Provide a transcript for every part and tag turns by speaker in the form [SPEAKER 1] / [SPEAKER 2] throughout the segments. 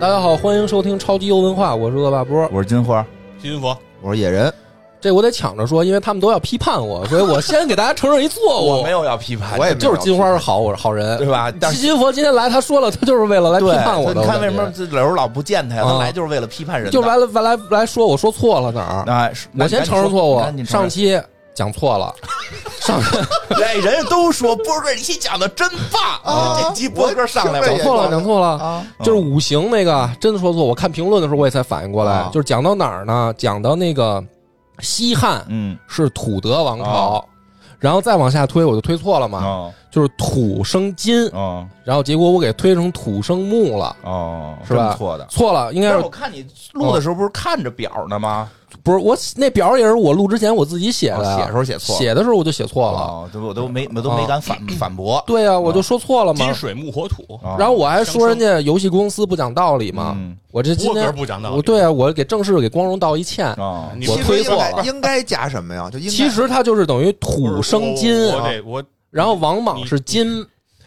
[SPEAKER 1] 大家好，欢迎收听超级优文化，我是恶霸波。
[SPEAKER 2] 我是金花，
[SPEAKER 3] 金佛，
[SPEAKER 2] 我是野人，
[SPEAKER 1] 这我得抢着说，因为他们都要批判我，所以我先给大家承认一错误。
[SPEAKER 3] 我没有要批判，
[SPEAKER 2] 我也没有
[SPEAKER 1] 就是金花是好，我是好
[SPEAKER 3] 对
[SPEAKER 1] 人。
[SPEAKER 3] 吧？但
[SPEAKER 1] 基
[SPEAKER 3] 是
[SPEAKER 1] 金佛今天来，他说了，他就是为了来批
[SPEAKER 3] 对，
[SPEAKER 1] 判我的。
[SPEAKER 3] 你看
[SPEAKER 1] 我感觉
[SPEAKER 3] 为什么这柳儿老不见他呀？
[SPEAKER 1] 嗯
[SPEAKER 3] 他来就是为了批判人的，
[SPEAKER 1] 就来了来来来说我说错了哪儿？
[SPEAKER 3] 哎。那
[SPEAKER 1] 我先承认错
[SPEAKER 3] 赶紧
[SPEAKER 1] 误，
[SPEAKER 3] 说
[SPEAKER 1] 上期讲错 了，上
[SPEAKER 3] 你赶紧说哎，人家都说波哥，你期讲的真棒，
[SPEAKER 2] 啊
[SPEAKER 3] 这期波哥上来
[SPEAKER 2] 我
[SPEAKER 1] 讲
[SPEAKER 2] 听着也
[SPEAKER 3] 了，
[SPEAKER 1] 错了，讲错了。
[SPEAKER 2] 啊，
[SPEAKER 1] 就是五行那个真的说错，我看评论的时候我也才反应过来
[SPEAKER 2] 啊，
[SPEAKER 1] 就是讲到哪儿呢？讲到那个西汉
[SPEAKER 2] 嗯，
[SPEAKER 1] 是土德王朝，然后再往下推我就推错了
[SPEAKER 3] 啊
[SPEAKER 1] 嘛，
[SPEAKER 2] 哦
[SPEAKER 1] 就是土生金，
[SPEAKER 2] 哦
[SPEAKER 1] 然后结果我给推成土生木了，
[SPEAKER 2] 哦，
[SPEAKER 1] 是吧
[SPEAKER 2] 真错的，
[SPEAKER 1] 错了，应该
[SPEAKER 3] 但是
[SPEAKER 1] 是
[SPEAKER 3] 我看你录的时候不是看着表呢吗？
[SPEAKER 1] 不是我那表也是我录之前我自己写的
[SPEAKER 3] 哦
[SPEAKER 1] 呀，
[SPEAKER 3] 写的时候写错了啊
[SPEAKER 1] 写的时候我就写错了，啊
[SPEAKER 2] 哦，这我都没我都没敢反反驳，
[SPEAKER 1] 对呀、我就说错了嘛
[SPEAKER 4] 金。水木火土，
[SPEAKER 2] 啊
[SPEAKER 1] 然后我还说人家游戏公司不讲道理嘛，
[SPEAKER 2] 嗯
[SPEAKER 1] 我这今
[SPEAKER 4] 波哥
[SPEAKER 1] 天
[SPEAKER 4] 不讲道理。
[SPEAKER 1] 我对啊，我给正式给光荣道一歉。
[SPEAKER 2] 啊，
[SPEAKER 4] 你
[SPEAKER 1] 我
[SPEAKER 4] 不
[SPEAKER 1] 推
[SPEAKER 4] 是
[SPEAKER 1] 错了
[SPEAKER 5] 应该加什么呀？就应该
[SPEAKER 1] 其实它就是等于土生金，啊
[SPEAKER 4] 我我得我，
[SPEAKER 1] 然后王莽是金，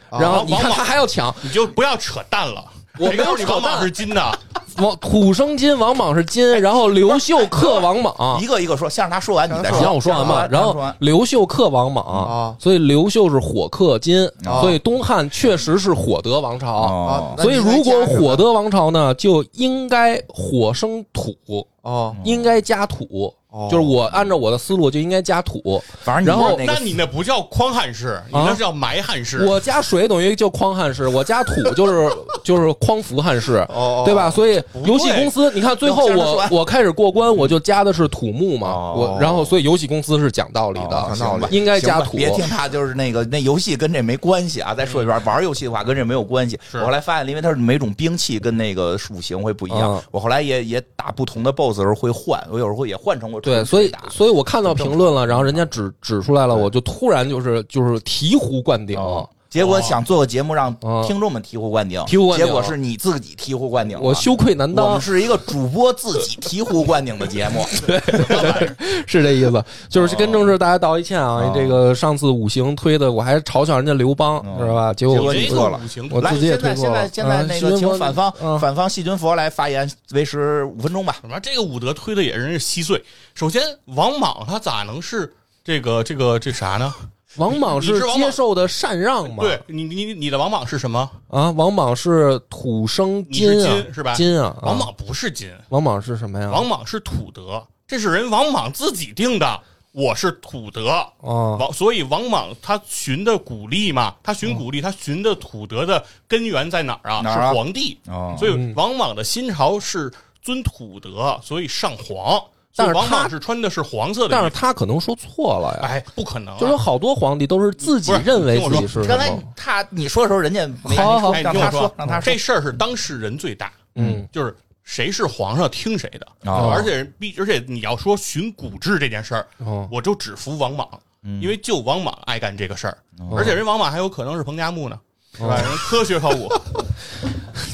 [SPEAKER 5] 啊
[SPEAKER 1] 然后你看
[SPEAKER 4] 王莽
[SPEAKER 1] 他还要抢
[SPEAKER 4] 你就不要扯淡了。
[SPEAKER 1] 我没有
[SPEAKER 4] 谁告诉你
[SPEAKER 1] 扯淡
[SPEAKER 4] 王莽是金的，
[SPEAKER 1] 王土生金，王莽是金，然后刘秀克王莽。
[SPEAKER 3] 一个一个说，先让他说哎完你再
[SPEAKER 1] 你让
[SPEAKER 3] 说。
[SPEAKER 1] 我说完吧，
[SPEAKER 2] 让他
[SPEAKER 1] 然
[SPEAKER 2] 说
[SPEAKER 1] 后
[SPEAKER 2] 完
[SPEAKER 1] 刘秀克王莽
[SPEAKER 5] 啊，
[SPEAKER 1] 所以刘秀是火克金，
[SPEAKER 2] 啊
[SPEAKER 1] 所以东汉确实是火德王
[SPEAKER 3] 啊
[SPEAKER 1] 朝。
[SPEAKER 2] 哦
[SPEAKER 5] 那
[SPEAKER 1] 所以
[SPEAKER 5] 应该
[SPEAKER 1] 如果
[SPEAKER 5] 加什么
[SPEAKER 1] 火德王朝呢，就应该火生土，
[SPEAKER 5] 哦
[SPEAKER 1] 应该加土，
[SPEAKER 5] 哦
[SPEAKER 1] 就是我按照我的思路就应该加土。
[SPEAKER 2] 反正你
[SPEAKER 1] 然后
[SPEAKER 2] 那
[SPEAKER 4] 那
[SPEAKER 2] 个
[SPEAKER 4] 你那不叫匡汉室，你那是叫埋汉室。
[SPEAKER 1] 啊我加水等于就匡汉室，我加土就是 就是匡扶汉室，
[SPEAKER 5] 哦
[SPEAKER 1] 对吧？？所以
[SPEAKER 4] 对
[SPEAKER 1] 游戏公司，你看最后
[SPEAKER 3] 先说
[SPEAKER 1] 我
[SPEAKER 3] 完
[SPEAKER 1] 我开始过关，我就加的是土木嘛，
[SPEAKER 2] 哦
[SPEAKER 1] 我然后所以游戏公司是讲道理
[SPEAKER 2] 哦
[SPEAKER 1] 的，
[SPEAKER 5] 讲道理
[SPEAKER 1] 应该加
[SPEAKER 3] 行吧
[SPEAKER 1] 土。
[SPEAKER 3] 别听他就是那个那游戏跟这没关系啊！再说一
[SPEAKER 1] 嗯
[SPEAKER 3] 遍，玩游戏的话跟这没有关系。
[SPEAKER 4] 是
[SPEAKER 3] 我后来发现，因为它是每种兵器跟那个属性会不一样
[SPEAKER 1] 嗯，
[SPEAKER 3] 我后来也也打不同的 BOSS 的时候会换，我有时候也换成过
[SPEAKER 1] 对，
[SPEAKER 3] 冲
[SPEAKER 1] 所以
[SPEAKER 3] 击打
[SPEAKER 1] 所以我看到评论了，然后人家指指出来了，我就突然就是就是醍醐灌顶，
[SPEAKER 2] 哦
[SPEAKER 3] 结果想做个节目让
[SPEAKER 1] 哦
[SPEAKER 3] 听众们醍醐灌顶，
[SPEAKER 1] 醍醐灌顶
[SPEAKER 3] 结果是你自己醍醐灌顶了。
[SPEAKER 1] 我羞愧难
[SPEAKER 3] 我
[SPEAKER 1] 当
[SPEAKER 3] 们，是一个主播自己醍醐灌顶的节目，
[SPEAKER 1] 是这意思，就是跟正式大家道一歉啊
[SPEAKER 2] 哦。
[SPEAKER 1] 这个上次五行推的，我还嘲笑人家刘邦，
[SPEAKER 2] 嗯
[SPEAKER 1] 知道吧？结果
[SPEAKER 4] 你
[SPEAKER 1] 我
[SPEAKER 3] 结
[SPEAKER 1] 自
[SPEAKER 3] 果你
[SPEAKER 4] 这
[SPEAKER 3] 错
[SPEAKER 4] 个
[SPEAKER 3] 了
[SPEAKER 4] 五行
[SPEAKER 1] 我
[SPEAKER 3] 来，
[SPEAKER 1] 自己也
[SPEAKER 3] 现
[SPEAKER 1] 推
[SPEAKER 3] 在
[SPEAKER 1] 过
[SPEAKER 3] 现
[SPEAKER 1] 了
[SPEAKER 3] 在。现在
[SPEAKER 1] 啊
[SPEAKER 3] 那
[SPEAKER 1] 徐
[SPEAKER 3] 个，
[SPEAKER 1] 文
[SPEAKER 3] 请
[SPEAKER 1] 博
[SPEAKER 3] 反方
[SPEAKER 1] 嗯
[SPEAKER 3] 反方细菌佛来发言，维持五分钟吧。
[SPEAKER 4] 什么？这个武德推的也是稀碎。首先，王莽他咋能是这个这个这啥呢？
[SPEAKER 1] 王莽
[SPEAKER 4] 你
[SPEAKER 1] 是
[SPEAKER 4] 是王莽
[SPEAKER 1] 接受的禅让嘛？
[SPEAKER 4] 对你你你的王莽是什么？
[SPEAKER 1] 啊，王莽是土生
[SPEAKER 4] 你
[SPEAKER 1] 啊
[SPEAKER 4] 是，金是吧
[SPEAKER 1] 金啊，啊
[SPEAKER 4] 王莽不是金，
[SPEAKER 1] 王莽是什么呀？
[SPEAKER 4] 王莽是土德，这是人王莽自己定的。我是土德，
[SPEAKER 1] 啊，
[SPEAKER 4] 王，所以王莽他寻的古历嘛，他寻古历，他寻的土德的根源在哪儿啊？
[SPEAKER 2] 哪儿啊
[SPEAKER 4] 是皇帝。
[SPEAKER 2] 哦
[SPEAKER 4] 所
[SPEAKER 1] 嗯
[SPEAKER 4] 以王莽的新朝是尊土德，所以上皇。所
[SPEAKER 1] 但是
[SPEAKER 4] 以王
[SPEAKER 1] 他
[SPEAKER 4] 莽是穿的是黄色的
[SPEAKER 1] 但是
[SPEAKER 4] 衣服。
[SPEAKER 1] 他可能说错了呀，
[SPEAKER 4] 哎，不可能啊、
[SPEAKER 1] 就是有好多皇帝都是自己
[SPEAKER 4] 不是
[SPEAKER 1] 认为
[SPEAKER 4] 听我
[SPEAKER 1] 自己
[SPEAKER 4] 说
[SPEAKER 1] 是什
[SPEAKER 3] 刚才
[SPEAKER 1] 么？
[SPEAKER 3] 他你说的时候，人家没
[SPEAKER 1] 好好
[SPEAKER 3] 让
[SPEAKER 4] 哎，你听
[SPEAKER 3] 他
[SPEAKER 4] 我
[SPEAKER 3] 说，让他说
[SPEAKER 4] 这。事儿是当事人最大，
[SPEAKER 1] 嗯，
[SPEAKER 4] 就是谁是皇上听谁的，
[SPEAKER 2] 哦
[SPEAKER 4] 而且必而且你要说寻古制这件事儿，
[SPEAKER 1] 哦，
[SPEAKER 4] 我就只服王莽，因为就王莽爱干这个事儿，而且人王莽还有可能是彭加木呢，是吧？人科学考古，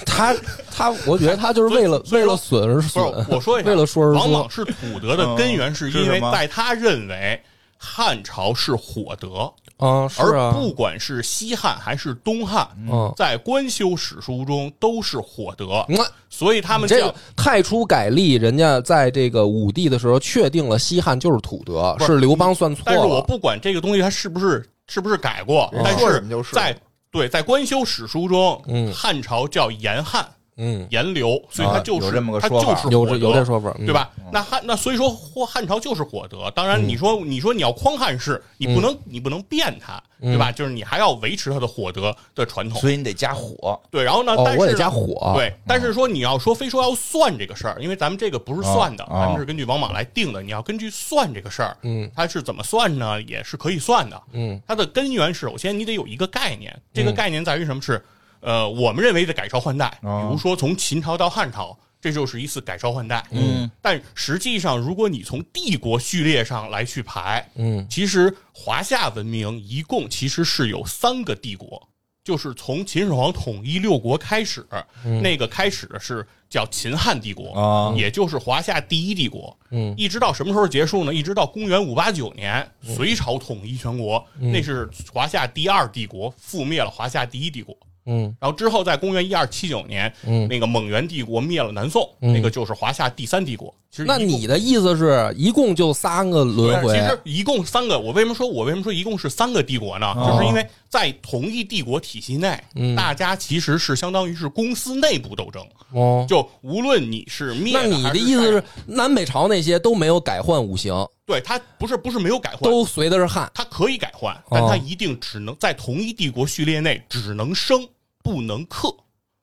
[SPEAKER 1] 他他，我觉得他就是为了
[SPEAKER 4] 所
[SPEAKER 1] 为
[SPEAKER 4] 以所以说
[SPEAKER 1] 了损而
[SPEAKER 4] 不
[SPEAKER 1] 损
[SPEAKER 4] 是，我说一下，
[SPEAKER 1] 为了说而
[SPEAKER 4] 王
[SPEAKER 1] 说
[SPEAKER 4] 莽，是土德的根源，是因
[SPEAKER 2] 嗯是
[SPEAKER 4] 为
[SPEAKER 2] 什么
[SPEAKER 4] 在他认为汉朝是火德，
[SPEAKER 1] 啊，是
[SPEAKER 4] 而
[SPEAKER 1] 啊，
[SPEAKER 4] 不管是西汉还是东汉，
[SPEAKER 1] 嗯
[SPEAKER 4] 在官修史书中都是火德，
[SPEAKER 1] 嗯
[SPEAKER 4] 所以他们
[SPEAKER 1] 这
[SPEAKER 4] 叫
[SPEAKER 1] 个太初改历，人家在这个武帝的时候确定了西汉就是土德，
[SPEAKER 4] 不是
[SPEAKER 1] 是刘邦算错
[SPEAKER 4] 但是我
[SPEAKER 1] 了。
[SPEAKER 4] 不管这个东西它是不是是不是改过，但
[SPEAKER 5] 说什么就是
[SPEAKER 4] 在对在官修史书中，
[SPEAKER 1] 嗯
[SPEAKER 4] 汉朝叫延汉、
[SPEAKER 1] 嗯，
[SPEAKER 4] 延刘，所以
[SPEAKER 2] 啊
[SPEAKER 4] 它就是、
[SPEAKER 2] 有这么个
[SPEAKER 4] 它
[SPEAKER 2] 说
[SPEAKER 4] 就
[SPEAKER 2] 法
[SPEAKER 4] 是
[SPEAKER 1] 有
[SPEAKER 4] 火
[SPEAKER 1] 这
[SPEAKER 4] 德
[SPEAKER 1] 有这说法，嗯嗯
[SPEAKER 4] 对？吧？那汉那所以说或汉朝就是火德，当然你说、你说你要匡汉室，你不能、你不能变它，
[SPEAKER 1] 嗯
[SPEAKER 4] 对吧？就是你还要维持它的火德的传统，
[SPEAKER 3] 所以你得加火，
[SPEAKER 4] 对。然后呢，
[SPEAKER 1] 哦
[SPEAKER 4] 但，是
[SPEAKER 1] 我得
[SPEAKER 4] 呢
[SPEAKER 1] 加火。，啊嗯
[SPEAKER 4] 对，但是说你要说非说要算这个事儿，因为咱们这个不是
[SPEAKER 1] 啊
[SPEAKER 4] 算的，
[SPEAKER 2] 哦哦
[SPEAKER 4] 咱们是根据王莽来定的。你要根据算这个事儿，
[SPEAKER 1] 嗯
[SPEAKER 4] 它是怎么算呢？也是可以算的。
[SPEAKER 1] 嗯，
[SPEAKER 4] 它的根源是首先你得有一个概念，这个概念在于什么是？呃，我们认为的改朝换代，比
[SPEAKER 2] 哦
[SPEAKER 4] 如说从秦朝到汉朝，这就是一次改朝换代。
[SPEAKER 3] 嗯，
[SPEAKER 4] 但实际上，如果你从帝国序列上来去排，
[SPEAKER 1] 嗯
[SPEAKER 4] 其实华夏文明一共其实是有三个帝国，就是从秦始皇统一六国开始，
[SPEAKER 1] 嗯
[SPEAKER 4] 那个开始的是叫秦汉帝国，
[SPEAKER 2] 啊
[SPEAKER 4] 也就是华夏第一帝国，
[SPEAKER 1] 嗯
[SPEAKER 4] 一直到什么时候结束呢？一直到公元五八九年，
[SPEAKER 1] 嗯
[SPEAKER 4] 隋朝统一全国，那是华夏第二帝国覆灭了华夏第一帝国。
[SPEAKER 1] 嗯
[SPEAKER 4] 然后之后在公元一二七九年，
[SPEAKER 1] 嗯，
[SPEAKER 4] 那个蒙元帝国灭了南宋，
[SPEAKER 1] 嗯
[SPEAKER 4] 那个就是华夏第三帝国。其实
[SPEAKER 1] 那
[SPEAKER 4] 一共
[SPEAKER 1] 你的意思是一共就三个轮
[SPEAKER 4] 其
[SPEAKER 1] 回？
[SPEAKER 4] 实一共三个，我为什么说我为什么说一共是三个帝国呢？
[SPEAKER 2] 哦
[SPEAKER 4] 就是因为在同一帝国体系内，
[SPEAKER 1] 嗯
[SPEAKER 4] 大家其实是相当于是公司内部斗争，
[SPEAKER 1] 哦，
[SPEAKER 4] 就无论你是灭
[SPEAKER 1] 那
[SPEAKER 4] 了还是
[SPEAKER 1] 你的意思
[SPEAKER 4] 拆
[SPEAKER 1] 是
[SPEAKER 4] 了，
[SPEAKER 1] 南北朝那些都没有改换五行，
[SPEAKER 4] 对它不是不是没有改换，
[SPEAKER 1] 都随的是汉。
[SPEAKER 4] 它可以改换，
[SPEAKER 1] 哦
[SPEAKER 4] 但它一定只能在同一帝国序列内只能生不能克，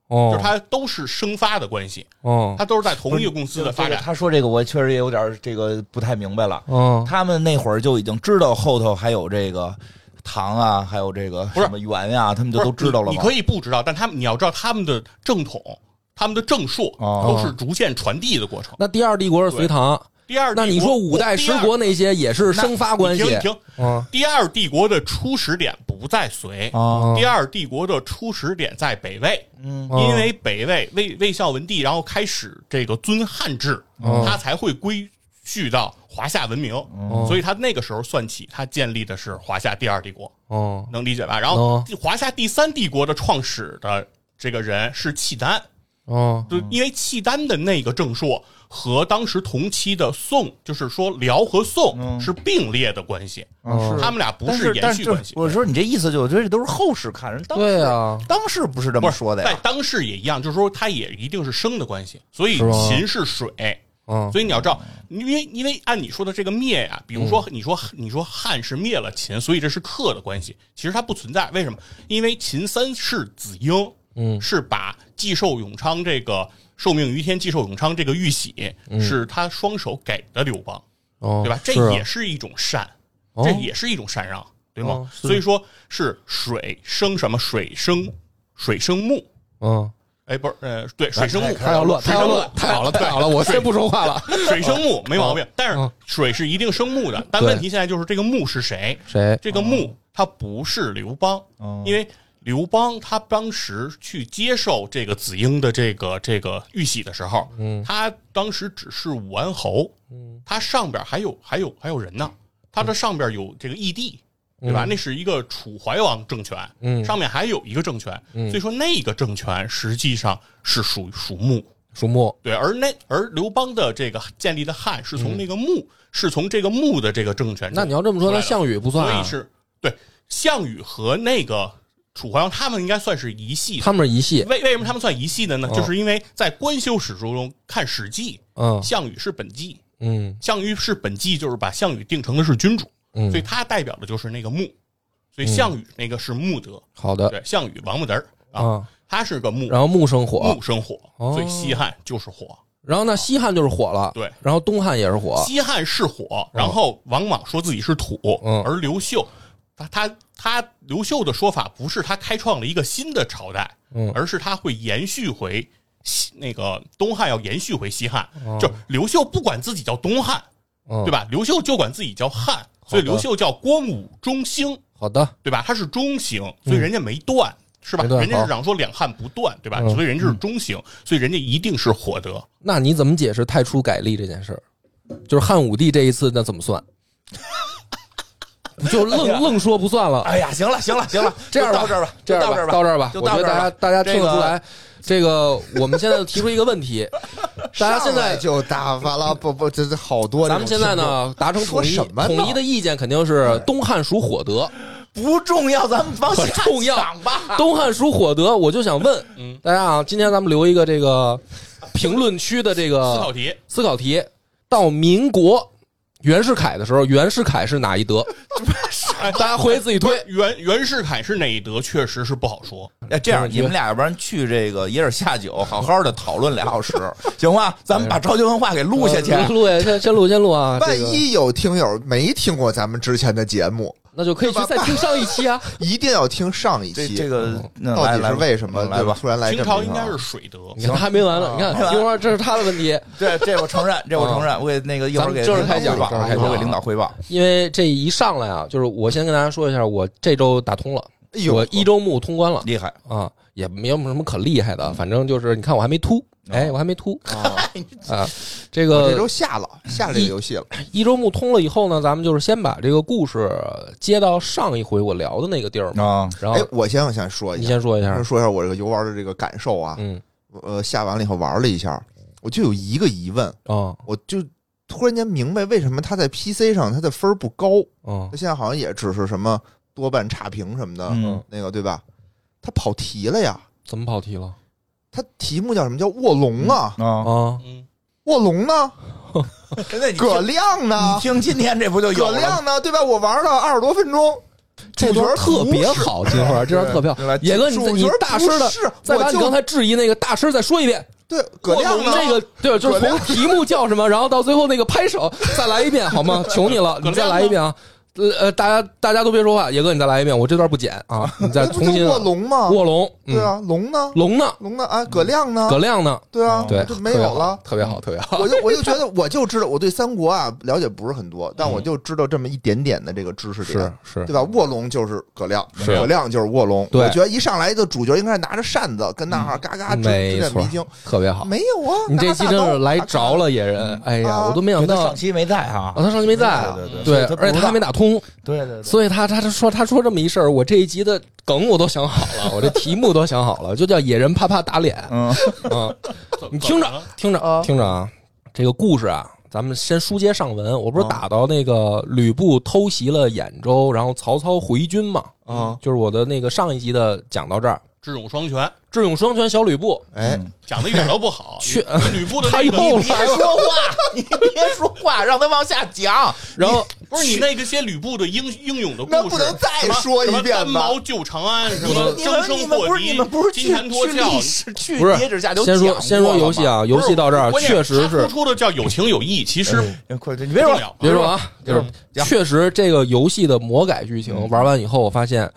[SPEAKER 1] 哦，
[SPEAKER 4] 就是它都是生发的关系，
[SPEAKER 1] 哦，
[SPEAKER 4] 它都是在同一个公司的发
[SPEAKER 2] 这个
[SPEAKER 4] 展。
[SPEAKER 2] 他说这个，我确实也有点这个不太明白了。
[SPEAKER 1] 哦，
[SPEAKER 2] 他们那会儿就已经知道后头还有这个唐啊，还有这个
[SPEAKER 4] 不是
[SPEAKER 2] 什么元呀、他们
[SPEAKER 4] 不
[SPEAKER 2] 就是都知道了
[SPEAKER 4] 你。
[SPEAKER 2] 吗
[SPEAKER 4] 你？可以不知道，但他们你要知道他们的正统。他们的正朔都
[SPEAKER 2] 哦
[SPEAKER 4] 是逐渐传递的过程。
[SPEAKER 1] 那第二帝国是隋唐，
[SPEAKER 4] 第二帝国，
[SPEAKER 1] 那你说五代十国那些也是生发关系
[SPEAKER 4] 第？二你听，你听，
[SPEAKER 1] 嗯
[SPEAKER 4] 第二帝国的初始点不在隋，
[SPEAKER 1] 哦
[SPEAKER 2] 啊，
[SPEAKER 4] 第二帝国的初始点在北魏，
[SPEAKER 2] 嗯，
[SPEAKER 1] 哦
[SPEAKER 4] 因为北魏魏魏孝文帝，然后开始这个尊汉制，
[SPEAKER 1] 哦
[SPEAKER 4] 他才会归序到华夏文明，
[SPEAKER 1] 哦
[SPEAKER 4] 所以他那个时候算起，他建立的是华夏第二帝国，
[SPEAKER 1] 哦
[SPEAKER 4] 能理解吧？然
[SPEAKER 1] 能
[SPEAKER 4] 后第华夏第三帝国的创始的这个人是契丹，
[SPEAKER 1] 哦
[SPEAKER 4] 就因为契丹的那个正朔和当时同期的宋，就是说辽和宋是并列的关系，
[SPEAKER 1] 哦
[SPEAKER 4] 他们俩不
[SPEAKER 2] 但嗯是
[SPEAKER 4] 延
[SPEAKER 2] 但
[SPEAKER 4] 续
[SPEAKER 2] 就
[SPEAKER 4] 关系。
[SPEAKER 2] 我说你这意思就，我觉得这都是后世看人当时
[SPEAKER 1] 对啊
[SPEAKER 2] 当时不是这么说的
[SPEAKER 4] 在
[SPEAKER 2] 呀。
[SPEAKER 4] 当世也一样，就是说它也一定是生的关系，所以
[SPEAKER 1] 是吗
[SPEAKER 4] 秦是水，
[SPEAKER 1] 哦
[SPEAKER 4] 所以你要知道，因为因为按你说的这个灭呀、比如说
[SPEAKER 2] 嗯
[SPEAKER 4] 你说你说汉是灭了秦，所以这是克的关系，其实它不存在。为什么？因为秦三世子婴，
[SPEAKER 1] 嗯
[SPEAKER 4] 是把既寿永昌这个受命于天，既寿永昌这个玉玺、是他双手给的刘邦，
[SPEAKER 1] 嗯哦，
[SPEAKER 4] 对吧？
[SPEAKER 1] 是啊
[SPEAKER 4] 这也是一种善，
[SPEAKER 1] 哦
[SPEAKER 4] 这也是一种禅让，对吗？
[SPEAKER 1] 哦是
[SPEAKER 4] 所以说是水生什么？水生水生木，
[SPEAKER 1] 嗯，
[SPEAKER 4] 哎，不是，呃，对，水生木，
[SPEAKER 1] 他哎要乱，他
[SPEAKER 4] 水
[SPEAKER 1] 要
[SPEAKER 4] 生
[SPEAKER 1] 乱，
[SPEAKER 4] 木，
[SPEAKER 1] 太好了，太好了，我先不说话了。
[SPEAKER 4] 水生木没毛病，但
[SPEAKER 1] 嗯
[SPEAKER 4] 是水是一定生木的，但
[SPEAKER 1] 对
[SPEAKER 4] 问题现在就是这个木是谁？
[SPEAKER 1] 谁？
[SPEAKER 4] 这个
[SPEAKER 1] 哦
[SPEAKER 4] 木他不是刘邦，因为刘邦他当时去接受这个子婴的这个这个玉玺的时候，
[SPEAKER 1] 嗯
[SPEAKER 4] 他当时只是武安侯，他上边还有还有还有人
[SPEAKER 1] 嗯
[SPEAKER 4] 呢，他的上边有这个义帝。对吧？那是一个楚怀王政权，
[SPEAKER 1] 嗯
[SPEAKER 4] 上面还有一个政权，所以说那个政权实际上是属属木，
[SPEAKER 1] 属木。
[SPEAKER 4] 对，而那而刘邦的这个建立的汉是从那个穆，是从这个穆的这个政权
[SPEAKER 1] 嗯
[SPEAKER 4] 中出来
[SPEAKER 1] 那
[SPEAKER 4] 的。
[SPEAKER 1] 你要这么说，那项羽不算
[SPEAKER 4] 所以
[SPEAKER 1] 啊？
[SPEAKER 4] 是对项羽和那个楚怀王他们应该算是一系。
[SPEAKER 1] 他们是一系。
[SPEAKER 4] 为为什么他们算一系的呢？
[SPEAKER 1] 哦
[SPEAKER 4] 就是因为在官修史书中看《史记》，
[SPEAKER 1] 嗯
[SPEAKER 4] 项羽是本纪，
[SPEAKER 1] 嗯
[SPEAKER 4] 项羽是本纪，就是把项羽定成的是君主，所以
[SPEAKER 1] 嗯，
[SPEAKER 4] 他代表的就是那个穆，所以项羽那个是穆德，
[SPEAKER 1] 好的
[SPEAKER 4] 对，项羽王八子儿啊，
[SPEAKER 1] 呃啊。
[SPEAKER 4] 他是个穆，
[SPEAKER 1] 然后木生火，
[SPEAKER 4] 穆生火，
[SPEAKER 1] 哦
[SPEAKER 4] 所以西汉就是火。
[SPEAKER 1] 然后呢，西汉就是火了，
[SPEAKER 4] 对
[SPEAKER 1] 然后东汉也是火，
[SPEAKER 4] 西汉是火，然后王莽说自己是土，
[SPEAKER 1] 嗯
[SPEAKER 4] 而刘秀，他他他刘秀的说法不是他开创了一个新的朝代，
[SPEAKER 1] 嗯
[SPEAKER 4] 而是他会延续回西那个东汉要延续回西汉，就刘秀不管自己叫东汉，
[SPEAKER 1] 哦嗯，
[SPEAKER 4] 对
[SPEAKER 1] 吧？
[SPEAKER 4] 吧？刘秀就管自己叫汉，所以刘秀叫光武中兴，
[SPEAKER 1] 好的，
[SPEAKER 4] 对吧？他是中兴，所以人家没断。是
[SPEAKER 1] 嗯
[SPEAKER 4] 吧？
[SPEAKER 1] 没断
[SPEAKER 4] 人家
[SPEAKER 1] 好
[SPEAKER 4] 是嚷说两汉不断，对吧？
[SPEAKER 1] 嗯啊
[SPEAKER 4] 所以人家是中兴，所以人家一定是火德。
[SPEAKER 1] 那你怎么解释太初改历这件事儿？就是汉武帝这一次，那怎么算？就愣愣说不算了。
[SPEAKER 2] 哎呀，行了行了行了，
[SPEAKER 1] 这样
[SPEAKER 2] 就
[SPEAKER 1] 吧，
[SPEAKER 2] 到这儿吧，
[SPEAKER 1] 这样
[SPEAKER 2] 就到这儿吧，
[SPEAKER 1] 到这儿吧。
[SPEAKER 2] 就
[SPEAKER 1] 我觉
[SPEAKER 2] 到
[SPEAKER 1] 得
[SPEAKER 2] 这
[SPEAKER 1] 大
[SPEAKER 2] 儿
[SPEAKER 1] 家
[SPEAKER 2] 吧。
[SPEAKER 1] 大家听得
[SPEAKER 2] 这
[SPEAKER 1] 出
[SPEAKER 2] 个
[SPEAKER 1] 来，这个我们现在提出一个问题，大家现
[SPEAKER 3] 上来
[SPEAKER 1] 在
[SPEAKER 3] 就打发了，不不，这这好多这
[SPEAKER 1] 咱
[SPEAKER 3] 种
[SPEAKER 1] 们
[SPEAKER 3] 情
[SPEAKER 1] 现
[SPEAKER 3] 况。
[SPEAKER 1] 在呢达成统一
[SPEAKER 3] 说什么呢
[SPEAKER 1] 统一的意见，肯定是东汉属火德，
[SPEAKER 2] 不重要，咱们往下
[SPEAKER 1] 很重要
[SPEAKER 2] 讲吧。
[SPEAKER 4] 啊
[SPEAKER 1] 东汉属火德。我就想问
[SPEAKER 4] 嗯
[SPEAKER 1] 大家啊，今天咱们留一个这个评论区的这个
[SPEAKER 4] 思考题，
[SPEAKER 1] 思考题，到民国袁世凯的时候，袁世凯是哪一德？ 大家回去自己推。
[SPEAKER 4] 袁袁世凯是哪一德，确实是不好 说。
[SPEAKER 2] 哎，这样你们俩要不然去这个一人下酒，好好的讨论俩小时，行吗？咱们把超级文化给录下去。啊
[SPEAKER 1] 呃录下先先录先录啊！
[SPEAKER 3] 万
[SPEAKER 1] 这个
[SPEAKER 3] 一有听友没听过咱们之前的节目，
[SPEAKER 1] 那就可以去再听上一期啊。
[SPEAKER 3] 一定要听上一
[SPEAKER 2] 这
[SPEAKER 3] 期。
[SPEAKER 2] 这个
[SPEAKER 1] 嗯
[SPEAKER 2] 那
[SPEAKER 3] 到
[SPEAKER 2] 来
[SPEAKER 3] 底
[SPEAKER 2] 来
[SPEAKER 3] 是
[SPEAKER 2] 吧
[SPEAKER 3] 为什么？
[SPEAKER 2] 嗯来吧
[SPEAKER 3] 突然来这
[SPEAKER 4] 清
[SPEAKER 3] 么
[SPEAKER 4] 朝
[SPEAKER 3] 一
[SPEAKER 4] 应
[SPEAKER 3] 个
[SPEAKER 4] 该是水德，
[SPEAKER 1] 啊你看他还没完呢，你看
[SPEAKER 2] 没完
[SPEAKER 1] 一会儿这是他的问题，
[SPEAKER 2] 这这我承认，这我承认，我给那个一会
[SPEAKER 1] 咱
[SPEAKER 2] 儿
[SPEAKER 1] 们
[SPEAKER 2] 给
[SPEAKER 1] 正式
[SPEAKER 2] 领导
[SPEAKER 1] 开讲
[SPEAKER 2] 汇报
[SPEAKER 1] 正式开
[SPEAKER 2] 啊，
[SPEAKER 1] 讲
[SPEAKER 2] 我给领导汇报。
[SPEAKER 1] 因为这一上来啊，就是我先跟大家说一下，我这周打通了，
[SPEAKER 3] 哎呦
[SPEAKER 1] 我一周目通关了
[SPEAKER 2] 厉害，
[SPEAKER 1] 啊，也没有什么可厉害的，反正就是你看我还没秃，哎，我还没秃
[SPEAKER 5] 啊，
[SPEAKER 1] 啊。这
[SPEAKER 5] 哦 我这周
[SPEAKER 1] 个
[SPEAKER 5] 下了下这个游戏了，
[SPEAKER 1] 一周目通了以后呢，咱们就是先把这个故事接到上一回我聊的那个地儿嘛，
[SPEAKER 3] 啊，
[SPEAKER 1] 然后
[SPEAKER 5] 哎，我先我先说一
[SPEAKER 1] 你
[SPEAKER 5] 下，
[SPEAKER 1] 先说一下
[SPEAKER 5] 先，说一下我这个游玩的这个感受啊，
[SPEAKER 1] 嗯
[SPEAKER 5] 呃，下完了以后玩了一下，我就有一个疑问，
[SPEAKER 1] 啊
[SPEAKER 5] 我就突然间明白为什么它在 PC 上它的分儿不高，
[SPEAKER 1] 啊
[SPEAKER 5] 它现在好像也只是什么多半差评什么的，
[SPEAKER 3] 嗯
[SPEAKER 5] 那个对吧？它跑题了呀，
[SPEAKER 1] 怎么跑题了
[SPEAKER 5] 它题目叫什么叫卧龙啊？
[SPEAKER 3] 啊，
[SPEAKER 1] 啊？
[SPEAKER 4] 嗯，
[SPEAKER 5] 卧龙呢？
[SPEAKER 3] 现在你
[SPEAKER 5] 葛亮呢
[SPEAKER 3] 你？听今天这不就有
[SPEAKER 5] 葛
[SPEAKER 3] 了吗？
[SPEAKER 5] 亮呢？对吧？我玩了二十多分钟，
[SPEAKER 1] 这段特别好，金花，这段特别
[SPEAKER 5] 对吧
[SPEAKER 1] 好。野哥，你
[SPEAKER 5] 主角
[SPEAKER 1] 你大师的
[SPEAKER 5] 不是，
[SPEAKER 1] 再把
[SPEAKER 5] 我
[SPEAKER 1] 你
[SPEAKER 5] 就
[SPEAKER 1] 刚才质疑那个大师再说一遍。
[SPEAKER 5] 对葛亮呢？
[SPEAKER 1] 这个对，就是从题目叫什么，然后到最后那个拍手，再来一遍好吗？求你了，你再来一遍啊！呃呃，大家大家都别说话，野哥你再来一遍，我这段不剪啊，你再
[SPEAKER 5] 这不
[SPEAKER 1] 重
[SPEAKER 5] 就
[SPEAKER 1] 新
[SPEAKER 5] 卧龙吗？
[SPEAKER 1] 卧龙，嗯
[SPEAKER 5] 对，啊，龙呢？
[SPEAKER 1] 龙呢？
[SPEAKER 5] 龙呢？啊，葛亮呢
[SPEAKER 1] 葛？亮呢？
[SPEAKER 5] 对啊，
[SPEAKER 1] 对，
[SPEAKER 5] 就没有 了。
[SPEAKER 1] 特别好，特别好，特别好。
[SPEAKER 5] 我就我就觉得，我就知道，我对三国啊了解不是很多，但我就知道这么一点点的这个知识点，
[SPEAKER 1] 是
[SPEAKER 5] 对吧？卧龙就是葛亮，
[SPEAKER 1] 是
[SPEAKER 5] 葛亮就是卧龙。
[SPEAKER 1] 对嗯
[SPEAKER 5] 我觉得一上来的主角应该是拿着扇子跟那儿嘎嘎指指
[SPEAKER 1] 没
[SPEAKER 5] 点
[SPEAKER 1] 错
[SPEAKER 5] 迷津，，
[SPEAKER 1] 特别好。
[SPEAKER 5] 没有啊？
[SPEAKER 1] 你这期真是来着
[SPEAKER 5] 了，
[SPEAKER 1] 了野人，哎呀，
[SPEAKER 5] 啊
[SPEAKER 1] 我都没想
[SPEAKER 3] 觉得
[SPEAKER 1] 到
[SPEAKER 3] 上。期没在
[SPEAKER 1] 啊，，
[SPEAKER 3] 哈
[SPEAKER 1] 他上期没在啊，
[SPEAKER 3] 对对
[SPEAKER 1] 对
[SPEAKER 3] 对所以他，不
[SPEAKER 1] 而且
[SPEAKER 3] 知
[SPEAKER 1] 他
[SPEAKER 3] 道
[SPEAKER 1] 还没打通，
[SPEAKER 3] 对对对，
[SPEAKER 1] 所以他他他说他说这么一事儿，我这一集的梗我都想好了，我这题目都想好了，就叫野人啪啪打脸，
[SPEAKER 3] 嗯
[SPEAKER 1] 嗯，
[SPEAKER 4] 怎
[SPEAKER 1] 你听
[SPEAKER 4] 怎么
[SPEAKER 1] 着
[SPEAKER 4] 了，
[SPEAKER 1] 听着，听着啊！这个故事啊，咱们先书接上文。我不是打到那个吕布偷袭了兖州，然后曹操回军嘛？
[SPEAKER 5] 啊，
[SPEAKER 1] 就是我的那个上一集的讲到这儿，
[SPEAKER 4] 智勇双全，
[SPEAKER 1] 智勇双全小吕布，
[SPEAKER 5] 哎，
[SPEAKER 4] 讲的一点都不 好。
[SPEAKER 1] 去
[SPEAKER 4] 吕吕布的
[SPEAKER 1] 他
[SPEAKER 4] 那
[SPEAKER 1] 又
[SPEAKER 4] 个，
[SPEAKER 1] 来
[SPEAKER 3] 别说话，你别说话，让他往下讲。
[SPEAKER 1] 然后
[SPEAKER 4] 不是你那个些吕布的英英勇的故事，
[SPEAKER 5] 那不能再
[SPEAKER 4] 什么
[SPEAKER 5] 说一
[SPEAKER 4] 什么
[SPEAKER 5] 遍吧
[SPEAKER 4] 单毛救长安，什
[SPEAKER 3] 你
[SPEAKER 4] 么
[SPEAKER 3] 们你
[SPEAKER 4] 争
[SPEAKER 3] 们你
[SPEAKER 4] 生
[SPEAKER 3] 们不
[SPEAKER 4] 获
[SPEAKER 3] 是你
[SPEAKER 4] 敌
[SPEAKER 3] 们不是，去
[SPEAKER 4] 金蝉脱
[SPEAKER 3] 去
[SPEAKER 4] 壳。
[SPEAKER 3] 历史去
[SPEAKER 1] 不是
[SPEAKER 3] 叠纸下就
[SPEAKER 1] 先
[SPEAKER 3] 讲
[SPEAKER 1] 说
[SPEAKER 3] 过
[SPEAKER 1] 先说游戏
[SPEAKER 3] 了
[SPEAKER 1] 啊，游戏到这儿
[SPEAKER 4] 不是
[SPEAKER 1] 确实
[SPEAKER 4] 关键
[SPEAKER 1] 是
[SPEAKER 4] 他突，出的叫有情有义，其实
[SPEAKER 3] 嘛，哎快你
[SPEAKER 4] 不
[SPEAKER 3] 别
[SPEAKER 4] 重
[SPEAKER 3] 说
[SPEAKER 4] 要。
[SPEAKER 1] 别说啊，
[SPEAKER 3] 别
[SPEAKER 1] 就
[SPEAKER 3] 说
[SPEAKER 1] 是确实这个游戏的魔改剧情玩完以后，我发现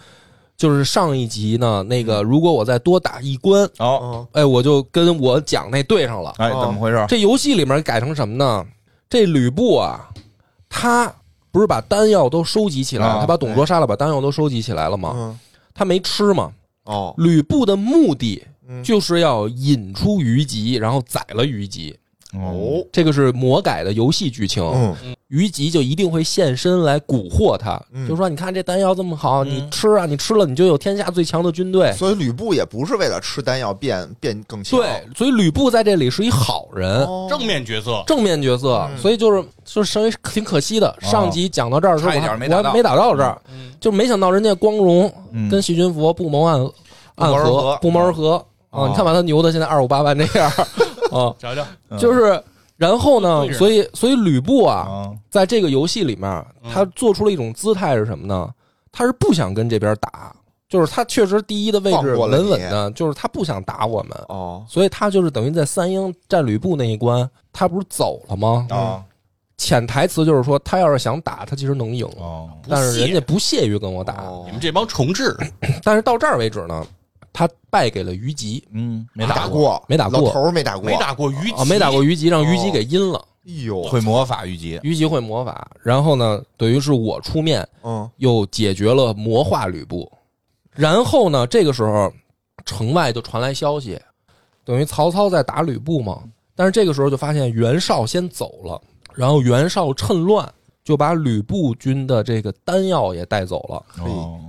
[SPEAKER 1] 就是上一集呢，那个如果我再多打一关，
[SPEAKER 3] 哦，
[SPEAKER 5] 嗯
[SPEAKER 1] 哎，我就跟我讲那对上了。
[SPEAKER 3] 哎，怎么回事？
[SPEAKER 1] 这游戏里面改成什么呢？这吕布啊，他不是把丹药都收集起来了，
[SPEAKER 3] 啊
[SPEAKER 1] 他把董卓杀了，把丹药都收集起来了吗？
[SPEAKER 5] 嗯，
[SPEAKER 1] 他没吃吗？
[SPEAKER 5] 哦，
[SPEAKER 1] 吕布的目的
[SPEAKER 5] 嗯
[SPEAKER 1] 就是要引出虞姬，然后宰了虞姬。
[SPEAKER 3] 哦，
[SPEAKER 1] 这个是魔改的游戏剧情，
[SPEAKER 5] 嗯
[SPEAKER 1] 虞姬就一定会现身来蛊惑他，
[SPEAKER 5] 嗯
[SPEAKER 1] 就说：“你看这丹药这么好，你吃啊，你吃了你就有天下最强的军队。
[SPEAKER 5] 所以吕布也不是为了吃丹药变变更”强，
[SPEAKER 1] 对，所以吕布在这里是一好人，
[SPEAKER 5] 哦，
[SPEAKER 4] 正面角色，
[SPEAKER 1] 正面角色，
[SPEAKER 3] 嗯
[SPEAKER 1] 所以就是就是稍微挺可惜的。上集讲到这儿的时候，
[SPEAKER 3] 哦差
[SPEAKER 1] 我
[SPEAKER 3] 一
[SPEAKER 1] 还
[SPEAKER 3] 点没
[SPEAKER 1] 我
[SPEAKER 3] 打
[SPEAKER 1] 还
[SPEAKER 3] 到
[SPEAKER 1] 没打到这儿，
[SPEAKER 4] 嗯，
[SPEAKER 1] 就没想到人家光荣
[SPEAKER 3] 嗯
[SPEAKER 1] 跟细菌佛不谋暗暗
[SPEAKER 3] 谋而
[SPEAKER 1] 合
[SPEAKER 3] 合，
[SPEAKER 1] 不谋而合啊！
[SPEAKER 3] 哦
[SPEAKER 1] 你看把他牛的现在二五八万这样 啊，
[SPEAKER 4] 讲讲
[SPEAKER 3] 嗯
[SPEAKER 1] 就是然后
[SPEAKER 4] 对
[SPEAKER 1] 呢，
[SPEAKER 4] 着
[SPEAKER 1] 所以所以吕布啊，
[SPEAKER 3] 啊，
[SPEAKER 1] 在这个游戏里面，
[SPEAKER 3] 嗯
[SPEAKER 1] 他做出了一种姿态是什么呢？他是不想跟这边打，就是他确实第一的位置
[SPEAKER 5] 放过了
[SPEAKER 1] 稳稳
[SPEAKER 5] 你
[SPEAKER 1] 的，就是他不想打我们。
[SPEAKER 5] 哦，
[SPEAKER 1] 所以他就是等于在三英战吕布那一关，他不是走了吗？
[SPEAKER 5] 哦
[SPEAKER 4] 哦
[SPEAKER 3] 啊
[SPEAKER 1] 潜台词就是说，他要是想打，他其实能赢，
[SPEAKER 3] 哦，
[SPEAKER 4] 不
[SPEAKER 1] 但是人家
[SPEAKER 4] 屑
[SPEAKER 1] 不屑于跟我打。
[SPEAKER 5] 哦
[SPEAKER 4] 你们这帮重置，
[SPEAKER 1] 但是到这儿为止呢，他败给了虞姬
[SPEAKER 3] 嗯，没
[SPEAKER 5] 打
[SPEAKER 3] 打过，
[SPEAKER 5] 过，
[SPEAKER 1] 没打过
[SPEAKER 5] 老头儿没打过，
[SPEAKER 4] 没打过虞姬，哦
[SPEAKER 1] 啊，没打过虞姬，让虞姬给阴了。
[SPEAKER 5] 哎呦，
[SPEAKER 3] 会魔法御姬，
[SPEAKER 1] 虞姬会魔法，然后呢，等于是我出面
[SPEAKER 5] 嗯，
[SPEAKER 1] 又解决了魔化吕布。然后呢，这个时候城外就传来消息，等于曹操在打吕布嘛。但是这个时候就发现袁绍先走了，然后袁绍趁乱就把吕布军的这个丹药也带走了。
[SPEAKER 3] 哦，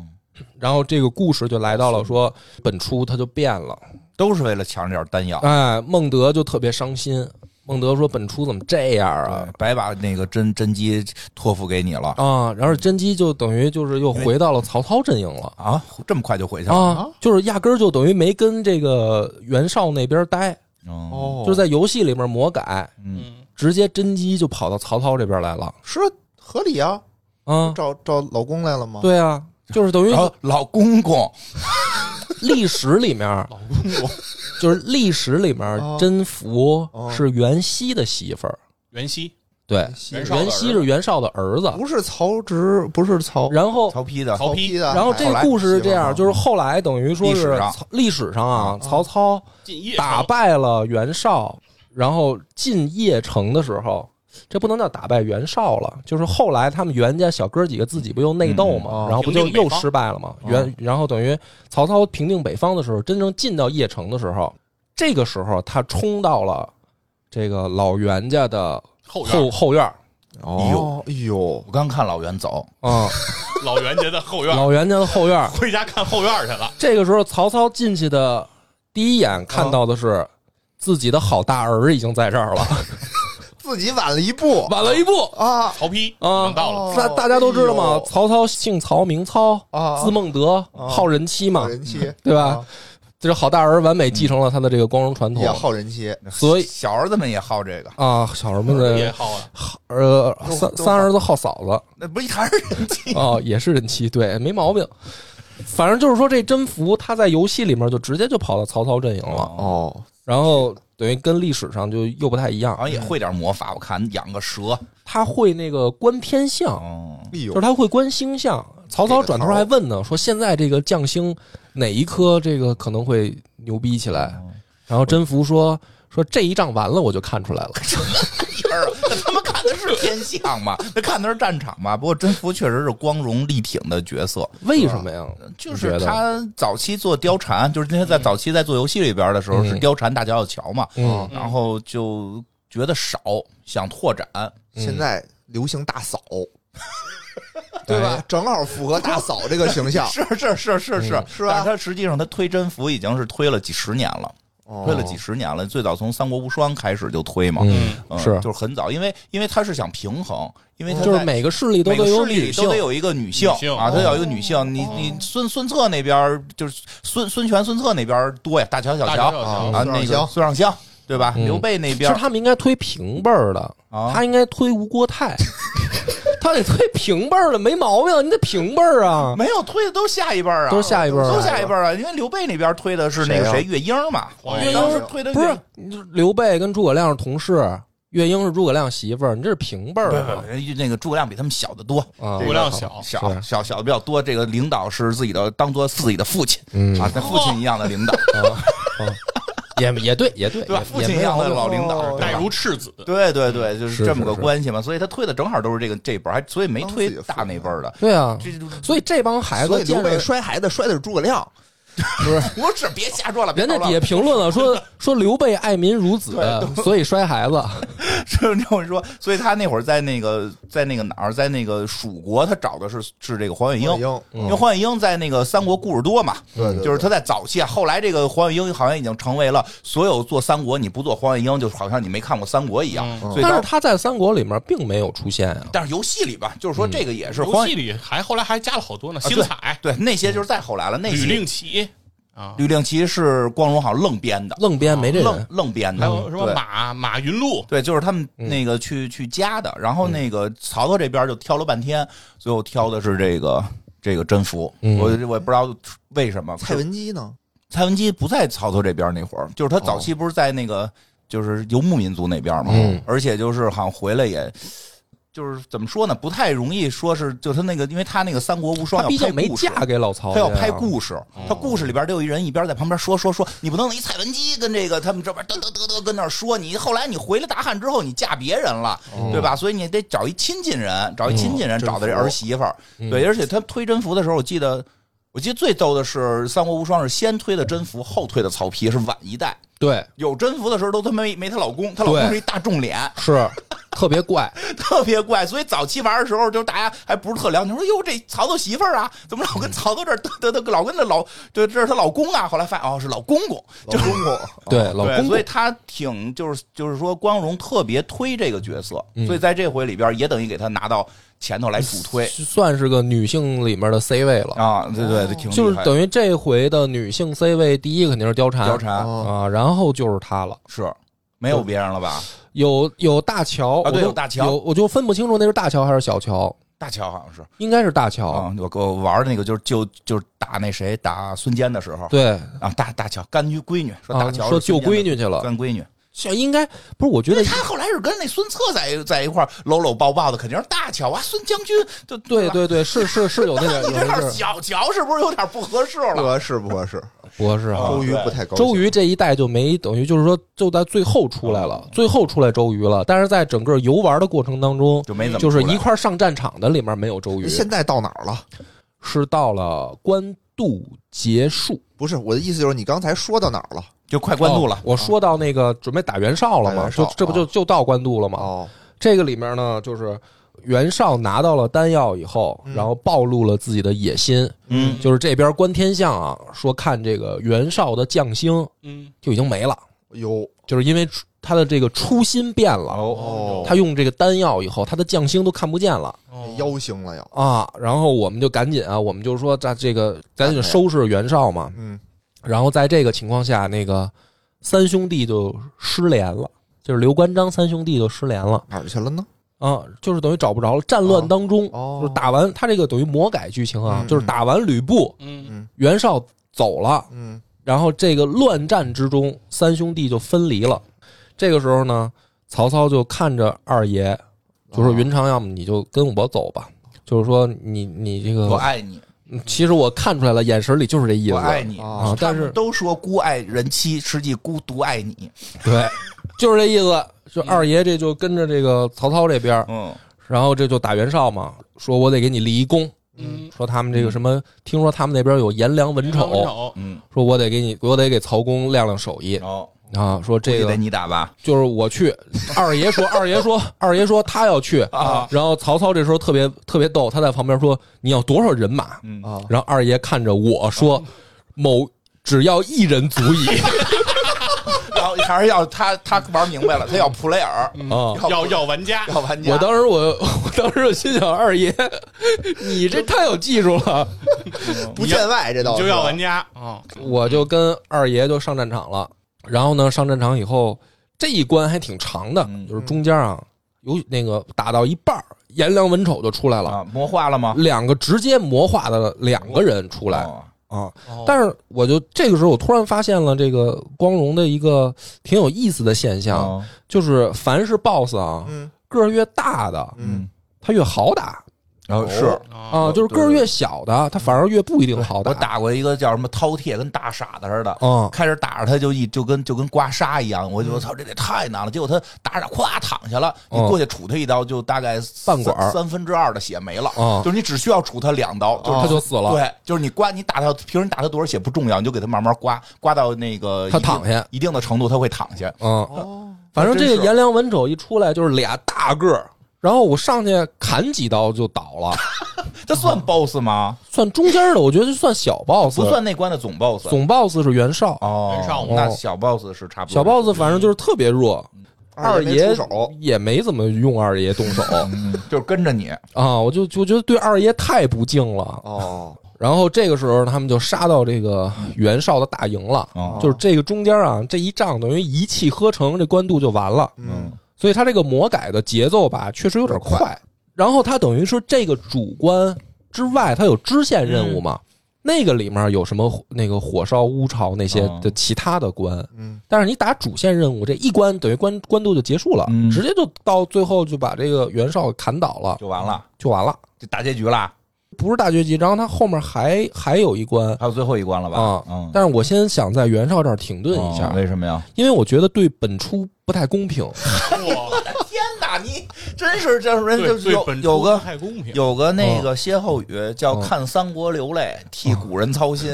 [SPEAKER 1] 然后这个故事就来到了说本初他就变了，
[SPEAKER 3] 都是为了抢这点丹药，
[SPEAKER 1] 哎，孟德就特别伤心。孟德说本初怎么这样啊
[SPEAKER 3] 对？白把那个真真姬托付给你了
[SPEAKER 1] 啊，然后甄姬就等于就是又回到了曹操阵营了。
[SPEAKER 3] 啊，这么快就回去了？
[SPEAKER 1] 啊，就是压根儿就等于没跟这个袁绍那边待，
[SPEAKER 3] 哦，
[SPEAKER 5] 哦，
[SPEAKER 1] 嗯就是在游戏里面魔改，
[SPEAKER 3] 嗯，
[SPEAKER 4] 嗯，
[SPEAKER 1] 直接甄姬就跑到曹操这边来了
[SPEAKER 5] 是合理啊，
[SPEAKER 1] 啊！
[SPEAKER 5] 找找老公来了吗？
[SPEAKER 1] 对啊，就是等于
[SPEAKER 3] 然后老公公
[SPEAKER 1] 历史里面，就是历史里面
[SPEAKER 5] 哦
[SPEAKER 1] 甄宓
[SPEAKER 5] 哦
[SPEAKER 1] 是袁熙的媳妇儿，
[SPEAKER 4] 袁熙，
[SPEAKER 1] 对，
[SPEAKER 5] 西
[SPEAKER 4] 袁绍的儿
[SPEAKER 1] 袁
[SPEAKER 4] 子
[SPEAKER 1] 熙是袁绍的儿子。
[SPEAKER 5] 不是曹植，不是哦曹
[SPEAKER 1] 然后，
[SPEAKER 3] 曹丕的，
[SPEAKER 4] 曹丕
[SPEAKER 5] 丕的，
[SPEAKER 1] 然后这个故事是这
[SPEAKER 5] 后来
[SPEAKER 1] 样，就是后来等于说
[SPEAKER 3] 历史
[SPEAKER 1] 是
[SPEAKER 3] 上
[SPEAKER 1] 曹历史上啊，曹操
[SPEAKER 4] 进 夜
[SPEAKER 1] 打败了袁绍，然后进邺城的时候，这不能叫打败袁绍了，就是后来他们袁家小哥几个自己不又内斗嘛，
[SPEAKER 5] 嗯哦
[SPEAKER 1] 然后不就
[SPEAKER 4] 平定北
[SPEAKER 1] 又
[SPEAKER 4] 方啊
[SPEAKER 1] 失败了嘛？袁，然后等于曹操平定北方的时候，真正进到邺城的时候，这个时候他冲到了这个老袁家的
[SPEAKER 4] 后院
[SPEAKER 1] 后后院儿
[SPEAKER 5] 哦，哎呦
[SPEAKER 3] 我，刚看老袁走，
[SPEAKER 1] 啊，
[SPEAKER 4] 老袁家的后院，
[SPEAKER 1] 老袁家的后 院儿。
[SPEAKER 4] 回家看后院去了。
[SPEAKER 1] 这个时候，曹操进去的第一眼看到的是自己的好大儿已经在这儿了，
[SPEAKER 5] 自己晚了一步
[SPEAKER 1] 晚了一步。
[SPEAKER 5] 啊
[SPEAKER 4] 曹丕
[SPEAKER 1] 啊
[SPEAKER 4] 等到了，
[SPEAKER 1] 大大家都知道嘛，曹操姓曹，名操，
[SPEAKER 5] 哎啊
[SPEAKER 1] 字孟德，
[SPEAKER 5] 啊
[SPEAKER 1] 好人妻嘛
[SPEAKER 5] 好，人妻
[SPEAKER 1] 对吧
[SPEAKER 5] 啊？
[SPEAKER 1] 这好大儿完美继承了他的这个光荣传统
[SPEAKER 5] 也，好人妻，
[SPEAKER 1] 所以
[SPEAKER 3] 小儿子们也好这个，
[SPEAKER 1] 啊，小什么
[SPEAKER 4] 也
[SPEAKER 1] 的，
[SPEAKER 4] 好啊，
[SPEAKER 1] 呃，
[SPEAKER 5] 都
[SPEAKER 1] 三
[SPEAKER 5] 都
[SPEAKER 1] 三儿子好嫂子，
[SPEAKER 3] 那不一还是人气？
[SPEAKER 1] 哦，也是人妻，对，没毛病。反正就是说，这真福他在游戏里面就直接就跑到曹操阵营了，
[SPEAKER 5] 哦，
[SPEAKER 1] 然后等于跟历史上就又不太一样
[SPEAKER 5] 啊
[SPEAKER 3] 好。像也会点魔法，我看养个蛇，
[SPEAKER 1] 他会那个观天象，
[SPEAKER 3] 嗯，
[SPEAKER 5] 哎
[SPEAKER 1] 就
[SPEAKER 5] 呦
[SPEAKER 1] 是，他会观星象。曹操转头还问呢，说现在这个将星哪一颗这个可能会牛逼起来？
[SPEAKER 3] 哦
[SPEAKER 1] 然后甄宓说说这一仗完了我就看出 来了。
[SPEAKER 3] 儿啊那他妈看的是天象 吗？那看的是战场吗？不过真福确实是光荣力挺的角色，
[SPEAKER 1] 为什么呀？
[SPEAKER 3] 就
[SPEAKER 1] 你
[SPEAKER 3] 是
[SPEAKER 1] 觉得
[SPEAKER 3] 他早期做貂蝉，就是那天在早期在做游戏里边的时候
[SPEAKER 1] 嗯
[SPEAKER 3] 是貂蝉大脚小乔嘛，
[SPEAKER 1] 嗯，
[SPEAKER 4] 嗯
[SPEAKER 3] 然后就觉得少，想拓展，，
[SPEAKER 1] 啊
[SPEAKER 5] 现在流行大嫂，
[SPEAKER 1] 对
[SPEAKER 5] 对吧？？正好符合大嫂这个形象
[SPEAKER 3] 是是是是是
[SPEAKER 1] 嗯
[SPEAKER 5] 是吧
[SPEAKER 3] 但是他实际上他推真服已经是推了几十年了，
[SPEAKER 5] 哦
[SPEAKER 3] 推了几十年了。最早从三国无双开始就推嘛，
[SPEAKER 1] 嗯，
[SPEAKER 3] 嗯
[SPEAKER 1] 是
[SPEAKER 3] 就是很早，因为因为他是想平衡，因为他
[SPEAKER 1] 就是
[SPEAKER 3] 在
[SPEAKER 1] 每个势力都
[SPEAKER 3] 每
[SPEAKER 1] 得
[SPEAKER 3] 个
[SPEAKER 1] 有
[SPEAKER 3] 势力
[SPEAKER 1] 女
[SPEAKER 3] 里
[SPEAKER 1] 性
[SPEAKER 3] 都得有一个女性
[SPEAKER 4] 女性
[SPEAKER 3] 啊，他
[SPEAKER 4] 哦
[SPEAKER 3] 有一个女性。你你孙孙策那边儿就是孙孙权孙策那边儿多呀，大乔小
[SPEAKER 4] 大
[SPEAKER 3] 乔
[SPEAKER 4] 乔小
[SPEAKER 5] 啊
[SPEAKER 4] 乔
[SPEAKER 3] 啊，那个
[SPEAKER 5] 孙尚香
[SPEAKER 3] 孙尚香对吧？
[SPEAKER 1] 嗯
[SPEAKER 3] 刘备那
[SPEAKER 1] 其
[SPEAKER 3] 边
[SPEAKER 1] 实
[SPEAKER 3] 儿
[SPEAKER 1] 他们应该推平辈儿的，
[SPEAKER 3] 啊
[SPEAKER 1] 他应该推吴国泰， 他得推平辈儿的，没毛病，你得平辈儿啊。
[SPEAKER 3] 没有推的都下一辈儿啊，
[SPEAKER 1] 都是下一辈儿啊
[SPEAKER 3] 都下一辈儿啊，因为刘备那边推的是那个
[SPEAKER 5] 谁啊
[SPEAKER 3] 谁岳英嘛，
[SPEAKER 4] 黄
[SPEAKER 3] 岳
[SPEAKER 4] 月
[SPEAKER 3] 英
[SPEAKER 4] 英
[SPEAKER 3] 是推的
[SPEAKER 1] 哦不
[SPEAKER 3] 岳
[SPEAKER 1] 是，你刘备跟诸葛亮是同事，岳英是诸葛亮媳妇儿，你这是平辈儿
[SPEAKER 3] 不是
[SPEAKER 1] 啊
[SPEAKER 3] 不哎是那个诸葛亮比他们小得多，
[SPEAKER 1] 啊
[SPEAKER 4] 诸。葛亮小，
[SPEAKER 3] 小
[SPEAKER 1] 是
[SPEAKER 3] 小小的比较多。这个领导是自己的，当做自己的父亲
[SPEAKER 1] 嗯
[SPEAKER 3] 啊，跟父亲一样的领导，
[SPEAKER 1] 也也对，也对，
[SPEAKER 3] 对吧？
[SPEAKER 1] 也
[SPEAKER 3] 父亲一样的老领导，
[SPEAKER 5] 哦
[SPEAKER 3] 对吧
[SPEAKER 4] 代如赤子，
[SPEAKER 3] 对对对，就是这么
[SPEAKER 1] 是
[SPEAKER 3] 个
[SPEAKER 1] 是
[SPEAKER 3] 关系嘛。所以他推的正好都是这个这一辈儿，还所以没推大那辈儿的。
[SPEAKER 1] 对啊，
[SPEAKER 3] 这就是
[SPEAKER 1] 所以这帮孩
[SPEAKER 5] 所以
[SPEAKER 1] 子
[SPEAKER 5] 刘
[SPEAKER 1] 见
[SPEAKER 5] 备
[SPEAKER 1] 着
[SPEAKER 5] 摔孩子摔的是诸葛亮，
[SPEAKER 3] 不是别瞎说了，别
[SPEAKER 1] 人家
[SPEAKER 3] 捣
[SPEAKER 1] 底下
[SPEAKER 3] 乱
[SPEAKER 1] 评论了，说说刘备爱民如子，啊所以摔孩子。
[SPEAKER 3] 就是这么说。所以他那会儿在那个在那个哪儿，在那个蜀国，他找的是是这个黄月英。
[SPEAKER 5] 英，
[SPEAKER 3] 因为黄月英在那个三国故事多嘛，
[SPEAKER 5] 对对对
[SPEAKER 3] 就是他在早期啊，后来这个黄月英好像已经成为了所有做三国你不做黄月英，就好像你没看过三国一样。
[SPEAKER 4] 嗯
[SPEAKER 3] 所以
[SPEAKER 1] 但
[SPEAKER 3] 当
[SPEAKER 1] 是他在三国里面并没有出现啊。
[SPEAKER 3] 但是游戏里吧，就是说这个也是
[SPEAKER 4] 游
[SPEAKER 3] 黄
[SPEAKER 4] 戏里还后来还加了好多呢，
[SPEAKER 1] 啊
[SPEAKER 4] 星彩、
[SPEAKER 3] 对那些就是再后来了，那
[SPEAKER 4] 吕
[SPEAKER 3] 些
[SPEAKER 4] 令旗啊，
[SPEAKER 3] 吕令旗是光荣好像愣编的，
[SPEAKER 1] 愣编没这
[SPEAKER 3] 啊愣
[SPEAKER 1] 人，
[SPEAKER 3] 愣编的，
[SPEAKER 4] 还
[SPEAKER 1] 嗯
[SPEAKER 4] 有什么
[SPEAKER 3] 对
[SPEAKER 4] 马马云禄，
[SPEAKER 3] 对，就是他们那个去、去加的，然
[SPEAKER 1] 嗯
[SPEAKER 3] 后那个曹操这边就挑了半天，最后挑的是这个这个甄宓，
[SPEAKER 1] 嗯
[SPEAKER 3] 我我也不知道为什么。
[SPEAKER 5] 蔡文姬呢？
[SPEAKER 3] 蔡文姬不在曹操这边那会儿，就是他早期不是在那个、就是游牧民族那边嘛，
[SPEAKER 1] 哦嗯
[SPEAKER 3] 而且就是好像回来也。就是怎么说呢，不太容易说是就他那个，因为他那个《三国无
[SPEAKER 1] 他
[SPEAKER 3] 双》
[SPEAKER 1] 毕
[SPEAKER 3] 要
[SPEAKER 1] 竟
[SPEAKER 3] 拍
[SPEAKER 1] 没
[SPEAKER 3] 故事，
[SPEAKER 1] 嫁给老曹
[SPEAKER 3] 他
[SPEAKER 1] 家啊呀，
[SPEAKER 3] 要拍故事，他故事里边得有一人一边在旁边说说说，你不能一蔡文姬跟这个他们这边嘚嘚嘚嘚跟那儿说，你后来你回了大汉之后你嫁别人了，对吧？所以你得找一亲近人，找一亲近人找的这儿媳妇儿，对，而且他推真服的时候，我记得。我记得最逗的是《三国无双》是先推的真服，后推的曹丕，是晚一代。
[SPEAKER 1] 对
[SPEAKER 3] 有真服的时候都他妈没没她老公，她老
[SPEAKER 1] 对
[SPEAKER 3] 公是一大众脸，
[SPEAKER 1] 是特别 怪。
[SPEAKER 3] 特别怪，所以早期玩的时候，就是大家还不是特了解，说哟，这曹操媳妇儿啊，怎么老
[SPEAKER 1] 嗯
[SPEAKER 3] 跟曹操这儿嘚嘚嘚，老跟那老这这是她老公啊？后来发现哦，是老公公，
[SPEAKER 5] 老公公，
[SPEAKER 1] 对，老
[SPEAKER 3] 哦
[SPEAKER 1] 公
[SPEAKER 3] 对，所
[SPEAKER 1] 公
[SPEAKER 3] 以他挺就是就是说光荣特别推这个角色，
[SPEAKER 1] 嗯
[SPEAKER 3] 所以在这回里边也等于给他拿到前头来主推
[SPEAKER 1] 算是个女性里面的 C 位了，
[SPEAKER 3] 啊，对对，对挺
[SPEAKER 1] 嗯就
[SPEAKER 3] 厉
[SPEAKER 1] 是
[SPEAKER 3] 害的。
[SPEAKER 1] 等于这回的女性 C 位第一肯定是貂蝉，
[SPEAKER 3] 貂蝉
[SPEAKER 5] 哦
[SPEAKER 1] 啊，然后就是她了。
[SPEAKER 3] 是没有别人了吧？
[SPEAKER 1] 有有大乔
[SPEAKER 3] 啊对
[SPEAKER 1] 我都
[SPEAKER 3] 有大乔
[SPEAKER 1] 有我就分不清楚那是大乔还是小乔，
[SPEAKER 3] 大乔好像是
[SPEAKER 1] 应该是大乔。
[SPEAKER 3] 啊，我我玩的那个就是就就是打那谁打孙坚的时候
[SPEAKER 1] 对
[SPEAKER 3] 啊，大大乔干闺闺女说
[SPEAKER 1] 啊，
[SPEAKER 3] 大乔
[SPEAKER 1] 说
[SPEAKER 3] 是孙
[SPEAKER 1] 救
[SPEAKER 3] 坚的
[SPEAKER 1] 闺女去了，
[SPEAKER 3] 干闺女，
[SPEAKER 1] 像应该不是，我觉
[SPEAKER 3] 因
[SPEAKER 1] 得
[SPEAKER 3] 为他后来是跟那孙策在在一块儿搂搂抱抱的，肯定是大乔啊，孙将军，对
[SPEAKER 1] 对
[SPEAKER 3] 吧
[SPEAKER 1] 对对，是是是有那 个
[SPEAKER 3] 你
[SPEAKER 1] 有
[SPEAKER 3] 这
[SPEAKER 1] 那
[SPEAKER 3] 号
[SPEAKER 1] 个
[SPEAKER 3] 小乔是不是有点不合适
[SPEAKER 5] 不
[SPEAKER 3] 了？
[SPEAKER 5] 合适不合适，
[SPEAKER 1] 博士啊。
[SPEAKER 3] 哦
[SPEAKER 5] 周瑜不太高兴。
[SPEAKER 1] 周瑜这一代就没等于就是说就在最后出来
[SPEAKER 3] 哦
[SPEAKER 1] 了，最后出来周瑜了，但是在整个游玩的过程当中，
[SPEAKER 3] 就没怎么
[SPEAKER 1] 就是
[SPEAKER 3] 出来
[SPEAKER 1] 一块儿上战场的里面没有周瑜，
[SPEAKER 5] 现在到哪儿了？
[SPEAKER 1] 是到了官渡结束，
[SPEAKER 5] 不是我的意思就是你刚才说到哪儿了？
[SPEAKER 3] 就快关注了啊
[SPEAKER 1] 哦，我说到那个准备打袁绍了
[SPEAKER 5] 打
[SPEAKER 1] 嘛，
[SPEAKER 5] 袁绍
[SPEAKER 1] 就这不就就到官渡了
[SPEAKER 3] 啊
[SPEAKER 1] 吗？
[SPEAKER 5] 哦，
[SPEAKER 1] 这个里面呢，就是袁绍拿到了丹药以后，然后暴露了自己的野心，
[SPEAKER 3] 嗯，
[SPEAKER 1] 就是这边观天象啊，说看这个袁绍的将星
[SPEAKER 4] 嗯，
[SPEAKER 1] 就已经没了，
[SPEAKER 5] 有
[SPEAKER 1] 就是因为初他的这个初心变了，
[SPEAKER 5] 哦，
[SPEAKER 1] 他用这个丹药以后，他的将星都看不见了。
[SPEAKER 4] 哦
[SPEAKER 5] 妖星了要。
[SPEAKER 1] 啊，然后我们就赶紧啊，我们就说这这个赶紧收拾袁绍嘛。
[SPEAKER 5] 嗯，
[SPEAKER 1] 然后在这个情况下，那个三兄弟就失联了，就是刘关张三兄弟就失联了
[SPEAKER 5] 哪儿去了呢？
[SPEAKER 1] 啊，就是等于找不着了。战乱当中，
[SPEAKER 5] 哦
[SPEAKER 1] 就是打完他这个等于魔改剧情啊，
[SPEAKER 5] 嗯
[SPEAKER 1] 就是打完吕布，
[SPEAKER 4] 嗯
[SPEAKER 1] 袁绍走了，
[SPEAKER 5] 嗯，
[SPEAKER 1] 然后这个乱战之中，三兄弟就分离了。这个时候呢，曹操就看着二爷，就
[SPEAKER 3] 哦
[SPEAKER 1] 说：“云长，要么你就跟我走吧。”就是说你，你这个
[SPEAKER 3] 我爱你，
[SPEAKER 1] 嗯其实我看出来了，眼神里就是这意思。
[SPEAKER 3] 我爱你
[SPEAKER 5] 啊
[SPEAKER 1] 啊，但
[SPEAKER 3] 他们
[SPEAKER 1] 是
[SPEAKER 3] 都说孤爱人妻，实际孤独爱你。
[SPEAKER 1] 对，就是这意思。就二爷这就跟着这个曹操这边，
[SPEAKER 3] 嗯，
[SPEAKER 1] 然后这就打袁绍嘛，说我得给你立一功，
[SPEAKER 4] 嗯，
[SPEAKER 1] 说他们这个什么，听说他们那边有颜良文丑，
[SPEAKER 4] 丑，
[SPEAKER 3] 嗯，
[SPEAKER 1] 说我得给你，我得给曹公亮亮手艺
[SPEAKER 3] 哦，
[SPEAKER 1] 啊。说这
[SPEAKER 3] 得
[SPEAKER 1] 个
[SPEAKER 3] 你打吧，
[SPEAKER 1] 就是我去，二爷说，二爷说，二爷说他要去
[SPEAKER 3] 啊。
[SPEAKER 1] 然后曹操这时候特别特别逗，他在旁边说你要多少人马？
[SPEAKER 3] 嗯
[SPEAKER 5] 啊
[SPEAKER 1] 然后二爷看着我说某只要一人足矣。
[SPEAKER 3] 然后还是要他他玩明白了，他要普雷尔，
[SPEAKER 1] 啊！
[SPEAKER 4] 要要玩家，
[SPEAKER 3] 要玩家。
[SPEAKER 1] 我当时我我当时就心想二爷， 你这太有技术了！
[SPEAKER 3] 嗯
[SPEAKER 5] 不见外这倒
[SPEAKER 4] 你
[SPEAKER 5] 是
[SPEAKER 4] 就要玩家啊，
[SPEAKER 1] 我就跟二爷就上战场了。然后呢，上战场以后这一关还挺长的，
[SPEAKER 3] 嗯
[SPEAKER 1] 就是中间啊有那个打到一半儿，颜良文丑就出来了，
[SPEAKER 3] 啊，魔化了吗？
[SPEAKER 1] 两个直接魔化的两个人出来
[SPEAKER 3] 哦
[SPEAKER 1] 啊。但是我就这个时候我突然发现了这个光荣的一个挺有意思的现象，
[SPEAKER 3] 哦
[SPEAKER 1] 就是凡是 BOSS 啊
[SPEAKER 5] 嗯
[SPEAKER 1] 个儿越大的
[SPEAKER 5] 嗯，
[SPEAKER 1] 他越好打。
[SPEAKER 3] 然后是
[SPEAKER 1] 啊，就是个儿越小的，他反而越不一定好打。啊
[SPEAKER 3] 我打哦过一个叫什么饕餮，跟大傻子似的。
[SPEAKER 1] 嗯
[SPEAKER 3] 开始打着他就一就跟就跟刮痧一样，我就说操，这得太难了。结果他打着咵躺下了，你
[SPEAKER 1] 嗯
[SPEAKER 3] 过去杵他一刀，就大概
[SPEAKER 1] 半管儿
[SPEAKER 3] 三三分之二的血没了
[SPEAKER 1] 嗯，
[SPEAKER 3] 就是你只需要杵他两刀，就是
[SPEAKER 1] 哦他就死了。
[SPEAKER 3] 对，就是你刮，你打到平时你打他多少血不重要，你就给他慢慢刮，刮到那个
[SPEAKER 1] 他
[SPEAKER 3] 一定
[SPEAKER 1] 躺下
[SPEAKER 3] 一定的程度，他会躺下。
[SPEAKER 1] 嗯，反正这个颜良文丑一出来就是俩大个儿，然后我上去砍几刀就倒 了，
[SPEAKER 3] 这
[SPEAKER 1] 哦
[SPEAKER 3] 算 BOSS 吗？
[SPEAKER 1] 算中间的，我觉得就算小 boss，
[SPEAKER 3] 不算那关的总 BOSS。
[SPEAKER 1] 总 boss 是袁绍，
[SPEAKER 3] 哦
[SPEAKER 4] 袁绍嘛
[SPEAKER 3] 那小 BOSS 是差不多。
[SPEAKER 1] 小 boss 反正就是特别弱。二
[SPEAKER 5] 爷
[SPEAKER 1] 爷
[SPEAKER 5] 没出手，
[SPEAKER 1] 也没怎么用二爷 动手
[SPEAKER 3] 嗯就是跟着你，
[SPEAKER 1] 啊，我就我觉得对二爷太不敬了。
[SPEAKER 5] 哦，
[SPEAKER 1] 然后这个时候他们就杀到这个袁绍的大营了，
[SPEAKER 3] 哦
[SPEAKER 1] 就是这个中间啊，这一仗等于一气呵成，这官渡就完了。
[SPEAKER 5] 嗯，
[SPEAKER 1] 所以他这个魔改的节奏吧，确实有点快。然后他等于说这个主观之外，他有支线任务
[SPEAKER 3] 嗯
[SPEAKER 1] 嘛？那个里面有什么火那个火烧乌巢那些
[SPEAKER 3] 哦
[SPEAKER 1] 的其他的关？
[SPEAKER 5] 嗯，
[SPEAKER 1] 但是你打主线任务，这一关等于关关渡就结束了，
[SPEAKER 3] 嗯
[SPEAKER 1] 直接就到最后就把这个袁绍砍倒了，
[SPEAKER 3] 就完了，
[SPEAKER 1] 就完了，
[SPEAKER 3] 就大结局啦。
[SPEAKER 1] 不是大结局。然后他后面还还有一关。
[SPEAKER 3] 还有最后一关了吧？
[SPEAKER 1] 啊
[SPEAKER 3] 嗯，
[SPEAKER 1] 但是我先想在袁绍这儿停顿一下，
[SPEAKER 3] 哦为什么呀？
[SPEAKER 1] 因为我觉得对本初不太公 平。
[SPEAKER 4] 哇，
[SPEAKER 3] 天哪，你真是这人
[SPEAKER 4] 对
[SPEAKER 3] 就
[SPEAKER 4] 对
[SPEAKER 3] 有
[SPEAKER 4] 本
[SPEAKER 3] 有
[SPEAKER 4] 初
[SPEAKER 3] 个
[SPEAKER 4] 太公平，
[SPEAKER 3] 有个那个歇后语叫“看三国流泪，
[SPEAKER 1] 嗯
[SPEAKER 3] 替古人 操心”，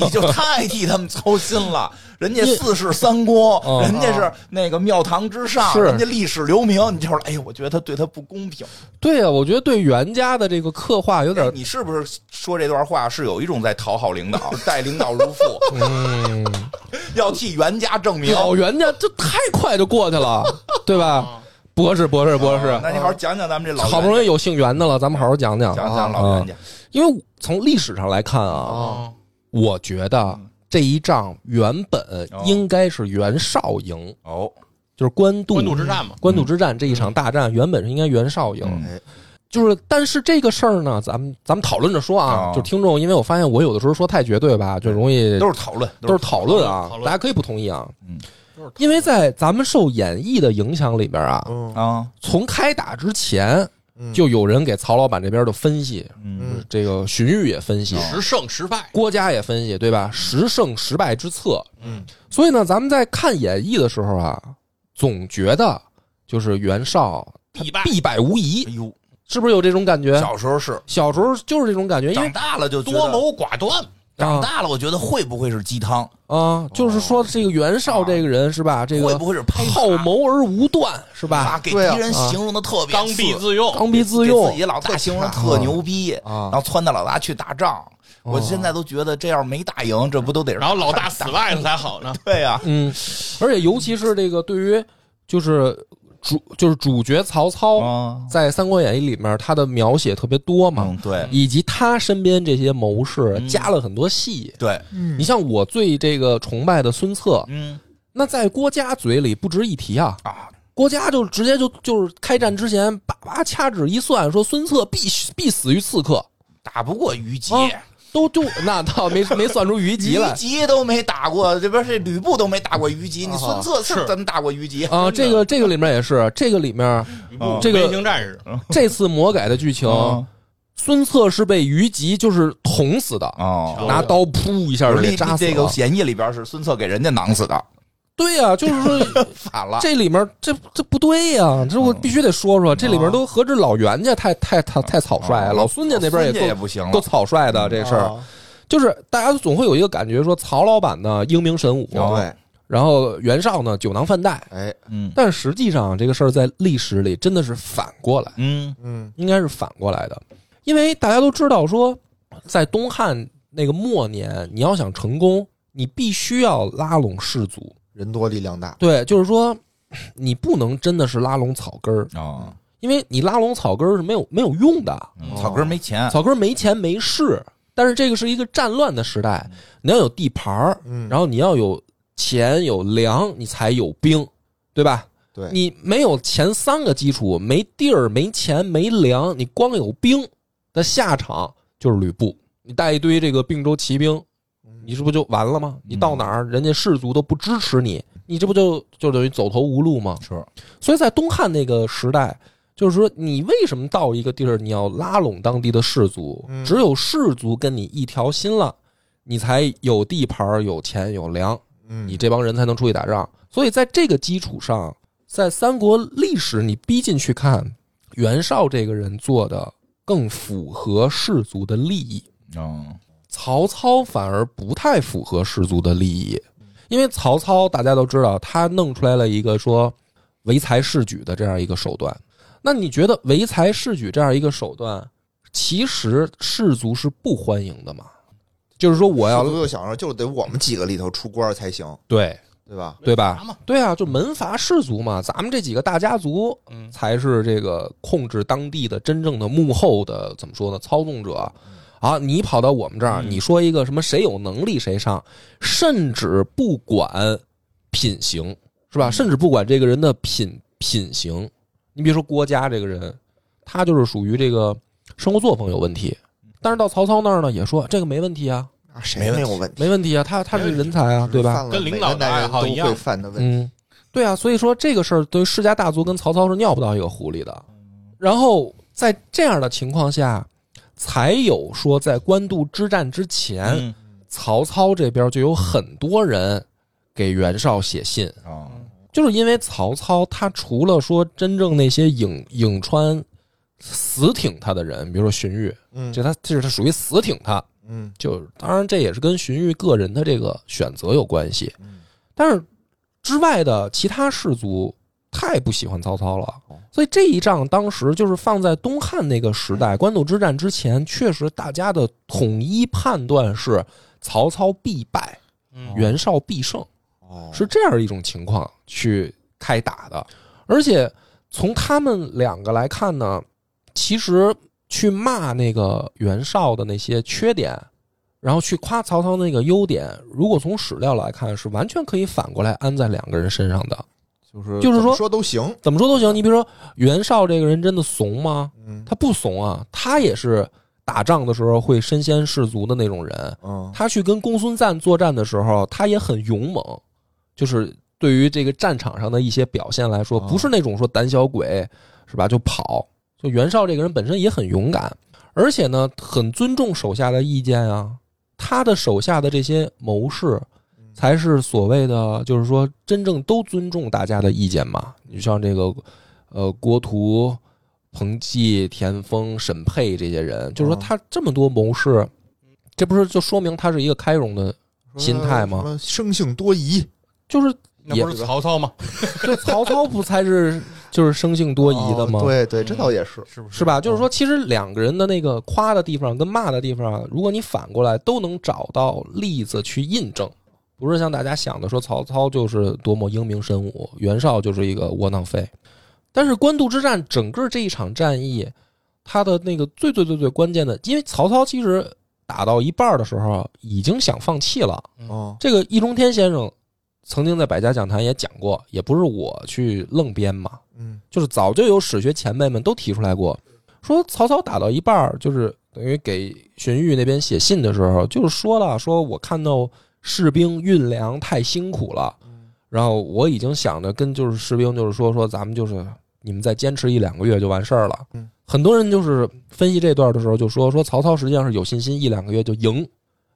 [SPEAKER 3] 你就太替他们操心了。人家四世三公
[SPEAKER 1] 嗯，
[SPEAKER 3] 人家是那个庙堂之上，
[SPEAKER 1] 是
[SPEAKER 3] 人家历史留名，你就是哎呦，我觉得他对他不公平。
[SPEAKER 1] 对啊，我觉得对袁家的这个刻画有点
[SPEAKER 3] 你是不是说这段话是有一种在讨好 领导，待领导如父，要替袁家证明？
[SPEAKER 1] 老袁家就太快就过去了，对吧？博士，博士，博士，
[SPEAKER 3] 啊那你好好讲讲咱们这老
[SPEAKER 1] 啊好不
[SPEAKER 3] 易
[SPEAKER 1] 容易啊有姓袁的了，咱们好好讲讲。
[SPEAKER 3] 讲讲老袁家，
[SPEAKER 1] 因为从历史上来看啊，
[SPEAKER 5] 哦，
[SPEAKER 1] 我觉得这一仗原本应该是袁绍赢，
[SPEAKER 3] 哦，
[SPEAKER 1] 就是官渡
[SPEAKER 4] 官渡之战嘛，
[SPEAKER 1] 官渡之战这一场大战原本是应该袁绍赢
[SPEAKER 3] 嗯。
[SPEAKER 5] 哎，
[SPEAKER 1] 就是，但是这个事儿呢，咱们咱们讨论着说啊，
[SPEAKER 3] 哦
[SPEAKER 1] 就听众，因为我发现我有的时候说太绝对吧，就容易
[SPEAKER 3] 都是讨论，
[SPEAKER 1] 都是讨论啊
[SPEAKER 4] 讨，论
[SPEAKER 1] 大家可以不同意啊。
[SPEAKER 3] 嗯
[SPEAKER 4] 就是
[SPEAKER 1] 因为在咱们受演义的影响里边啊，
[SPEAKER 5] 嗯
[SPEAKER 3] 啊，
[SPEAKER 1] 从开打之前
[SPEAKER 5] 嗯
[SPEAKER 1] 就有人给曹老板这边的分析，
[SPEAKER 5] 嗯
[SPEAKER 1] 这个荀彧也分析，
[SPEAKER 4] 时胜时败，
[SPEAKER 1] 郭嘉也分析，对吧？时胜时败之策。
[SPEAKER 5] 嗯，
[SPEAKER 1] 所以呢，咱们在看演义的时候啊，总觉得就是袁绍
[SPEAKER 4] 必败
[SPEAKER 1] 必败无疑
[SPEAKER 3] 哎，呦，
[SPEAKER 1] 是不是有这种感觉？
[SPEAKER 2] 小时候是
[SPEAKER 1] 小时候就是这种感觉，因
[SPEAKER 3] 长
[SPEAKER 1] 为
[SPEAKER 3] 大了就觉得
[SPEAKER 4] 多谋寡断。
[SPEAKER 1] 长
[SPEAKER 3] 大了，我觉得会不会是鸡汤？
[SPEAKER 1] 啊，就是说这个袁绍这个人是吧？这
[SPEAKER 3] 会
[SPEAKER 1] 个
[SPEAKER 3] 不会是拍马
[SPEAKER 1] 好谋而无断是
[SPEAKER 3] 啊，
[SPEAKER 1] 吧？
[SPEAKER 3] 给敌
[SPEAKER 5] 对啊
[SPEAKER 3] 人形容的特别
[SPEAKER 4] 刚
[SPEAKER 3] 刺
[SPEAKER 4] 愎自用，
[SPEAKER 1] 刚愎自
[SPEAKER 3] 给
[SPEAKER 1] 用
[SPEAKER 3] 自己老大形容得特牛逼，
[SPEAKER 1] 啊
[SPEAKER 3] 然后撺掇老大去打仗。我现在都觉得这要是没打赢，这不都得是
[SPEAKER 4] 然后老大死外头才好呢。
[SPEAKER 3] 对呀？
[SPEAKER 1] 嗯，而且尤其是这个对于就是主就是主角曹操，
[SPEAKER 3] 嗯
[SPEAKER 1] 在《三国演义》里面他的描写特别多嘛
[SPEAKER 3] 嗯，，对
[SPEAKER 1] 以及他身边这些谋士加了很多戏。
[SPEAKER 3] 对，
[SPEAKER 1] 你像我最这个崇拜的孙策，
[SPEAKER 3] 嗯
[SPEAKER 1] 那在郭嘉嘴里不值一提啊。
[SPEAKER 3] 啊，
[SPEAKER 1] 郭嘉就直接就就是开战之前，叭叭掐指一算，说孙策必须必死于刺客，
[SPEAKER 3] 打不过虞姬，
[SPEAKER 1] 啊都就那倒没没算 出虞姬
[SPEAKER 3] 虞
[SPEAKER 1] 来
[SPEAKER 3] 姬都没打过，这边是吕布都没打过虞姬，你孙策
[SPEAKER 4] 是
[SPEAKER 3] 是怎么打过虞姬
[SPEAKER 1] 啊。这个这个里面也是，这个里面
[SPEAKER 4] 嗯
[SPEAKER 1] 这个
[SPEAKER 4] 飞行战士
[SPEAKER 1] 这次魔改的剧情，
[SPEAKER 3] 嗯
[SPEAKER 1] 孙策是被虞姬就是捅死的，
[SPEAKER 3] 哦，
[SPEAKER 1] 拿刀噗一下就给
[SPEAKER 3] 立
[SPEAKER 1] 扎死
[SPEAKER 3] 这个
[SPEAKER 1] 了。
[SPEAKER 3] 演义里边是孙策给人家囊死的，
[SPEAKER 1] 对呀、就是 说
[SPEAKER 3] 反了。
[SPEAKER 1] 这里面这这不对呀、这
[SPEAKER 3] 哦
[SPEAKER 1] 我必须得说说，这里面都何止老袁家太太太太草率了，
[SPEAKER 3] 哦
[SPEAKER 1] 老孙家那边
[SPEAKER 3] 孙家也嗯哦
[SPEAKER 1] 也
[SPEAKER 3] 不行
[SPEAKER 1] 够
[SPEAKER 3] 了
[SPEAKER 1] 够草率的这事儿。
[SPEAKER 4] 啊
[SPEAKER 1] 就是大家总会有一个感觉，说曹老板呢英明神武，
[SPEAKER 3] 哦
[SPEAKER 5] 对，
[SPEAKER 1] 然后袁绍呢酒囊饭袋，
[SPEAKER 5] 哎，
[SPEAKER 3] 嗯
[SPEAKER 1] 但实际上这个事儿在历史里真的是反过来，
[SPEAKER 3] 嗯
[SPEAKER 5] 嗯
[SPEAKER 1] 应该是反过来的，因为大家都知道说，在东汉那个末年，你要想成功，你必须要拉拢士族，
[SPEAKER 5] 人多力量大，
[SPEAKER 1] 对，就是说你不能真的是拉拢草根儿，
[SPEAKER 3] 哦，
[SPEAKER 1] 因为你拉拢草根儿是没有没有用的，
[SPEAKER 3] 嗯草根儿没钱，
[SPEAKER 1] 草根儿没钱没势，但是这个是一个战乱的时代，你要有地盘儿，
[SPEAKER 5] 嗯，
[SPEAKER 1] 然后你要有钱有粮，你才有兵，对吧？
[SPEAKER 5] 对
[SPEAKER 1] 你没有前三个基础，没地儿、没钱、没粮，你光有兵的下场就是吕布。你带一堆这个并州骑兵，
[SPEAKER 5] 嗯
[SPEAKER 1] 你这不就完了吗？你到哪儿，人家士族都不支持你，你这不就就等于走投无路吗？
[SPEAKER 3] 是，
[SPEAKER 1] 所以在东汉那个时代，就是说你为什么到一个地儿，你要拉拢当地的士族，
[SPEAKER 5] 嗯
[SPEAKER 1] 只有士族跟你一条心了，你才有地盘儿、有钱、有粮。
[SPEAKER 5] 嗯
[SPEAKER 1] 你这帮人才能出去打仗。所以在这个基础上，在三国历史你逼进去看，袁绍这个人做的更符合士族的利益，
[SPEAKER 3] 嗯
[SPEAKER 1] 曹操反而不太符合士族的利益，因为曹操大家都知道，他弄出来了一个说唯才是举的这样一个手段。那你觉得唯才是举这样一个手段，其实士族是不欢迎的吗？就是说，我要
[SPEAKER 5] 士族就想着就得我们几个里头出官儿才行，
[SPEAKER 1] 对
[SPEAKER 5] 对吧？
[SPEAKER 1] 对吧
[SPEAKER 4] 门阀嘛？
[SPEAKER 1] 对啊，就门阀士族嘛，咱们这几个大家族
[SPEAKER 4] 嗯
[SPEAKER 1] 才是这个控制当地的真正的幕后的怎么说呢？操纵者啊！你跑到我们这儿，你说一个什么谁有能力谁上，甚至不管品行是吧？甚至不管这个人的品品行，你比如说郭嘉这个人，他就是属于这个生活作风有问题，但是到曹操那儿呢，也说这个没问题啊，
[SPEAKER 5] 啊，谁没有问题，
[SPEAKER 1] 没问题啊，他他是人才啊，对吧？
[SPEAKER 5] 犯了
[SPEAKER 4] 跟领
[SPEAKER 5] 每
[SPEAKER 4] 导
[SPEAKER 5] 个
[SPEAKER 4] 的
[SPEAKER 5] 男
[SPEAKER 4] 爱
[SPEAKER 5] 人
[SPEAKER 4] 好
[SPEAKER 5] 都
[SPEAKER 4] 一样
[SPEAKER 5] 会犯的问题，
[SPEAKER 1] 嗯，对啊，所以说这个事儿对于世家大族跟曹操是尿不到一个壶里的。然后在这样的情况下，才有说在官渡之战之前，
[SPEAKER 3] 嗯
[SPEAKER 1] 曹操这边就有很多人给袁绍写信，
[SPEAKER 3] 哦
[SPEAKER 1] 就是因为曹操他除了说真正那些颍颍川死挺他的人，比如说荀彧，
[SPEAKER 5] 嗯
[SPEAKER 1] 这他这是他属于死挺他，
[SPEAKER 5] 嗯
[SPEAKER 1] 就当然这也是跟荀彧个人的这个选择有关系，但是之外的其他士族太不喜欢曹操了，所以这一仗当时就是放在东汉那个时代官渡之战之前，确实大家的统一判断是曹操必败，
[SPEAKER 4] 嗯
[SPEAKER 1] 袁绍必胜，
[SPEAKER 5] 哦
[SPEAKER 1] 是这样一种情况去开打的，而且从他们两个来看呢，其实去骂那个袁绍的那些缺点，然后去夸曹操那个优点，如果从史料来看，是完全可以反过来安在两个人身上的。
[SPEAKER 5] 就是
[SPEAKER 1] 就是
[SPEAKER 5] 怎么
[SPEAKER 1] 说
[SPEAKER 5] 说都行，
[SPEAKER 1] 怎么说都行，你比如说袁绍这个人真的怂吗？
[SPEAKER 5] 嗯
[SPEAKER 1] 他不怂啊，他也是打仗的时候会身先士卒的那种人。
[SPEAKER 5] 嗯
[SPEAKER 1] 他去跟公孙瓒作战的时候，他也很勇猛，就是对于这个战场上的一些表现来说，
[SPEAKER 5] 哦
[SPEAKER 1] 不是那种说胆小鬼是吧？就跑，就袁绍这个人本身也很勇敢，而且呢，很尊重手下的意见啊。他的手下的这些谋士，才是所谓的，就是说真正都尊重大家的意见嘛。你就像这个，呃，郭图、彭济、田丰、沈佩这些人，就是说
[SPEAKER 5] 哦
[SPEAKER 1] 他这么多谋士，这不是就说明他是一个开容的心态吗
[SPEAKER 5] 什么生性多疑，
[SPEAKER 1] 就是
[SPEAKER 4] 那不是曹操吗？
[SPEAKER 1] 对曹操不才是就是生性多疑的吗？嗯
[SPEAKER 5] 哦，对对，这倒也是。
[SPEAKER 4] 是不
[SPEAKER 1] 是吧？就是说，其实两个人的那个夸的地方跟骂的地方啊，如果你反过来都能找到例子去印证，不是像大家想的说曹操就是多么英明神武，袁绍就是一个窝囊废。但是官渡之战整个这一场战役，他的那个最最最最关键的，因为曹操其实打到一半的时候已经想放弃了，
[SPEAKER 5] 哦，
[SPEAKER 1] 这个易中天先生曾经在百家讲坛也讲过，也不是我去愣编嘛，
[SPEAKER 5] 嗯，
[SPEAKER 1] 就是早就有史学前辈们都提出来过，说曹操打到一半儿，就是等于给荀彧那边写信的时候，就是说了，说我看到士兵运粮太辛苦了，然后我已经想着跟就是士兵就是说说咱们就是你们再坚持一两个月就完事儿了
[SPEAKER 5] 嗯。
[SPEAKER 1] 很多人就是分析这段的时候就说说曹操实际上是有信心一两个月就赢，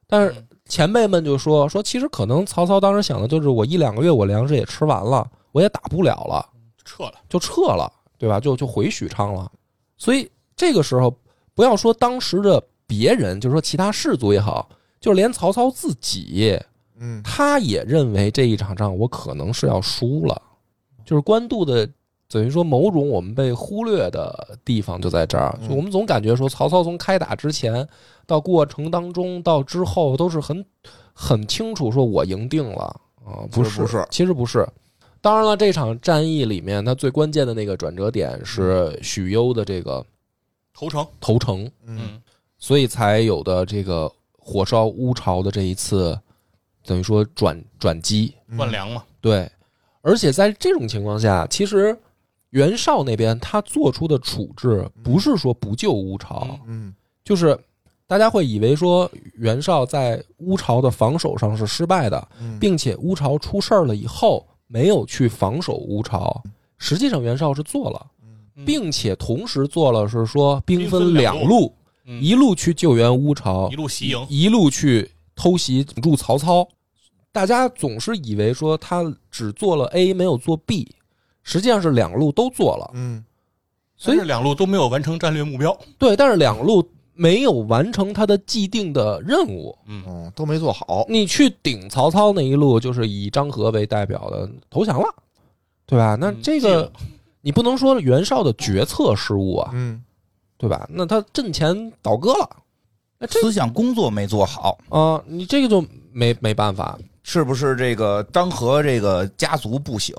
[SPEAKER 1] 但是前辈们就说说其实可能曹操当时想的就是我一两个月我粮食也吃完了，我也打不了了。
[SPEAKER 4] 撤了，
[SPEAKER 1] 就撤了，对吧？就就回许昌了。所以这个时候，不要说当时的别人，就是说其他士族也好，就是连曹操自己，
[SPEAKER 5] 嗯，
[SPEAKER 1] 他也认为这一场仗我可能是要输了。就是官渡的，等于说某种我们被忽略的地方就在这儿。
[SPEAKER 5] 嗯
[SPEAKER 1] 就我们总感觉说，曹操从开打之前到过程当中到之后，都是很很清楚，说我赢定了啊，不
[SPEAKER 5] 其实不是
[SPEAKER 1] 其实不是。当然了，这场战役里面，它最关键的那个转折点是许攸的这个
[SPEAKER 4] 投诚。
[SPEAKER 1] 投诚，
[SPEAKER 5] 嗯，
[SPEAKER 1] 所以才有的这个火烧乌巢的这一次，等于说转转机。
[SPEAKER 5] 嗯
[SPEAKER 4] 断粮嘛，
[SPEAKER 1] 对，而且在这种情况下，其实袁绍那边他做出的处置不是说不救乌巢，
[SPEAKER 4] 嗯
[SPEAKER 5] 嗯
[SPEAKER 1] 就是大家会以为说袁绍在乌巢的防守上是失败的，
[SPEAKER 5] 嗯，
[SPEAKER 1] 并且乌巢出事儿了以后没有去防守乌巢，实际上袁绍是做了，
[SPEAKER 4] 嗯
[SPEAKER 1] 并且同时做了是说兵
[SPEAKER 4] 兵分
[SPEAKER 1] 分
[SPEAKER 4] 两
[SPEAKER 1] 两
[SPEAKER 4] 路
[SPEAKER 1] 路，
[SPEAKER 4] 嗯
[SPEAKER 1] 一路去救援乌巢
[SPEAKER 4] 一，路袭营，
[SPEAKER 1] 一路去偷袭堵住曹操。大家总是以为说他只做了 A 没有做 B，实际上是两路都做了。
[SPEAKER 5] 嗯
[SPEAKER 1] 所以
[SPEAKER 4] 但是两路都没有完成战略目标。
[SPEAKER 1] 对，但是两路没有完成他的既定的任务。
[SPEAKER 4] 嗯，
[SPEAKER 5] 嗯都没做好，
[SPEAKER 1] 你去顶曹操那一路，就是以张合为代表的投降了，对吧？那
[SPEAKER 4] 嗯
[SPEAKER 1] 这
[SPEAKER 4] 记
[SPEAKER 1] 个
[SPEAKER 4] 了
[SPEAKER 1] 你不能说袁绍的决策失误啊，
[SPEAKER 5] 嗯
[SPEAKER 1] 对吧？那他阵前倒戈了，那这
[SPEAKER 3] 思想工作没做好，
[SPEAKER 1] 啊、你这个就没没办法。
[SPEAKER 3] 是不是这个张合这个家族不行？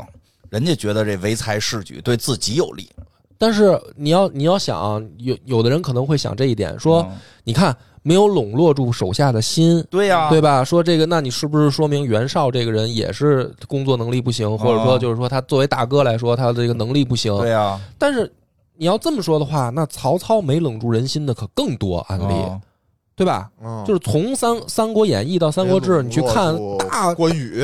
[SPEAKER 3] 人家觉得这唯才是举，对自己有利。
[SPEAKER 1] 但是你要你要想啊，有有的人可能会想这一点，说、
[SPEAKER 3] 嗯
[SPEAKER 1] 你看没有笼络住手下的心，
[SPEAKER 3] 对呀、
[SPEAKER 1] 对吧？说这个，那你是不是说明袁绍这个人也是工作能力不行，或者说就是说他作为大哥来说，他的这个能力不行？
[SPEAKER 3] 对呀、哦
[SPEAKER 1] 但是你要这么说的话，那曹操没笼住人心的可更多案例，
[SPEAKER 3] 嗯
[SPEAKER 1] 对吧？
[SPEAKER 5] 嗯，
[SPEAKER 1] 就是是从三《三国演义》到《三国志》，你去看大
[SPEAKER 5] 关羽，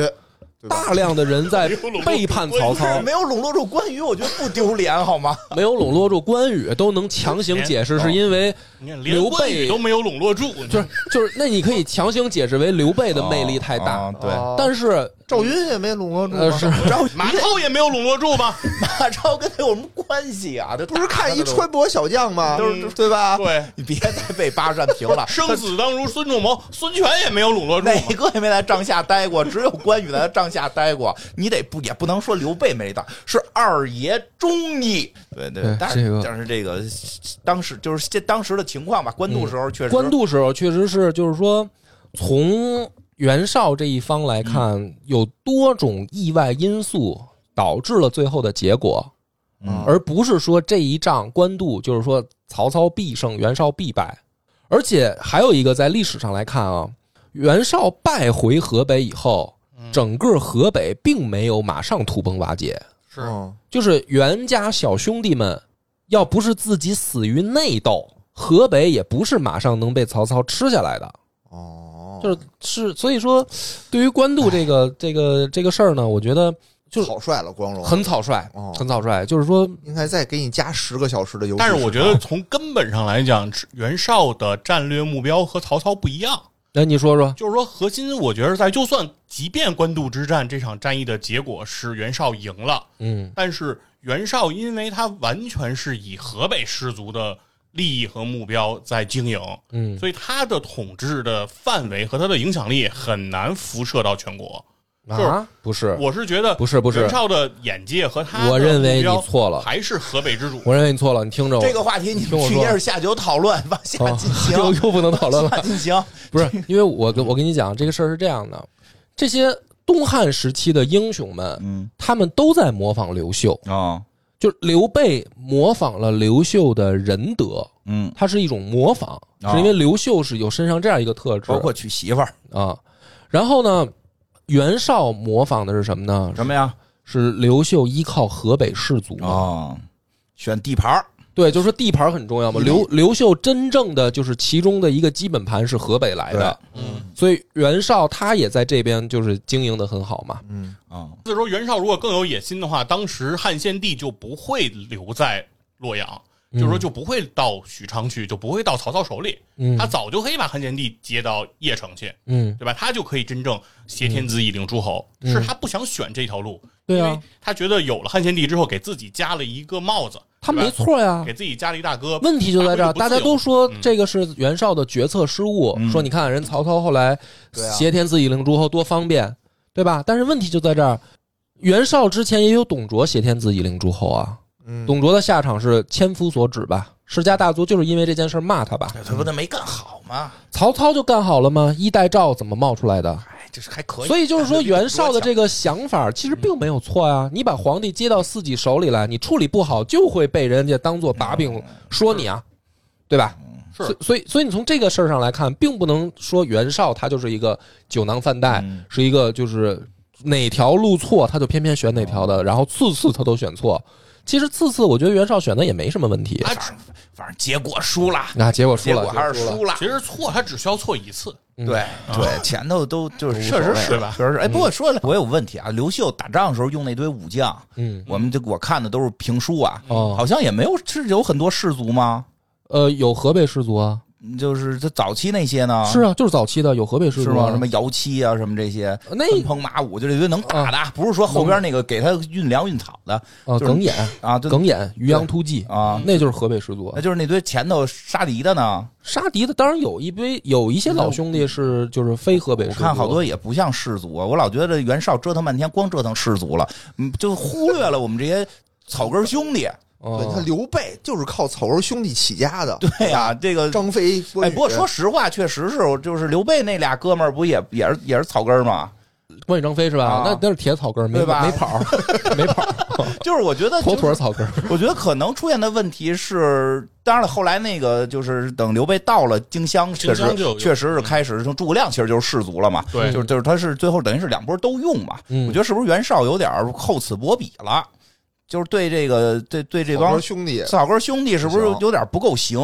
[SPEAKER 5] 对吧
[SPEAKER 1] 大量的人在背叛曹操，
[SPEAKER 3] 没有笼络住关羽，我觉得不丢脸好吗？
[SPEAKER 1] 没有笼络住关羽，都能强行解释是因为。
[SPEAKER 4] 你看连
[SPEAKER 1] 刘
[SPEAKER 4] 关
[SPEAKER 1] 备
[SPEAKER 4] 羽都没有笼络住，
[SPEAKER 1] 就是就是，那你可以强行解释为刘备 的魅力太大，
[SPEAKER 3] 啊对，
[SPEAKER 5] 哦
[SPEAKER 1] 但是
[SPEAKER 5] 赵云也没笼络住
[SPEAKER 1] 呃
[SPEAKER 5] 吗，
[SPEAKER 1] 是
[SPEAKER 4] 马超也没有笼络住吧？
[SPEAKER 3] 马超跟他有什么关系啊？这
[SPEAKER 5] 不是看一
[SPEAKER 3] 穿，
[SPEAKER 5] 川博小将吗？
[SPEAKER 4] 都是
[SPEAKER 5] 对吧？
[SPEAKER 4] 对，。
[SPEAKER 3] 你别再被八占平了
[SPEAKER 4] 生死当如孙仲谋，孙权也没有笼络住
[SPEAKER 3] 哪
[SPEAKER 4] 嘛。
[SPEAKER 3] 个也没在帐下待过，只有关羽在他帐下待过。你得不也不能说刘备没到，是二爷忠义。对对
[SPEAKER 1] 对，
[SPEAKER 3] 但是、
[SPEAKER 1] 哎这个嗯
[SPEAKER 3] 但是这个当时就是这当时的情况吧。官渡时候确实，
[SPEAKER 1] 官渡时候确实是，就是说从袁绍这一方来
[SPEAKER 5] 嗯
[SPEAKER 1] 看，有多种意外因素导致了最后的结果，
[SPEAKER 3] 嗯
[SPEAKER 1] 而不是说这一仗官渡就是说曹操必胜，袁绍必败。而且还有一个在历史上来看啊，袁绍败回河北以后，
[SPEAKER 5] 嗯
[SPEAKER 1] 整个河北并没有马上土崩瓦解，
[SPEAKER 4] 是
[SPEAKER 5] 嗯
[SPEAKER 1] 就是袁家小兄弟们，要不是自己死于内斗，河北也不是马上能被曹操吃下来的。
[SPEAKER 5] 哦，
[SPEAKER 1] 就是是，所以说，对于官渡这
[SPEAKER 4] 哎
[SPEAKER 1] 个这个这个事儿呢，我觉得就是
[SPEAKER 5] 草率了，光荣
[SPEAKER 1] 很草率
[SPEAKER 5] 哦，
[SPEAKER 1] 很草率。就是说，
[SPEAKER 5] 应该再给你加十个小时的游戏时
[SPEAKER 4] 但
[SPEAKER 5] 长。
[SPEAKER 4] 是我觉得从根本上来讲，袁绍的战略目标和曹操不一样。
[SPEAKER 1] 那哎你说说，
[SPEAKER 4] 就是说，核心我觉得在，就算即便官渡之战这场战役的结果是袁绍赢了，
[SPEAKER 1] 嗯
[SPEAKER 4] 但是袁绍因为他完全是以河北氏族的利益和目标在经营，
[SPEAKER 1] 嗯，
[SPEAKER 4] 所以他的统治的范围和他的影响力很难辐射到全国。就是
[SPEAKER 1] 啊，不是，
[SPEAKER 4] 我是觉得
[SPEAKER 1] 不是不是
[SPEAKER 4] 袁绍的眼界和他的
[SPEAKER 1] 我认为
[SPEAKER 4] 目标
[SPEAKER 1] 你错了
[SPEAKER 4] 还是河北之主。
[SPEAKER 1] 我认为你错了，你听着我，
[SPEAKER 3] 这个话题你
[SPEAKER 1] 听
[SPEAKER 3] 们
[SPEAKER 1] 我
[SPEAKER 3] 去
[SPEAKER 1] 说
[SPEAKER 3] 夜市下酒讨论，往下
[SPEAKER 1] 哦
[SPEAKER 3] 进行，
[SPEAKER 1] 又又不能讨论了
[SPEAKER 3] 往，下进行。
[SPEAKER 1] 不是，因为我跟我跟你讲，这个事儿是这样的，这些东汉时期的英雄们，
[SPEAKER 3] 嗯
[SPEAKER 1] 他们都在模仿刘秀，
[SPEAKER 3] 哦，
[SPEAKER 1] 就是刘备模仿了刘秀的仁德，
[SPEAKER 3] 嗯，
[SPEAKER 1] 它是一种模仿，
[SPEAKER 3] 啊
[SPEAKER 1] 是因为刘秀是有身上这样一个特质
[SPEAKER 3] 包括娶媳妇儿
[SPEAKER 1] 啊。然后呢，袁绍模仿的是什么呢？
[SPEAKER 3] 什么呀？
[SPEAKER 1] 是刘秀依靠河北氏族嘛
[SPEAKER 3] 哦，选地盘儿，
[SPEAKER 1] 对，就是说地盘很重要嘛。
[SPEAKER 3] 嗯
[SPEAKER 1] 刘刘秀真正的就是其中的一个基本盘是河北来的，
[SPEAKER 4] 嗯，
[SPEAKER 1] 所以袁绍他也在这边就是经营的很好嘛。
[SPEAKER 5] 嗯，
[SPEAKER 3] 嗯，
[SPEAKER 4] 所以说袁绍如果更有野心的话，当时汉献帝就不会留在洛阳，就是说就不会到许昌去，就不会到曹操手里，
[SPEAKER 1] 嗯
[SPEAKER 4] 他早就可以把汉献帝接到邺城去，
[SPEAKER 1] 嗯，
[SPEAKER 4] 对吧？他就可以真正挟天子以令诸侯，
[SPEAKER 1] 嗯
[SPEAKER 4] 是他不想选这条路，
[SPEAKER 1] 对
[SPEAKER 4] 因为
[SPEAKER 1] 啊，
[SPEAKER 4] 他觉得有了汉献帝之后，给自己加了一个帽子，
[SPEAKER 1] 他
[SPEAKER 4] 对吧
[SPEAKER 1] 没错呀
[SPEAKER 4] 给。自己加了一大哥。
[SPEAKER 1] 问题就在这儿，大家
[SPEAKER 4] 大家就啊不自由
[SPEAKER 1] 都说
[SPEAKER 4] 嗯
[SPEAKER 1] 这个是袁绍的决策失误，说你看人曹操后来
[SPEAKER 5] 对啊
[SPEAKER 1] 挟天子以令诸侯多方便，对吧？但是问题就在这儿，袁绍之前也有董卓挟天子以令诸侯啊。
[SPEAKER 5] 嗯
[SPEAKER 1] 董卓的下场是千夫所指吧，世家大族就是因为这件事儿骂他吧。
[SPEAKER 3] 这不他没干好吗？
[SPEAKER 1] 曹操就干好了吗？一代赵怎么冒出来的？
[SPEAKER 3] 哎，这是还可以。
[SPEAKER 1] 所以就是说，袁绍的
[SPEAKER 3] 这
[SPEAKER 1] 这个想法
[SPEAKER 3] 嗯
[SPEAKER 1] 其实并没有错呀、你把皇帝接到自己手里来，你处理不好，就会被人家当做把
[SPEAKER 3] 嗯
[SPEAKER 1] 柄说你啊，对吧？
[SPEAKER 4] 是
[SPEAKER 1] 所以所以所以你从这个事儿上来看，并不能说袁绍他就是一个酒囊饭袋，
[SPEAKER 3] 嗯
[SPEAKER 1] 是一个就是哪条路错他就偏偏选哪条
[SPEAKER 3] 嗯
[SPEAKER 1] 的，然后次次他都选错。其实次次我觉得袁绍选的也没什么问题，
[SPEAKER 4] 他
[SPEAKER 3] 反正反正结果啊输了，
[SPEAKER 1] 那、结果输
[SPEAKER 3] 哎结
[SPEAKER 1] 了，
[SPEAKER 3] 果还是
[SPEAKER 1] 结果
[SPEAKER 3] 输了。
[SPEAKER 4] 其实嗯错，他只需要错一次，
[SPEAKER 3] 对嗯对，前头都就是确实是
[SPEAKER 4] 对吧
[SPEAKER 3] 确实是。哎，不过说了，我有问题啊。刘秀打仗的时候用那堆武将，
[SPEAKER 1] 嗯，
[SPEAKER 3] 啊我们这我看的都是评书啊，
[SPEAKER 1] 哦
[SPEAKER 3] 好像也没有是有很多氏族吗？
[SPEAKER 1] 呃，有河北氏族啊，
[SPEAKER 3] 就是这早期那些呢，
[SPEAKER 1] 是啊，就是早期的有河北氏
[SPEAKER 3] 是
[SPEAKER 1] 族啊、
[SPEAKER 3] 吗？什么摇旗啊，什么这些。
[SPEAKER 1] 那
[SPEAKER 3] 奔风马舞就这堆能打的，不是说后边那个给他运粮运草的
[SPEAKER 1] 呃
[SPEAKER 3] 就是
[SPEAKER 1] 耿眼
[SPEAKER 3] 啊，就
[SPEAKER 1] 耿眼、渔阳突骑
[SPEAKER 3] 啊，
[SPEAKER 1] 那就是河北氏族
[SPEAKER 3] 那。就是那堆前头杀敌的呢。
[SPEAKER 1] 杀敌的当然有一堆，有一些老兄弟是就是非河北啊
[SPEAKER 3] 我
[SPEAKER 1] 氏族。
[SPEAKER 3] 看好多也不像氏族啊，我老觉得袁绍折腾半天，光折腾氏族了，嗯，就忽略了我们这些草根兄弟。
[SPEAKER 1] 哦，
[SPEAKER 5] 对他刘备就是靠草根兄弟起家的，
[SPEAKER 3] 对呀、这个
[SPEAKER 5] 张飞。
[SPEAKER 3] 哎，不过说
[SPEAKER 5] 实
[SPEAKER 3] 实话，确实是，就是刘备那俩哥们儿不也也是也是草根儿吗？
[SPEAKER 1] 关羽、张飞是吧
[SPEAKER 3] 啊？
[SPEAKER 1] 那那是铁草根儿，没
[SPEAKER 3] 对吧
[SPEAKER 1] 没跑儿， 没跑儿，
[SPEAKER 3] 就是我觉得、
[SPEAKER 1] 妥
[SPEAKER 3] 就
[SPEAKER 1] 妥
[SPEAKER 3] 是，
[SPEAKER 1] 草根儿。
[SPEAKER 3] 我觉得可能出现的问题是，当然了，后来那个就是等刘备到了荆襄，确
[SPEAKER 4] 荆襄
[SPEAKER 3] 实
[SPEAKER 4] 就有
[SPEAKER 3] 确实是开始，从诸葛亮其实就是氏族了嘛，
[SPEAKER 4] 对
[SPEAKER 3] 就是就是他是最后等于是两波都用嘛，
[SPEAKER 1] 嗯
[SPEAKER 3] 我觉得是不是袁绍有点儿厚此薄彼了，就是对这个对对这帮
[SPEAKER 5] 兄弟，
[SPEAKER 3] 草根兄弟是不是
[SPEAKER 5] 不行
[SPEAKER 3] 有点不够行，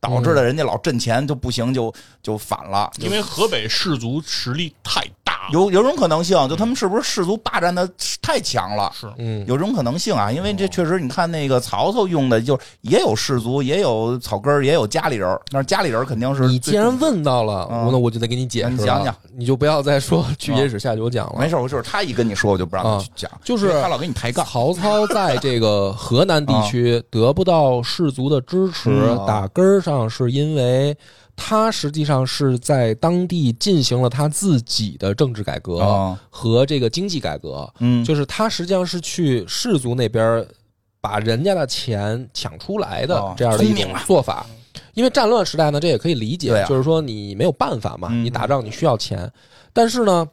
[SPEAKER 3] 导
[SPEAKER 1] 嗯
[SPEAKER 3] 致了人家老挣钱就不行，就就反了。
[SPEAKER 4] 因为河北氏族实力太大了。
[SPEAKER 3] 有有种可能性，就他们是不是氏族霸占的太强了？
[SPEAKER 4] 是，
[SPEAKER 1] 嗯，哦
[SPEAKER 3] 有种可能性啊，因为这确实，你看那个曹操用的，就是也有氏族，也有草根儿，也有家里人儿，但是家里人儿肯定是
[SPEAKER 1] 你既然问到了，
[SPEAKER 3] 嗯
[SPEAKER 1] 我那我就得给你解释
[SPEAKER 3] 那
[SPEAKER 1] 了。
[SPEAKER 3] 你讲讲，
[SPEAKER 1] 你就不要再说去野史下酒讲了。
[SPEAKER 3] 没事，我就是他一跟你说，我就不让
[SPEAKER 1] 啊
[SPEAKER 3] 你去讲，
[SPEAKER 1] 就是
[SPEAKER 3] 因为他老跟你抬杠。
[SPEAKER 1] 曹操在这个河南地区得不到士族的支持，
[SPEAKER 5] 啊嗯啊
[SPEAKER 1] 打根儿上是因为他实际上是在当地进行了他自己的政治改革
[SPEAKER 3] 啊
[SPEAKER 1] 和这个经济改革，
[SPEAKER 3] 嗯，
[SPEAKER 1] 就是他实际上是去士族那边儿把人家的钱抢出来的
[SPEAKER 3] 哦
[SPEAKER 1] 这样的一
[SPEAKER 3] 聪
[SPEAKER 1] 种
[SPEAKER 3] 明了嗯
[SPEAKER 1] 做法。因为战乱时代呢，这也可以理解，
[SPEAKER 3] 对啊
[SPEAKER 1] 就是说你没有办法嘛，
[SPEAKER 3] 嗯
[SPEAKER 1] 你打仗你需要钱，但是呢，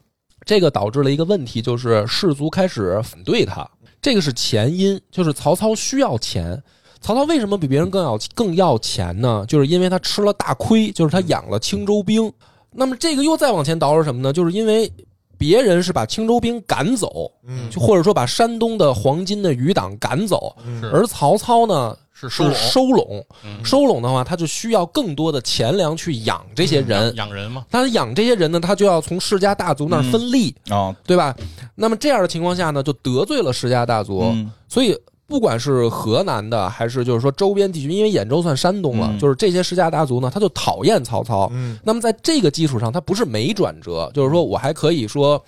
[SPEAKER 1] 这个导致了一个问题，就是士族开始反对他，这个是前因，就是曹操需要钱。曹操为什么比别人更要更要钱呢？就是因为他吃了大亏，就是他养了青州兵。
[SPEAKER 3] 嗯
[SPEAKER 1] 那么这个又再往前倒是什么呢？就是因为别人是把青州兵赶走，
[SPEAKER 5] 嗯
[SPEAKER 1] 就或者说把山东的黄金的余党赶走，
[SPEAKER 5] 嗯
[SPEAKER 1] 而曹操呢
[SPEAKER 4] 是收
[SPEAKER 1] 是
[SPEAKER 4] 拢
[SPEAKER 1] 收拢，
[SPEAKER 4] 嗯
[SPEAKER 1] 收拢的话，他就需要更多的钱粮去养这些人。
[SPEAKER 4] 嗯养嗯人嘛，
[SPEAKER 1] 他养这些人呢，他就要从世家大族那儿分利，
[SPEAKER 2] 哦，
[SPEAKER 1] 对吧？那么这样的情况下呢，就得罪了世家大族，
[SPEAKER 2] 嗯
[SPEAKER 1] 所以不管是河南的，还是就是说周边地区，因为兖州算山东了，
[SPEAKER 2] 嗯
[SPEAKER 1] 就是这些世家大族呢，他就讨厌曹操。
[SPEAKER 5] 嗯
[SPEAKER 1] 那么在这个基础上，他不是没转折，就是说我还可以说，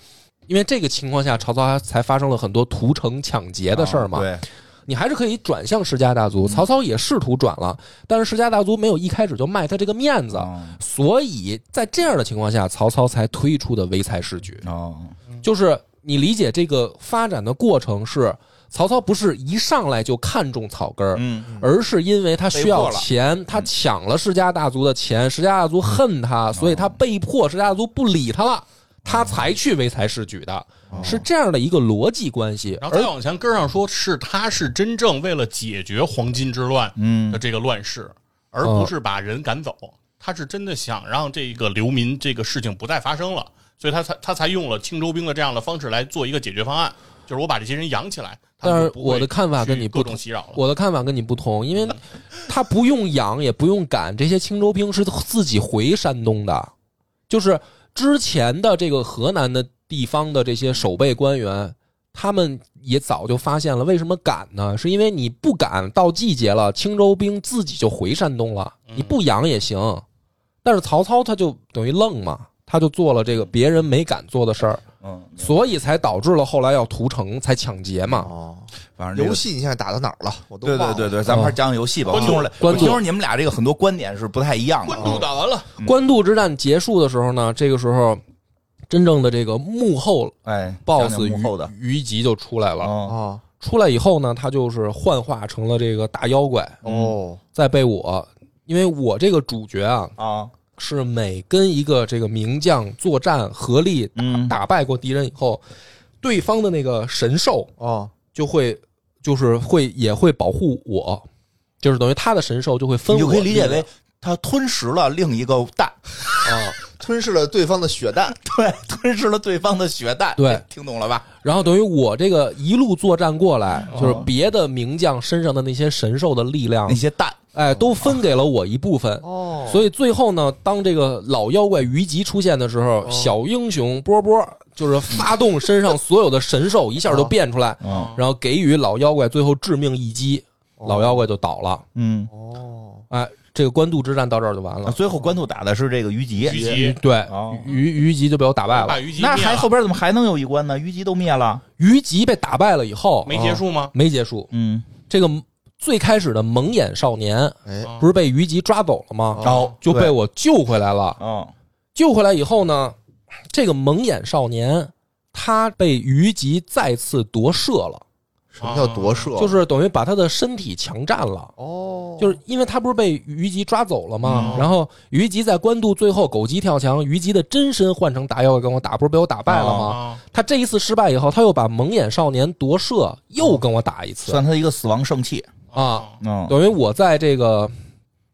[SPEAKER 1] 因为这个情况下，曹操还才发生了很多屠城抢劫的事儿
[SPEAKER 3] 嗯
[SPEAKER 1] 嘛，
[SPEAKER 2] 对，
[SPEAKER 1] 你还是可以转向世家大族。曹操也试图转了，但是世家大族没有一开始就卖他这个面子，
[SPEAKER 3] 嗯
[SPEAKER 2] 哦
[SPEAKER 1] 所以在这样的情况下，曹操才推出的唯才是举。
[SPEAKER 2] 哦，
[SPEAKER 1] 就是你理解这个发展的过程是，曹操不是一上来就看中草根儿，
[SPEAKER 2] 嗯
[SPEAKER 1] 而是因为他需
[SPEAKER 2] 被
[SPEAKER 1] 要
[SPEAKER 2] 迫了
[SPEAKER 1] 钱，他抢了世家大族的钱，世家大族恨
[SPEAKER 4] 嗯
[SPEAKER 1] 他，所以他被迫世家大族不理他了，他才去唯才是举的，是这样的一个逻辑关系。
[SPEAKER 4] 哦然后
[SPEAKER 1] 而
[SPEAKER 4] 再往前跟上说，是他是真正为了解决黄巾之乱
[SPEAKER 2] 嗯
[SPEAKER 4] 的这个乱世，而
[SPEAKER 1] 嗯
[SPEAKER 4] 不是把人赶走，他是真的想让这个流民这个事情不再发生了，所以他才他才用了青州兵的这样的方式来做一个解决方案，就是我把这些人养起来。他们
[SPEAKER 1] 但是
[SPEAKER 4] 就不会
[SPEAKER 1] 我的看法跟你
[SPEAKER 4] 去
[SPEAKER 1] 不
[SPEAKER 4] 各
[SPEAKER 1] 同
[SPEAKER 4] 种袭扰了，
[SPEAKER 1] 我的看法跟你不同，因为他不用养，也不用赶，这些青州兵是自己回山东的，就是之前的这个河南的地方的这些守备官员，他们也早就发现了，为什么赶呢？是因为你不赶，到季节了，青州兵自己就回山东了，你不养也行。但是曹操他就等于愣嘛，他就做了这个别人没敢做的事儿，
[SPEAKER 2] 嗯，
[SPEAKER 1] 所以才导致了后来要屠城，才抢劫嘛。
[SPEAKER 5] 哦，
[SPEAKER 2] 反正这
[SPEAKER 5] 游
[SPEAKER 2] 个
[SPEAKER 5] 戏你现在打到哪儿了？我都
[SPEAKER 2] 对
[SPEAKER 5] 忘
[SPEAKER 2] 对
[SPEAKER 5] 了。
[SPEAKER 2] 对对，咱们还是讲讲游戏吧。我听出来，我
[SPEAKER 1] 关注
[SPEAKER 2] 听说你们俩这个很多观点是不太一样的啊
[SPEAKER 4] 关。注打完了，
[SPEAKER 2] 嗯
[SPEAKER 1] 官渡之战结束的时候呢，这个时候真正的这个幕后
[SPEAKER 2] 哎
[SPEAKER 1] BOSS
[SPEAKER 2] 讲讲幕后的
[SPEAKER 1] 于于吉就出来了。
[SPEAKER 2] 哦
[SPEAKER 5] 啊
[SPEAKER 1] 出来以后呢，他就是幻化成了这个大妖怪，
[SPEAKER 5] 哦，
[SPEAKER 1] 再被我，因为我这个主角啊，
[SPEAKER 2] 啊，
[SPEAKER 1] 是每跟一个这个名将作战合力
[SPEAKER 2] 嗯
[SPEAKER 1] 打败过敌人以后，对方的那个神兽
[SPEAKER 5] 哦，
[SPEAKER 1] 就会就是会也会保护我，就是等于他的神兽就会分
[SPEAKER 2] 你
[SPEAKER 1] 我力
[SPEAKER 2] 就
[SPEAKER 1] 量，
[SPEAKER 2] 可以理解为他吞食了另一个蛋，
[SPEAKER 1] 啊，
[SPEAKER 5] 吞噬了对方的血弹，
[SPEAKER 2] 对，吞食了对方的血蛋。
[SPEAKER 1] 对，
[SPEAKER 2] 听懂了吧？
[SPEAKER 1] 然后等于我这个一路作战过来，就是别的名将身上的那些神兽的力量
[SPEAKER 2] 嗯哦那，些蛋，
[SPEAKER 1] 哎，都分给了我一部分。
[SPEAKER 5] 哦
[SPEAKER 1] 所以最后呢，当这个老妖怪于吉出现的时
[SPEAKER 2] 哦
[SPEAKER 1] 候，小英雄波波就是发动身上所有的神兽，一下就变出来，
[SPEAKER 2] 嗯
[SPEAKER 1] 然后给予老妖怪最后致命一击，
[SPEAKER 2] 哦
[SPEAKER 1] 老妖怪就倒了。
[SPEAKER 2] 嗯，
[SPEAKER 5] 哦，
[SPEAKER 1] 哎，这个官渡之战到这儿就完
[SPEAKER 2] 啊
[SPEAKER 1] 了。
[SPEAKER 2] 最后关注打的是这个虞姬，
[SPEAKER 4] 虞姬
[SPEAKER 1] 对
[SPEAKER 2] 哦，哎
[SPEAKER 1] 于于吉就被我打败
[SPEAKER 4] 把
[SPEAKER 1] 了。
[SPEAKER 4] 虞姬
[SPEAKER 2] 那
[SPEAKER 4] 灭
[SPEAKER 2] 还
[SPEAKER 4] 了
[SPEAKER 2] 后边怎么还能有一关呢？虞姬都灭了，
[SPEAKER 1] 于吉被打败了以后，
[SPEAKER 4] 没结束吗？
[SPEAKER 1] 没结束。
[SPEAKER 2] 嗯，
[SPEAKER 1] 这个最开始的蒙眼少年，
[SPEAKER 5] 哎，
[SPEAKER 4] 啊
[SPEAKER 1] 不是被虞姬抓走了吗？
[SPEAKER 2] 哦
[SPEAKER 1] 就被我救回来了。
[SPEAKER 2] 哦，
[SPEAKER 1] 救回来以后呢，这个蒙眼少年他被虞姬再次夺舍了，
[SPEAKER 5] 什么叫夺舍？
[SPEAKER 1] 就是等于把他的身体强占了。
[SPEAKER 5] 哦，
[SPEAKER 1] 就是因为他不是被虞姬抓走了吗？
[SPEAKER 4] 嗯
[SPEAKER 1] 然后虞姬在官渡最后狗急跳墙，虞姬的真身换成大妖怪跟我打，不是被我打败了吗？
[SPEAKER 4] 啊，
[SPEAKER 1] 他这一次失败以后，他又把蒙眼少年夺舍，又跟我打一次
[SPEAKER 2] 算他一个死亡圣器。
[SPEAKER 4] 哦
[SPEAKER 1] 啊，
[SPEAKER 2] 嗯，
[SPEAKER 1] 等于我在这个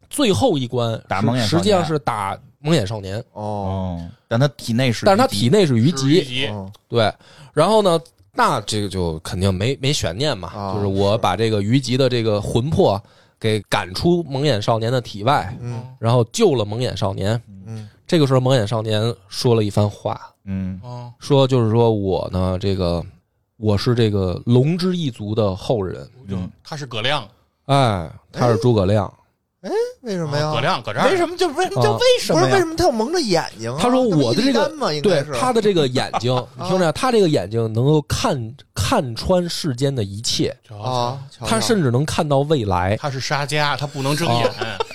[SPEAKER 1] 最后一关
[SPEAKER 2] 打
[SPEAKER 1] 是
[SPEAKER 2] 蒙眼少
[SPEAKER 1] 实际上
[SPEAKER 2] 年
[SPEAKER 1] 是打蒙眼少年。
[SPEAKER 5] 哦，
[SPEAKER 2] 哦，但他体内是，
[SPEAKER 1] 但是他体内是虞
[SPEAKER 4] 是虞
[SPEAKER 1] 姬，
[SPEAKER 4] 姬，
[SPEAKER 5] 嗯
[SPEAKER 1] 对。然后呢，那这个就肯定没没悬念嘛，
[SPEAKER 5] 啊
[SPEAKER 1] 就是我把这个虞姬的这个魂魄给赶出蒙眼少年的体外，
[SPEAKER 5] 嗯
[SPEAKER 1] 然后救了蒙眼少年。
[SPEAKER 5] 嗯，
[SPEAKER 1] 这个时候，蒙眼少年说了一番话，
[SPEAKER 2] 嗯
[SPEAKER 4] 嗯，
[SPEAKER 1] 说就是说我呢，这个我是这个龙之一族的后人，
[SPEAKER 2] 嗯
[SPEAKER 4] 他是葛亮，
[SPEAKER 1] 哎，他是诸葛亮。
[SPEAKER 5] 为什
[SPEAKER 4] 什
[SPEAKER 5] 么呀？
[SPEAKER 4] 啊葛亮搁这儿，
[SPEAKER 2] 为什么就为什么
[SPEAKER 1] 啊
[SPEAKER 2] 叫为什
[SPEAKER 5] 不
[SPEAKER 2] 么
[SPEAKER 5] 是为
[SPEAKER 2] 呀？
[SPEAKER 5] 什么他要蒙着眼睛啊？
[SPEAKER 1] 他说
[SPEAKER 5] 不
[SPEAKER 1] 我的
[SPEAKER 5] 一粒
[SPEAKER 1] 这个
[SPEAKER 5] 丹吗？应
[SPEAKER 1] 对
[SPEAKER 5] 该是啊
[SPEAKER 1] 他的这个眼睛，你听着，啊他这个眼睛能够看看穿世间的一切，
[SPEAKER 4] 么
[SPEAKER 5] 啊，瞧瞧
[SPEAKER 1] 他甚至能看到未来。
[SPEAKER 4] 他是沙家，他不能
[SPEAKER 1] 哦
[SPEAKER 4] 睁眼，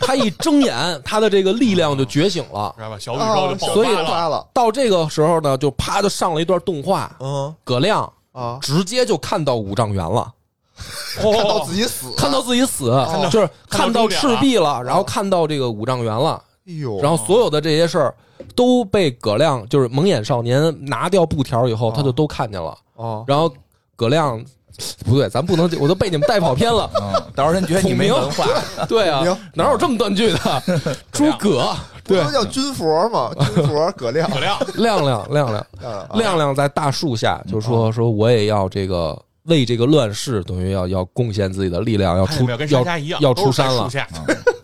[SPEAKER 1] 他一睁眼，他的这个力量就觉醒了。
[SPEAKER 4] 知道吧？小宇宙
[SPEAKER 5] 哦
[SPEAKER 4] 就爆
[SPEAKER 1] 所以
[SPEAKER 4] 发了，
[SPEAKER 5] 发了，
[SPEAKER 1] 到这个时候呢，就啪就上了一段动画，
[SPEAKER 5] 嗯
[SPEAKER 1] 葛亮
[SPEAKER 5] 啊，
[SPEAKER 1] 直接就看到五丈原了，
[SPEAKER 5] 看
[SPEAKER 4] 哦
[SPEAKER 5] 到自己死，
[SPEAKER 1] 看到自己死，
[SPEAKER 5] 看到
[SPEAKER 1] 就是看
[SPEAKER 4] 看
[SPEAKER 1] 到
[SPEAKER 4] 到
[SPEAKER 1] 赤壁了，然后看到这个五丈原了，
[SPEAKER 5] 哎呦，
[SPEAKER 1] 然后所有的这些事儿都被葛亮就是蒙眼少年拿掉布条以后，他就都看见了。
[SPEAKER 5] 哦，
[SPEAKER 1] 然后葛亮不对，咱不能，我都被你们带跑偏了。
[SPEAKER 2] 嗯，到时候人觉得你没文化，
[SPEAKER 1] 对啊
[SPEAKER 5] 明，
[SPEAKER 1] 哪有这么断句的？诸葛
[SPEAKER 5] 不都叫军佛吗？军佛葛
[SPEAKER 1] 哦
[SPEAKER 5] 亮，
[SPEAKER 4] 葛亮
[SPEAKER 1] 亮亮亮亮
[SPEAKER 5] 啊
[SPEAKER 4] 嗯啊
[SPEAKER 1] 亮亮在大树下就说说我也要这个。为这个乱世等于要要贡献自己的力量，要
[SPEAKER 4] 看见
[SPEAKER 1] 出
[SPEAKER 4] 没有跟
[SPEAKER 1] 要
[SPEAKER 4] 山家一样，
[SPEAKER 1] 要
[SPEAKER 4] 都是
[SPEAKER 1] 出山了
[SPEAKER 4] 树下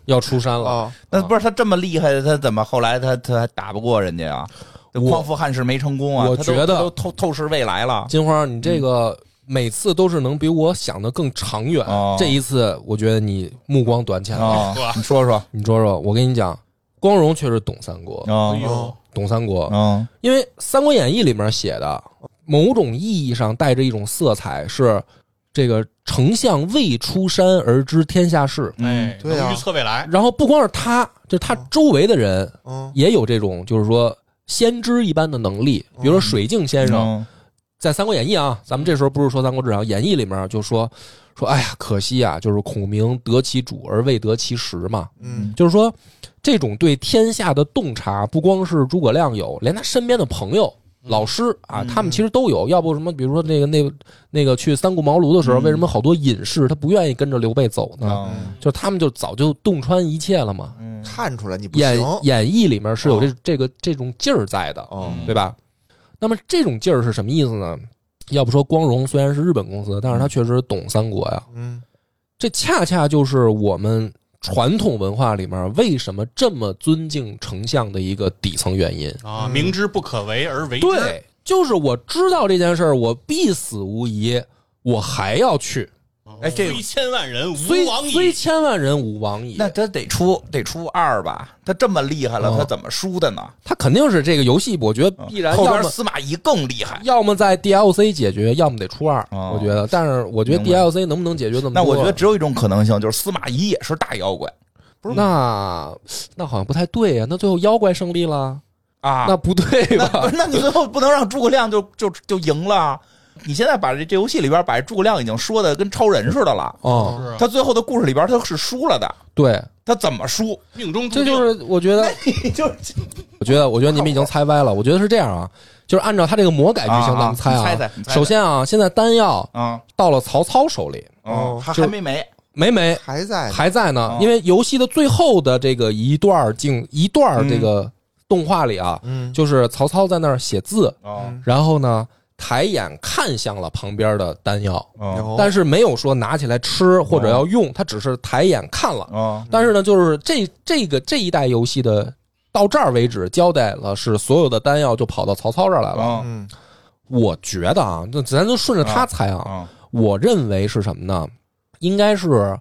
[SPEAKER 1] 要出山了。
[SPEAKER 5] 啊，
[SPEAKER 3] 那不是他这么厉害，他怎么后来他他还打不过人家啊？这
[SPEAKER 1] 我
[SPEAKER 3] 匡扶汉室没成功啊！
[SPEAKER 1] 我
[SPEAKER 3] 他都
[SPEAKER 1] 觉得
[SPEAKER 3] 他都透透视未来了。
[SPEAKER 1] 金花，你这个
[SPEAKER 4] 嗯
[SPEAKER 1] 每次都是能比我想的更长远
[SPEAKER 3] 哦。
[SPEAKER 4] 啊
[SPEAKER 1] 这一次，我觉得你目光短浅了。
[SPEAKER 3] 啊、
[SPEAKER 4] 是吧
[SPEAKER 3] 你说说，
[SPEAKER 1] 你说说，我跟你讲，光荣确实懂三国，
[SPEAKER 4] 哎
[SPEAKER 3] 嗯
[SPEAKER 4] 呦，
[SPEAKER 1] 懂三国，
[SPEAKER 4] 啊
[SPEAKER 3] 嗯
[SPEAKER 1] 因为《三国演义》里面写的，某种意义上带着一种色彩是这个丞相未出山而知天下事。
[SPEAKER 3] 嗯
[SPEAKER 4] 哎，
[SPEAKER 5] 对啊
[SPEAKER 4] 能预测未来，
[SPEAKER 1] 然后不光是他，就他周围的人
[SPEAKER 5] 嗯
[SPEAKER 1] 也有这种，就是说先知一般的能力。比如说水镜先生
[SPEAKER 3] 嗯
[SPEAKER 1] 在《三国演义》啊，咱们这时候不是说《三国志》啊，《演义》里面就说说，哎呀，可惜啊，就是孔明得其主而未得其时嘛。
[SPEAKER 5] 嗯
[SPEAKER 1] 就是说，这种对天下的洞察，不光是诸葛亮有，连他身边的朋友、
[SPEAKER 4] 嗯
[SPEAKER 1] 老师啊，他们其实都有。要不什么，比如说那个那个那个去三顾茅庐的时候，为什么好多隐士他不愿意跟着刘备走呢？
[SPEAKER 3] 嗯
[SPEAKER 1] 就是他们就早就洞穿一切了嘛。
[SPEAKER 3] 嗯
[SPEAKER 5] 看出来你不
[SPEAKER 1] 演
[SPEAKER 5] 行，
[SPEAKER 1] 演义里面是有这这个这种劲儿在的，
[SPEAKER 5] 哦
[SPEAKER 1] 嗯对吧？那么这种劲儿是什么意思呢？要不说光荣虽然是日本公司，但是他确实懂三国呀。
[SPEAKER 5] 嗯
[SPEAKER 1] 这恰恰就是我们传统文化里面为什么这么尊敬丞相的一个底层原因。
[SPEAKER 5] 嗯
[SPEAKER 4] 啊，明知不可为而为之，
[SPEAKER 1] 对，就是我知道这件事儿，我必死无疑，我还要去。
[SPEAKER 4] 哎，
[SPEAKER 3] 这个
[SPEAKER 4] 虽千万人
[SPEAKER 1] 虽
[SPEAKER 4] 吾往
[SPEAKER 1] 虽
[SPEAKER 4] 矣，
[SPEAKER 1] 千万人吾往矣。
[SPEAKER 3] 那他得出得出二吧？他这么厉害了，
[SPEAKER 1] 哦
[SPEAKER 3] 他怎么输的呢？哦
[SPEAKER 1] 他肯定是这个游戏，我觉得必然
[SPEAKER 3] 嗯后
[SPEAKER 1] 要
[SPEAKER 3] 边
[SPEAKER 1] 么
[SPEAKER 3] 司马懿更厉害。
[SPEAKER 1] 要么在 DLC 解决，要么得出二。
[SPEAKER 3] 哦
[SPEAKER 1] 我觉得，但是我觉得
[SPEAKER 3] 明白
[SPEAKER 1] DLC 能不能解决这么多？
[SPEAKER 3] 那我觉得只有一种可能性，就是司马懿也是大妖怪
[SPEAKER 1] 不是那那好像不太对呀、那最后妖怪胜利了，
[SPEAKER 3] 啊。
[SPEAKER 1] 那不对
[SPEAKER 3] 那不
[SPEAKER 1] 吧？
[SPEAKER 3] 是，那你最后不能让诸葛亮就就就赢了。啊你现在把这这游戏里边把诸葛亮已经说的跟超人似的了，
[SPEAKER 1] 哦，
[SPEAKER 4] 是啊
[SPEAKER 3] 他最后的故事里边他是输了的，
[SPEAKER 1] 对，
[SPEAKER 3] 他怎么输？
[SPEAKER 4] 命中注
[SPEAKER 1] 这
[SPEAKER 4] 定
[SPEAKER 1] 就是我觉得，
[SPEAKER 3] 就是
[SPEAKER 1] 我觉得，我觉得你们已经猜歪了。我觉得是这样啊，就是按照他这个魔改剧情，
[SPEAKER 3] 啊啊
[SPEAKER 1] 咱们猜啊。
[SPEAKER 3] 你猜猜你猜猜
[SPEAKER 1] 首先啊，现在丹药
[SPEAKER 3] 啊
[SPEAKER 1] 到了曹操手里，
[SPEAKER 5] 哦
[SPEAKER 3] 嗯，还
[SPEAKER 1] 就
[SPEAKER 3] 还没没
[SPEAKER 1] 每每
[SPEAKER 5] 还在呢
[SPEAKER 1] 还在呢
[SPEAKER 3] 哦，
[SPEAKER 1] 因为游戏的最后的这个一段儿镜一段儿
[SPEAKER 3] 嗯
[SPEAKER 1] 这个动画里啊，
[SPEAKER 5] 嗯
[SPEAKER 1] 就是哦曹操在那儿写字，
[SPEAKER 3] 啊
[SPEAKER 1] 然后呢抬眼看向了旁边的丹药，
[SPEAKER 5] 哦
[SPEAKER 3] 啊
[SPEAKER 1] 但是没有说拿起来吃或者要用，他只是抬眼看了。
[SPEAKER 3] 啊
[SPEAKER 1] 但是呢，就是这这个这一代游戏的到这儿为止，交代了是所有的丹药就跑到曹操这儿来了。
[SPEAKER 3] 啊
[SPEAKER 5] 嗯
[SPEAKER 1] 我觉得啊，那咱就顺着他猜啊，
[SPEAKER 3] 啊！
[SPEAKER 1] 我认为是什么呢？应该是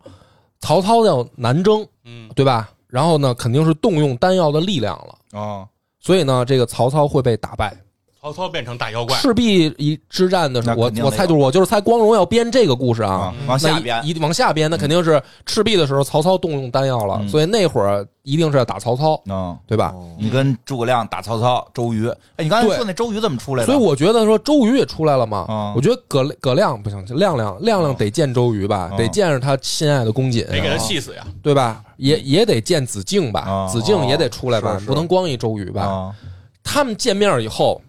[SPEAKER 1] 曹操要南征，
[SPEAKER 4] 嗯，
[SPEAKER 1] 对吧？然后呢，肯定是动用丹药的力量了，
[SPEAKER 3] 啊，
[SPEAKER 1] 所以呢，这个曹操会被打败。
[SPEAKER 4] 曹操变成大妖怪，
[SPEAKER 1] 赤壁一之战的时候，
[SPEAKER 3] 那
[SPEAKER 1] 我
[SPEAKER 3] 肯定
[SPEAKER 1] 我
[SPEAKER 3] 得
[SPEAKER 1] 猜
[SPEAKER 3] 有
[SPEAKER 1] 就是我就是猜光荣要编这个故事
[SPEAKER 3] 啊
[SPEAKER 1] 啊，
[SPEAKER 3] 往下边
[SPEAKER 1] 那一一往下编，那肯定是赤壁的时候曹操动用丹药了，
[SPEAKER 3] 嗯
[SPEAKER 1] 所以那会儿一定是要打曹操，
[SPEAKER 3] 啊，
[SPEAKER 1] 对吧？
[SPEAKER 5] 哦
[SPEAKER 3] 你跟诸葛亮打曹操，周瑜。哎，你刚才
[SPEAKER 1] 对
[SPEAKER 3] 说那周瑜怎么出来的？
[SPEAKER 1] 所以我觉得说周瑜也出来了嘛，
[SPEAKER 3] 啊
[SPEAKER 1] 我觉得葛葛亮不行，亮亮亮
[SPEAKER 3] 嗯
[SPEAKER 1] 亮得见周瑜吧，
[SPEAKER 3] 啊
[SPEAKER 1] 得见着他心爱的公瑾，嗯
[SPEAKER 4] 得给他气死呀！
[SPEAKER 1] 对吧？也也得见子敬吧，
[SPEAKER 3] 啊
[SPEAKER 1] 子敬也得出来吧，
[SPEAKER 3] 嗯是是
[SPEAKER 1] 不能光一周瑜吧。
[SPEAKER 3] 啊
[SPEAKER 1] 他们见面以后，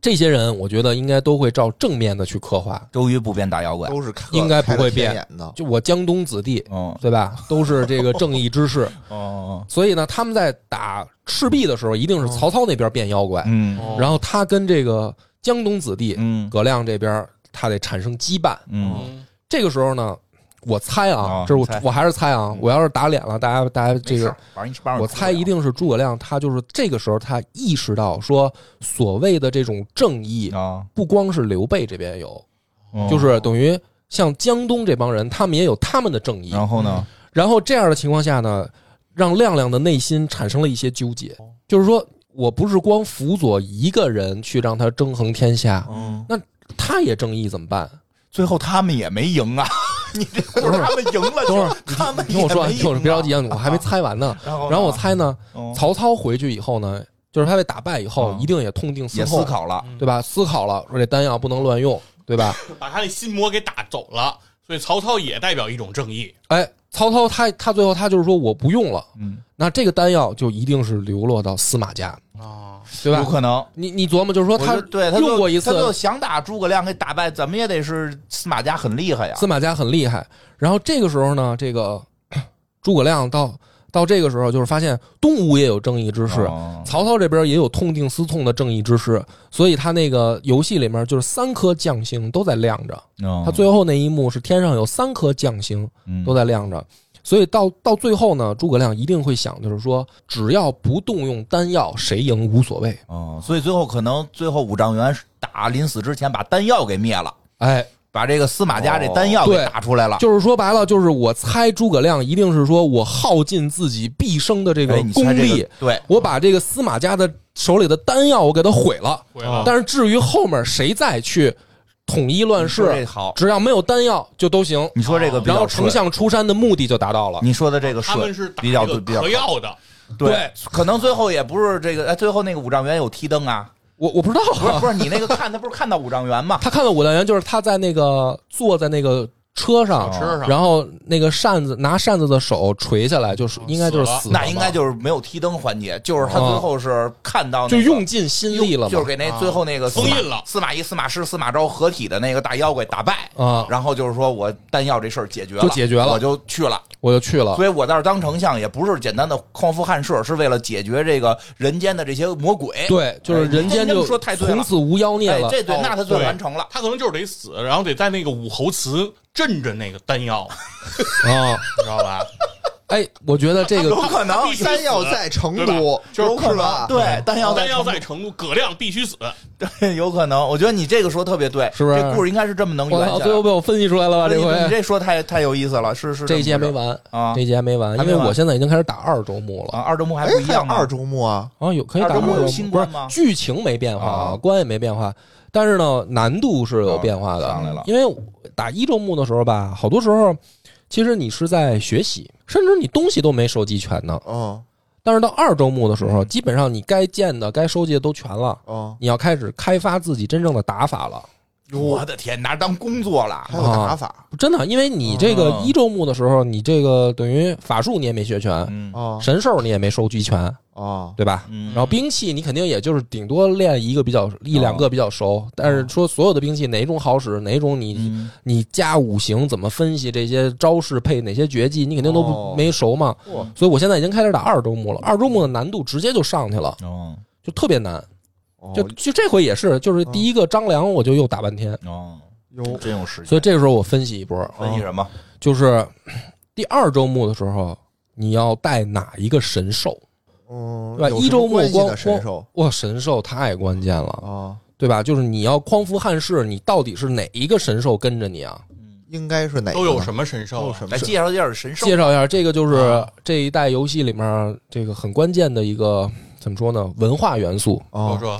[SPEAKER 1] 这些人我觉得应该都会照正面的去刻画，
[SPEAKER 3] 周瑜不变大妖怪。
[SPEAKER 5] 都是看
[SPEAKER 1] 应该不会变
[SPEAKER 5] 开了天眼的，
[SPEAKER 1] 就我江东子弟，
[SPEAKER 3] 嗯
[SPEAKER 1] 对吧？都是这个正义之士。
[SPEAKER 3] 哦
[SPEAKER 1] 所以呢，他们在打赤壁的时候，一定是曹操那边变妖怪，
[SPEAKER 3] 嗯
[SPEAKER 4] 哦
[SPEAKER 1] 然后他跟这个江东子弟
[SPEAKER 3] 嗯
[SPEAKER 1] 葛亮这边，他得产生羁绊。
[SPEAKER 3] 嗯
[SPEAKER 1] 这个时候呢，我猜啊
[SPEAKER 3] 哦，
[SPEAKER 1] 这是我
[SPEAKER 3] 你猜嗯
[SPEAKER 1] 我还是猜啊，我要是打脸了，大家大家这个，
[SPEAKER 3] 反正一般
[SPEAKER 1] 我猜一定是诸葛亮，他就是这个时候他意识到说，所谓的这种正义，
[SPEAKER 3] 啊，
[SPEAKER 1] 不光是刘备这边有，
[SPEAKER 3] 嗯
[SPEAKER 1] 就是等于像江东这帮人，他们也有他们的正义。
[SPEAKER 3] 然后呢？
[SPEAKER 1] 然后这样的情况下呢，让亮亮的内心产生了一些纠结，
[SPEAKER 3] 哦
[SPEAKER 1] 就是说我不是光辅佐一个人去让他争衡天下，
[SPEAKER 3] 嗯，
[SPEAKER 1] 他也正义怎么 办？
[SPEAKER 3] 最后他们也没赢啊！你这故事他们赢了，
[SPEAKER 1] 等会儿
[SPEAKER 3] 他们
[SPEAKER 1] 听我说，
[SPEAKER 3] 也没
[SPEAKER 1] 听我说，
[SPEAKER 3] 赢哦
[SPEAKER 1] 别着急
[SPEAKER 3] 啊。
[SPEAKER 1] 啊，我还没猜完呢。嗯
[SPEAKER 3] 然后
[SPEAKER 1] 然后我猜呢，
[SPEAKER 3] 我
[SPEAKER 1] 曹操回去以后呢，就是他被打败以后，
[SPEAKER 3] 嗯
[SPEAKER 1] 一定也痛定思
[SPEAKER 3] 也
[SPEAKER 1] 痛，
[SPEAKER 3] 思考了，
[SPEAKER 1] 对吧？思考了，说这丹药不能乱用，对吧？
[SPEAKER 4] 把他那心魔给打走了，所以曹操也代表一种正义，
[SPEAKER 1] 哎，曹操他他最后他就是说我不用了，
[SPEAKER 3] 嗯，
[SPEAKER 1] 那这个丹药就一定是流落到司马家，
[SPEAKER 4] 啊，
[SPEAKER 1] 对
[SPEAKER 3] 有
[SPEAKER 1] 吧？
[SPEAKER 3] 可能。
[SPEAKER 1] 你你琢磨，就是说他
[SPEAKER 3] 我就对他就
[SPEAKER 1] 用过一次，
[SPEAKER 3] 他就想打诸葛亮给打败，怎么也得是司马家很厉害呀。
[SPEAKER 1] 司马家很厉害。然后这个时候呢，这个诸葛亮到到这个时候，就是发现东吴也有正义之士，
[SPEAKER 3] 哦
[SPEAKER 1] 曹操这边也有痛定思痛的正义之士，所以他那个游戏里面就是三颗将星都在亮着。
[SPEAKER 3] 哦嗯
[SPEAKER 1] 他最后那一幕是天上有三颗将星
[SPEAKER 2] 嗯
[SPEAKER 1] 都在亮着，所以到到最后呢，诸葛亮一定会想，就是说只要不动用丹药，谁赢无所谓。
[SPEAKER 2] 哦，
[SPEAKER 3] 所以最后可能最后五丈原打临死之前把丹药给灭了，
[SPEAKER 1] 哎，
[SPEAKER 3] 把这个司马家这丹药
[SPEAKER 1] 哦
[SPEAKER 3] 给
[SPEAKER 1] 对
[SPEAKER 3] 打出来了。
[SPEAKER 1] 就是说白了，就是我猜诸葛亮一定是说我耗尽自己毕生的这个
[SPEAKER 3] 哎，你猜
[SPEAKER 1] 功
[SPEAKER 3] 这
[SPEAKER 1] 力，
[SPEAKER 3] 个对，
[SPEAKER 1] 我把这个司马家的手里的丹药我给他毁了。
[SPEAKER 4] 毁
[SPEAKER 3] 哦
[SPEAKER 4] 了
[SPEAKER 1] 哦但是至于后面谁再去统一乱
[SPEAKER 3] 你说这
[SPEAKER 1] 世，
[SPEAKER 3] 好，
[SPEAKER 1] 只要没有丹药就都行。
[SPEAKER 3] 你说这个比
[SPEAKER 1] 啊然后
[SPEAKER 3] 较
[SPEAKER 1] 丞
[SPEAKER 3] 顺，
[SPEAKER 1] 相出山的目的就达到了。
[SPEAKER 3] 你说的这个
[SPEAKER 4] 他们
[SPEAKER 3] 顺
[SPEAKER 4] 是打
[SPEAKER 3] 比较
[SPEAKER 4] 这个
[SPEAKER 3] 比较
[SPEAKER 4] 嗑药的，
[SPEAKER 3] 对，可能最后也不是这个，哎，最后那个五丈原有提 灯啊，
[SPEAKER 1] 我我不知道
[SPEAKER 3] 不是
[SPEAKER 1] 啊，
[SPEAKER 3] 不是你那个看他不是看到五丈 原吗？
[SPEAKER 1] 他看到武当元就是他在那个坐在那个车
[SPEAKER 3] 哦
[SPEAKER 1] 上，
[SPEAKER 4] 车上
[SPEAKER 1] 然后那个扇子拿扇子的手垂下来，就是应该就是死了吧
[SPEAKER 3] 那应该就是没有提灯环节，就是他最后是看到那
[SPEAKER 1] 就
[SPEAKER 3] 个
[SPEAKER 1] 用尽心力了嘛，啊
[SPEAKER 3] 就是给那最后那个司马
[SPEAKER 4] 封印了
[SPEAKER 3] 司马懿、司马师、司马昭合体的那个大妖怪打败，
[SPEAKER 1] 啊，
[SPEAKER 3] 然后就是说我丹药这事儿解决了，
[SPEAKER 1] 就解决了啊
[SPEAKER 3] 我就去了。
[SPEAKER 1] 我就去了。
[SPEAKER 3] 所以我在这儿当丞相也不是简单的匡扶汉室，是为了解决这个人间的这些魔鬼。
[SPEAKER 1] 对，就是人间
[SPEAKER 3] 哎你这
[SPEAKER 1] 就
[SPEAKER 3] 么说太对了
[SPEAKER 1] 从此无妖孽
[SPEAKER 3] 哎，
[SPEAKER 1] 了。
[SPEAKER 3] 这对，
[SPEAKER 4] 哦
[SPEAKER 3] 那他算
[SPEAKER 4] 对
[SPEAKER 3] 完成了。
[SPEAKER 4] 他可能就是得死，然后得在那个武侯祠镇着那个 丹药，
[SPEAKER 1] 啊，
[SPEAKER 4] 你知道吧？
[SPEAKER 1] 哎，我觉得这 个
[SPEAKER 3] 有可能
[SPEAKER 4] 他必须
[SPEAKER 5] 山药
[SPEAKER 4] 死
[SPEAKER 5] 在成
[SPEAKER 4] 对吧
[SPEAKER 5] 都，
[SPEAKER 3] 有可
[SPEAKER 5] 是
[SPEAKER 3] 能，
[SPEAKER 5] 吧？
[SPEAKER 3] 对，丹药
[SPEAKER 4] 丹药
[SPEAKER 3] 在
[SPEAKER 4] 在成都，葛亮必须死。
[SPEAKER 5] 哎
[SPEAKER 3] 对， 有可能。我觉得你这个说特别对，
[SPEAKER 1] 是不是
[SPEAKER 3] 这故事应该是这么能圆
[SPEAKER 1] 我
[SPEAKER 3] 下
[SPEAKER 1] 操，
[SPEAKER 3] 来。
[SPEAKER 1] 最后被我分析出来了吧？这
[SPEAKER 3] 你你
[SPEAKER 1] 回
[SPEAKER 3] 这说太太有意思了，是是
[SPEAKER 1] 这一
[SPEAKER 3] 节
[SPEAKER 1] 节没完，
[SPEAKER 3] 啊
[SPEAKER 1] 这一节没完，
[SPEAKER 3] 还
[SPEAKER 1] 因
[SPEAKER 3] 没
[SPEAKER 1] 为
[SPEAKER 3] 完
[SPEAKER 1] 我现在已经开始打二周目了
[SPEAKER 3] 啊，二周目还
[SPEAKER 5] 哎
[SPEAKER 3] 不一
[SPEAKER 5] 还有
[SPEAKER 3] 样吗
[SPEAKER 5] 二周目啊，
[SPEAKER 1] 啊，有可以打
[SPEAKER 3] 二周目有
[SPEAKER 1] 目
[SPEAKER 3] 新
[SPEAKER 1] 不是
[SPEAKER 3] 关吗
[SPEAKER 1] 剧情没变化啊，
[SPEAKER 3] 啊
[SPEAKER 1] 关也没变化，但是呢，难度是有变化的。
[SPEAKER 3] 啊上来了
[SPEAKER 1] 因为打一周目的时候吧，好多时候其实你是在学习，甚至你东西都没收集全呢。
[SPEAKER 5] 嗯
[SPEAKER 1] 但是到二周目的时
[SPEAKER 3] 嗯
[SPEAKER 1] 候，基本上你该建的、该收集的都全了，
[SPEAKER 5] 嗯，
[SPEAKER 1] 你要开始开发自己真正的打法了。
[SPEAKER 3] 我的天，拿着当工作了。
[SPEAKER 5] 还有打法
[SPEAKER 1] 真的，因为你这个
[SPEAKER 3] 哦
[SPEAKER 1] 一周目的时候，你这个等于法术你也没学全，
[SPEAKER 3] 嗯
[SPEAKER 5] 啊
[SPEAKER 1] 神兽你也没收集全，
[SPEAKER 5] 啊，
[SPEAKER 1] 对吧？
[SPEAKER 3] 嗯
[SPEAKER 1] 然后兵器你肯定也就是顶多练一个比较一两个比较熟，但是说所有的兵器哪一种好使，哪一种你
[SPEAKER 3] 嗯
[SPEAKER 1] 你加五行怎么分析这些招式配哪些绝技，你肯定都
[SPEAKER 5] 哦
[SPEAKER 1] 不没熟嘛。
[SPEAKER 5] 嚯
[SPEAKER 1] 所以我现在已经开始打二周目了，二周目的难度直接就上去了，
[SPEAKER 2] 哦
[SPEAKER 1] 就特别难。
[SPEAKER 5] 哦
[SPEAKER 1] 就就这回也是，就是第一个张良我就又打半
[SPEAKER 3] 嗯
[SPEAKER 1] 天，
[SPEAKER 2] 哦，
[SPEAKER 5] 有
[SPEAKER 2] 真有时间，
[SPEAKER 1] 所以这个时候我分析一波，
[SPEAKER 3] 分析什么？
[SPEAKER 1] 就是第二周目的时候，你要带哪一个神兽，
[SPEAKER 5] 嗯
[SPEAKER 1] 对吧？
[SPEAKER 5] 有
[SPEAKER 1] 一
[SPEAKER 5] 什么
[SPEAKER 1] 周目
[SPEAKER 5] 关系
[SPEAKER 1] 光
[SPEAKER 5] 呢神兽
[SPEAKER 1] 光哇，神兽太关键了，
[SPEAKER 5] 啊，
[SPEAKER 1] 对吧？就是你要匡扶汉室，你到底是哪一个神兽跟着你啊？
[SPEAKER 5] 应该是哪
[SPEAKER 4] 都有什
[SPEAKER 5] 么
[SPEAKER 4] 么神兽
[SPEAKER 5] 都有
[SPEAKER 4] 啊？
[SPEAKER 5] 什么
[SPEAKER 3] 来？介绍介绍神兽
[SPEAKER 1] 介绍一下，这个就是这一代游戏里面这个很关键的一个怎么说呢？文化元素
[SPEAKER 4] 我
[SPEAKER 5] 啊
[SPEAKER 4] 说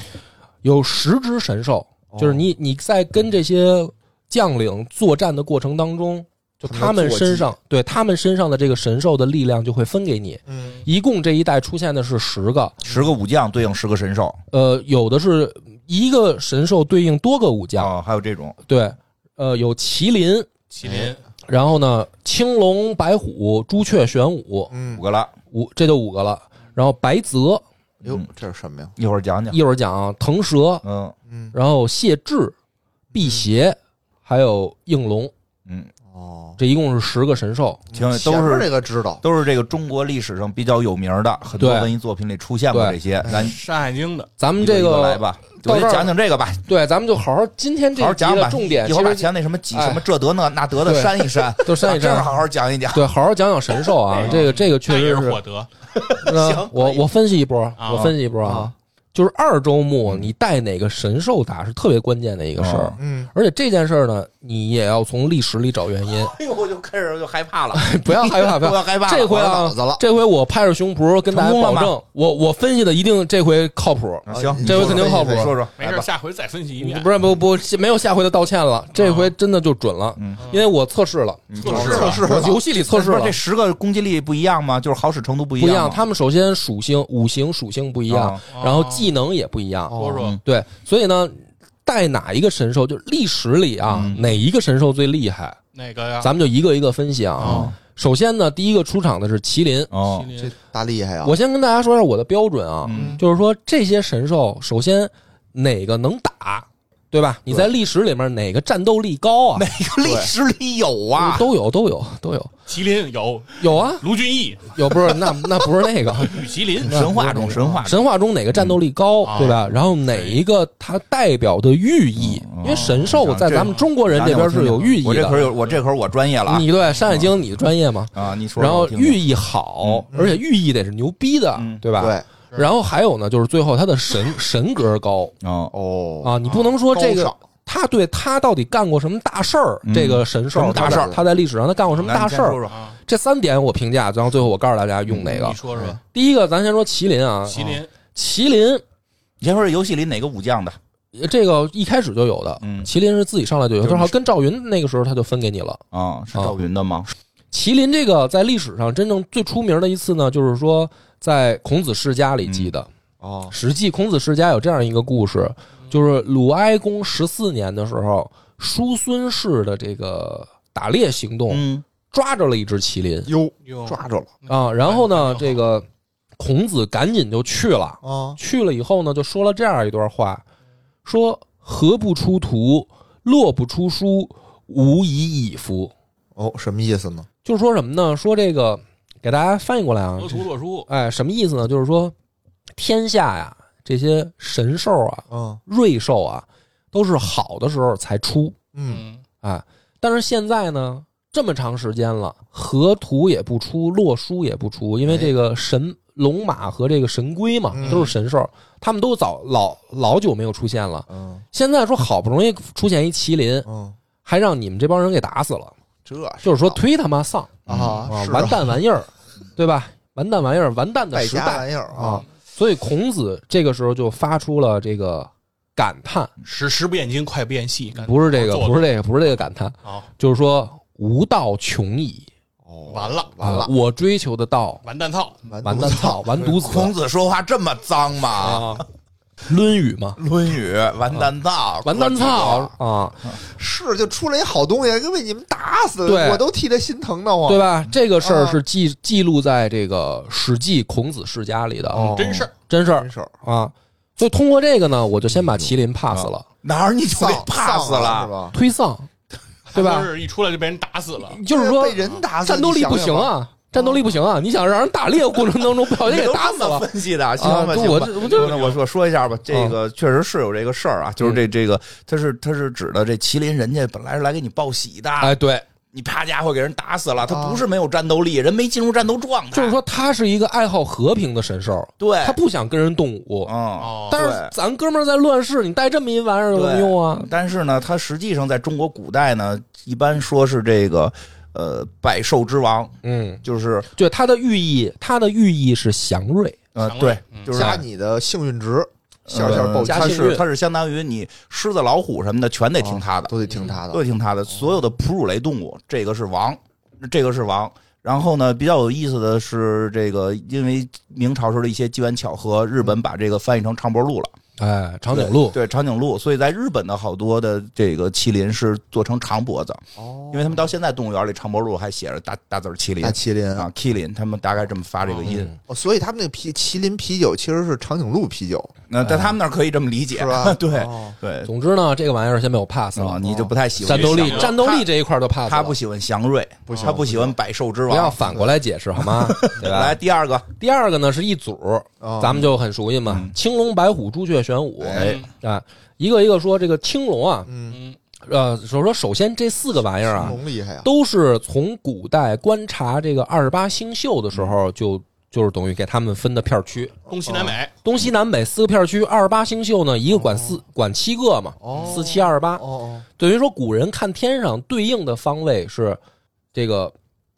[SPEAKER 1] 有十只神兽，
[SPEAKER 5] 哦
[SPEAKER 1] 就是你你在跟这些将领作战的过程当中。就他们身上，对他们身上的这个神兽的力量就会分给你。
[SPEAKER 5] 嗯
[SPEAKER 1] 一共这一代出现的是十个，
[SPEAKER 3] 十个武将对应十个神兽
[SPEAKER 1] 呃，有的是一个神兽对应多个武将，
[SPEAKER 3] 啊，还有这种
[SPEAKER 1] 对，呃，有麒麟，
[SPEAKER 4] 麒麟
[SPEAKER 1] 然后呢，青龙、白虎、朱雀、玄武，
[SPEAKER 5] 嗯
[SPEAKER 3] 五，个了，
[SPEAKER 1] 五这就五个了。然后白泽
[SPEAKER 5] 哟，这是什么呀？
[SPEAKER 3] 一会儿讲讲。
[SPEAKER 1] 一会儿讲啊，腾蛇，
[SPEAKER 3] 嗯
[SPEAKER 5] 嗯
[SPEAKER 1] 然后谢志、辟邪，还有应龙，
[SPEAKER 3] 嗯，
[SPEAKER 5] 哦，
[SPEAKER 1] 这一共是十个神兽。
[SPEAKER 3] 请问
[SPEAKER 5] 前
[SPEAKER 3] 嗯都
[SPEAKER 5] 面
[SPEAKER 3] 是
[SPEAKER 5] 这个知道，
[SPEAKER 3] 都是这个中国历史上比较有名的很多
[SPEAKER 1] 对
[SPEAKER 3] 文艺作品里出现过
[SPEAKER 1] 对
[SPEAKER 3] 这些，
[SPEAKER 5] 哎
[SPEAKER 3] 咱
[SPEAKER 4] 《山海经》的，
[SPEAKER 1] 咱们
[SPEAKER 3] 一个
[SPEAKER 1] 这
[SPEAKER 3] 一个来
[SPEAKER 1] 个
[SPEAKER 3] 吧，我
[SPEAKER 1] 到这
[SPEAKER 3] 先
[SPEAKER 1] 儿
[SPEAKER 3] 讲讲这个吧，
[SPEAKER 1] 对，咱们就好好今天这
[SPEAKER 3] 好好
[SPEAKER 1] 一集
[SPEAKER 3] 讲吧
[SPEAKER 1] 的重点，
[SPEAKER 3] 一会
[SPEAKER 1] 其
[SPEAKER 3] 儿把
[SPEAKER 1] 实
[SPEAKER 3] 前那什么几
[SPEAKER 1] 哎
[SPEAKER 3] 什么这德那那德的
[SPEAKER 1] 对
[SPEAKER 3] 删一 删，啊
[SPEAKER 1] 都删一
[SPEAKER 3] 这儿
[SPEAKER 1] 删。
[SPEAKER 3] 好哎好讲一讲。
[SPEAKER 1] 对，好好讲讲神兽啊，这个这个确
[SPEAKER 4] 他也
[SPEAKER 1] 实
[SPEAKER 4] 是
[SPEAKER 1] 是
[SPEAKER 4] 获得
[SPEAKER 1] 那
[SPEAKER 3] 行
[SPEAKER 1] 我我分析一波，
[SPEAKER 4] 啊
[SPEAKER 1] 我分析一波啊
[SPEAKER 5] 啊，
[SPEAKER 1] 就是二周目你带哪个神兽打是特别关键的一个
[SPEAKER 3] 哦
[SPEAKER 1] 事儿，
[SPEAKER 5] 嗯，
[SPEAKER 1] 而且这件事儿呢，你也要从历史里找原因，
[SPEAKER 3] 哎呦，我就开始就害怕了，
[SPEAKER 1] 不要害 怕，不
[SPEAKER 3] 我
[SPEAKER 1] 要
[SPEAKER 3] 要害怕了。
[SPEAKER 1] 这回
[SPEAKER 5] 我要
[SPEAKER 1] 啊
[SPEAKER 5] 脑子了，
[SPEAKER 1] 这回我拍着胸脯跟大家
[SPEAKER 3] 成功
[SPEAKER 1] 保
[SPEAKER 3] 了吗
[SPEAKER 1] 证，我我分析的一定这回靠谱，
[SPEAKER 3] 啊行，
[SPEAKER 5] 你
[SPEAKER 1] 这回
[SPEAKER 5] 说
[SPEAKER 1] 肯定
[SPEAKER 5] 说
[SPEAKER 1] 靠
[SPEAKER 5] 分
[SPEAKER 1] 谱
[SPEAKER 5] 析分析
[SPEAKER 3] 说说
[SPEAKER 4] 没事，下回再分析一遍。
[SPEAKER 1] 不是不不没有下回的道歉了，这回真的就准了，
[SPEAKER 3] 嗯
[SPEAKER 1] 因为我测试了，
[SPEAKER 4] 测试
[SPEAKER 5] 测
[SPEAKER 4] 了
[SPEAKER 5] 试
[SPEAKER 1] 我
[SPEAKER 5] 了
[SPEAKER 1] 游戏里测试
[SPEAKER 3] 不是
[SPEAKER 1] 了
[SPEAKER 3] 这。十个攻击力不一样吗？就是好使程度不一
[SPEAKER 1] 不一
[SPEAKER 3] 样
[SPEAKER 1] 样，
[SPEAKER 3] 吗，
[SPEAKER 1] 他们首先属性、五行属性不一样
[SPEAKER 3] 啊，
[SPEAKER 1] 然后技能也不一样，
[SPEAKER 4] 说说
[SPEAKER 5] 哦
[SPEAKER 3] 嗯
[SPEAKER 1] 对，所以呢，带哪一个神兽，就是历史里啊，
[SPEAKER 3] 嗯
[SPEAKER 1] 哪一个神兽最厉害，
[SPEAKER 4] 哪个呀？
[SPEAKER 1] 咱们就一个一个分析啊。
[SPEAKER 4] 啊哦
[SPEAKER 1] 首先呢，第一个出场的是麒麟，
[SPEAKER 3] 哦
[SPEAKER 4] 麒，麟
[SPEAKER 5] 这大厉害呀！
[SPEAKER 1] 我先跟大家 说一下我的标准啊，
[SPEAKER 3] 嗯
[SPEAKER 1] 就是说这些神兽，首先哪个能打，对吧？你在历史里面哪个战斗力高啊？
[SPEAKER 3] 个历史里有啊？
[SPEAKER 1] 都有，都有，都有，
[SPEAKER 4] 麒麟有
[SPEAKER 1] 有啊，
[SPEAKER 4] 卢俊义、
[SPEAKER 1] 有不是？那那不是那个，
[SPEAKER 4] 吕麒
[SPEAKER 1] 嗯
[SPEAKER 4] 麟，
[SPEAKER 3] 嗯神话中，神话中，
[SPEAKER 1] 神话中哪个战斗力高，
[SPEAKER 4] 嗯
[SPEAKER 1] 对吧？然后哪一个它代表的寓意？因为神兽在咱们中国人这边是有寓意
[SPEAKER 3] 我这可
[SPEAKER 1] 的。
[SPEAKER 3] 有，我这可是我专业了啊
[SPEAKER 1] 你对《山海经》你的专业嘛？
[SPEAKER 3] 啊！你说说，
[SPEAKER 1] 然后
[SPEAKER 3] 我听听
[SPEAKER 1] 寓意好，而且寓意得是牛逼的，对吧？
[SPEAKER 5] 对，
[SPEAKER 1] 然后还有呢，就是最后它的神 神格高
[SPEAKER 3] 哦，
[SPEAKER 5] 哦，
[SPEAKER 1] 啊，你不能说这
[SPEAKER 5] 高
[SPEAKER 1] 个
[SPEAKER 5] 尚
[SPEAKER 1] 他对他到底干过什么大事儿？这个神
[SPEAKER 3] 嗯什
[SPEAKER 1] 兽
[SPEAKER 3] 么大事儿
[SPEAKER 1] 他在他在历史上他干过什么
[SPEAKER 3] 那
[SPEAKER 1] 大
[SPEAKER 3] 你先
[SPEAKER 1] 事
[SPEAKER 3] 说
[SPEAKER 1] 儿？
[SPEAKER 3] 说
[SPEAKER 1] 这三点我评价，然后最后我告诉大家用哪个
[SPEAKER 4] 啊
[SPEAKER 3] 嗯
[SPEAKER 4] 你。说说
[SPEAKER 1] 第一个，咱先说麒麟啊，
[SPEAKER 4] 麒麟，
[SPEAKER 1] 麒麟
[SPEAKER 3] 你先说这游戏里哪个武将的？
[SPEAKER 1] 这个一开始就有的，
[SPEAKER 3] 嗯
[SPEAKER 1] 麒麟是自己上来就有，正好跟赵云那个时候他就分给你了。
[SPEAKER 3] 啊，是
[SPEAKER 1] 啊
[SPEAKER 3] 赵云的吗？
[SPEAKER 1] 麒麟这个在历史上真正最出名的一次呢，就是说在孔子世家里记的，
[SPEAKER 5] 哦
[SPEAKER 1] 《史记·孔子世家》有这样一个故事，
[SPEAKER 4] 嗯
[SPEAKER 1] 就是鲁哀公十四年的时候，叔孙氏的这个打猎行动
[SPEAKER 3] 嗯，
[SPEAKER 1] 抓着了一只麒麟
[SPEAKER 5] 哟，
[SPEAKER 4] 哟
[SPEAKER 5] 抓着了
[SPEAKER 1] 啊，然后呢，
[SPEAKER 4] 嗯
[SPEAKER 1] 这个孔子赶紧就去了，
[SPEAKER 5] 啊，
[SPEAKER 1] 去了以后呢，就说了这样一段话，说何不出图，落不出书，无以以服。
[SPEAKER 5] 哦，什么意思呢？
[SPEAKER 1] 就是说什么呢？说这个给大家翻译过来啊
[SPEAKER 4] 河，图洛书，
[SPEAKER 1] 哎，什么意思呢？就是说天下呀，这些神兽啊，
[SPEAKER 5] 嗯
[SPEAKER 1] 瑞兽啊，都是好的时候才出
[SPEAKER 5] 嗯，
[SPEAKER 4] 嗯，
[SPEAKER 1] 啊。但是现在呢，这么长时间了，河图也不出，洛书也不出，因为这个神龙马和这个神龟嘛，
[SPEAKER 5] 嗯
[SPEAKER 1] 都是神兽，他们都早老老久没有出现了。
[SPEAKER 5] 嗯
[SPEAKER 1] 现在说好不容易出现一麒麟，
[SPEAKER 5] 嗯，
[SPEAKER 1] 还让你们这帮人给打死了，
[SPEAKER 5] 这是
[SPEAKER 1] 就是说忒他妈丧
[SPEAKER 5] 啊
[SPEAKER 1] 啊，
[SPEAKER 5] 是啊
[SPEAKER 1] 完蛋玩意 儿，对吧？完蛋玩意儿，完蛋的
[SPEAKER 5] 败
[SPEAKER 1] 时
[SPEAKER 5] 家
[SPEAKER 1] 代
[SPEAKER 5] 玩意儿啊
[SPEAKER 1] 啊！所以孔子这个时候就发出了这个感叹，
[SPEAKER 4] 时嗯时不厌精，快不厌细，干
[SPEAKER 1] 不是这个，
[SPEAKER 4] 做的
[SPEAKER 1] 不是这个，不是这个感叹，
[SPEAKER 4] 啊，
[SPEAKER 1] 就是说无道穷矣。
[SPEAKER 5] 哦
[SPEAKER 4] 完了，
[SPEAKER 5] 完了
[SPEAKER 1] 啊我追求的道，
[SPEAKER 4] 完蛋套，
[SPEAKER 1] 完蛋操，完犊子。
[SPEAKER 3] 孔子说话这么脏吗？
[SPEAKER 1] 哦啊，《论语》嘛，
[SPEAKER 3] 《论语》完蛋操，
[SPEAKER 1] 完蛋操啊，
[SPEAKER 5] 是就出了一好东西，就被你们打死，
[SPEAKER 1] 对
[SPEAKER 5] 我都替他心疼的慌。
[SPEAKER 1] 对吧？这个事儿是记记录在这个《史记·孔子世家》里的啊，
[SPEAKER 5] 哦
[SPEAKER 4] 真事儿，
[SPEAKER 1] 真事儿
[SPEAKER 5] 真事儿，
[SPEAKER 1] 啊。所以通过这个呢，我就先把麒麟 pass 了，
[SPEAKER 3] 哪儿你就
[SPEAKER 5] 丧
[SPEAKER 3] 给 pass
[SPEAKER 5] 丧
[SPEAKER 3] 了
[SPEAKER 5] 是？吧？
[SPEAKER 1] 推丧，对
[SPEAKER 4] 他
[SPEAKER 1] 吧
[SPEAKER 4] 不？是一出来就被人打死了，
[SPEAKER 1] 就是说
[SPEAKER 5] 被人打死，
[SPEAKER 1] 战斗力不行啊，战斗力不行啊！你想让人打猎的过程当中不 小心给打死
[SPEAKER 3] 你都这么
[SPEAKER 1] 了
[SPEAKER 3] 分析的，行
[SPEAKER 1] 啊
[SPEAKER 3] 吧？？
[SPEAKER 1] 我
[SPEAKER 3] 行吧嗯
[SPEAKER 1] 这我
[SPEAKER 3] 就
[SPEAKER 1] 这
[SPEAKER 3] 是我我说一下吧，这个确实是有这个事儿啊，就是这这个，他是他是指的这麒麟，人家本来是来给你报喜的，
[SPEAKER 1] 哎，对，
[SPEAKER 3] 你啪家伙给人打死了，他不是没有战斗力，人没进入战斗状态，
[SPEAKER 1] 就是说他是一个爱好和平的神兽，
[SPEAKER 3] 对，
[SPEAKER 1] 他不想跟人动武。
[SPEAKER 3] 嗯，
[SPEAKER 4] 哦，
[SPEAKER 1] 但是
[SPEAKER 3] 对
[SPEAKER 1] 咱哥们儿在乱世，你带这么一玩意儿有什么用啊？
[SPEAKER 3] 但是呢，他实际上在中国古代呢，一般说是这个呃百兽之王，
[SPEAKER 1] 嗯，
[SPEAKER 3] 就是
[SPEAKER 1] 对，它的寓意，它的寓意是祥瑞。
[SPEAKER 3] 呃
[SPEAKER 4] 强
[SPEAKER 3] 对
[SPEAKER 4] 了，嗯
[SPEAKER 3] 就是
[SPEAKER 5] 加你的幸运值，小小
[SPEAKER 3] 呃
[SPEAKER 5] 报
[SPEAKER 1] 加
[SPEAKER 3] 他
[SPEAKER 1] 幸运
[SPEAKER 3] 是他是相当于你狮子老虎什么的全得
[SPEAKER 1] 哦
[SPEAKER 3] 听他的，
[SPEAKER 5] 都得听他
[SPEAKER 3] 都
[SPEAKER 5] 的。
[SPEAKER 3] 得听他的，所有的哺乳类动物，这个是王，这个是王。然后呢，比较有意思的是，这个因为明朝时候的一些机缘巧合，日本把这个翻译成长脖鹿了，
[SPEAKER 1] 哎，长颈鹿，
[SPEAKER 3] 对长颈鹿，所以在日本的好多的这个麒麟是做成长脖子，
[SPEAKER 5] 哦
[SPEAKER 3] 因为他们到现在动物园里长脖鹿还写着大大字儿麒麟
[SPEAKER 5] 大麒麟
[SPEAKER 3] 啊，麒麟，他们大概这么发这个音。
[SPEAKER 1] 嗯
[SPEAKER 5] 哦，所以他们那啤麒麟啤酒其实是长颈鹿啤酒，
[SPEAKER 3] 那在他们那儿可以这么理解，
[SPEAKER 5] 是吧？
[SPEAKER 3] 对
[SPEAKER 5] 哦
[SPEAKER 3] 对，
[SPEAKER 1] 总之呢，这个玩意儿先被我 pass
[SPEAKER 3] 啊，
[SPEAKER 1] 了。
[SPEAKER 3] 你就不太喜欢
[SPEAKER 1] 战斗力，
[SPEAKER 3] 祥瑞
[SPEAKER 1] 战斗力这一块儿就 pass 了。
[SPEAKER 3] 他不喜欢祥瑞，他不喜欢百兽之
[SPEAKER 1] 不要
[SPEAKER 3] 王。
[SPEAKER 1] 反过来解释好 吗？对吧？
[SPEAKER 3] 来第二个，
[SPEAKER 1] 第二个呢是一组，
[SPEAKER 5] 哦
[SPEAKER 1] 咱们就很熟悉嘛，青龙、白虎、朱雀、玄武，
[SPEAKER 3] 嗯哎，
[SPEAKER 1] 啊，一个一个说这个青龙啊，
[SPEAKER 4] 嗯，
[SPEAKER 1] 呃，首说首先这四个玩意儿
[SPEAKER 3] 嗯
[SPEAKER 1] 啊，
[SPEAKER 5] 龙厉害啊！
[SPEAKER 1] 都是从古代观察这个二十八星宿的时候就就是等于给他们分的片儿区，
[SPEAKER 4] 东西南北，
[SPEAKER 1] 东西南北四个片儿区，二十八星宿呢一个管四管七个嘛，四七二十八，
[SPEAKER 5] 哦
[SPEAKER 1] 等于说古人看天上对应的方位是这个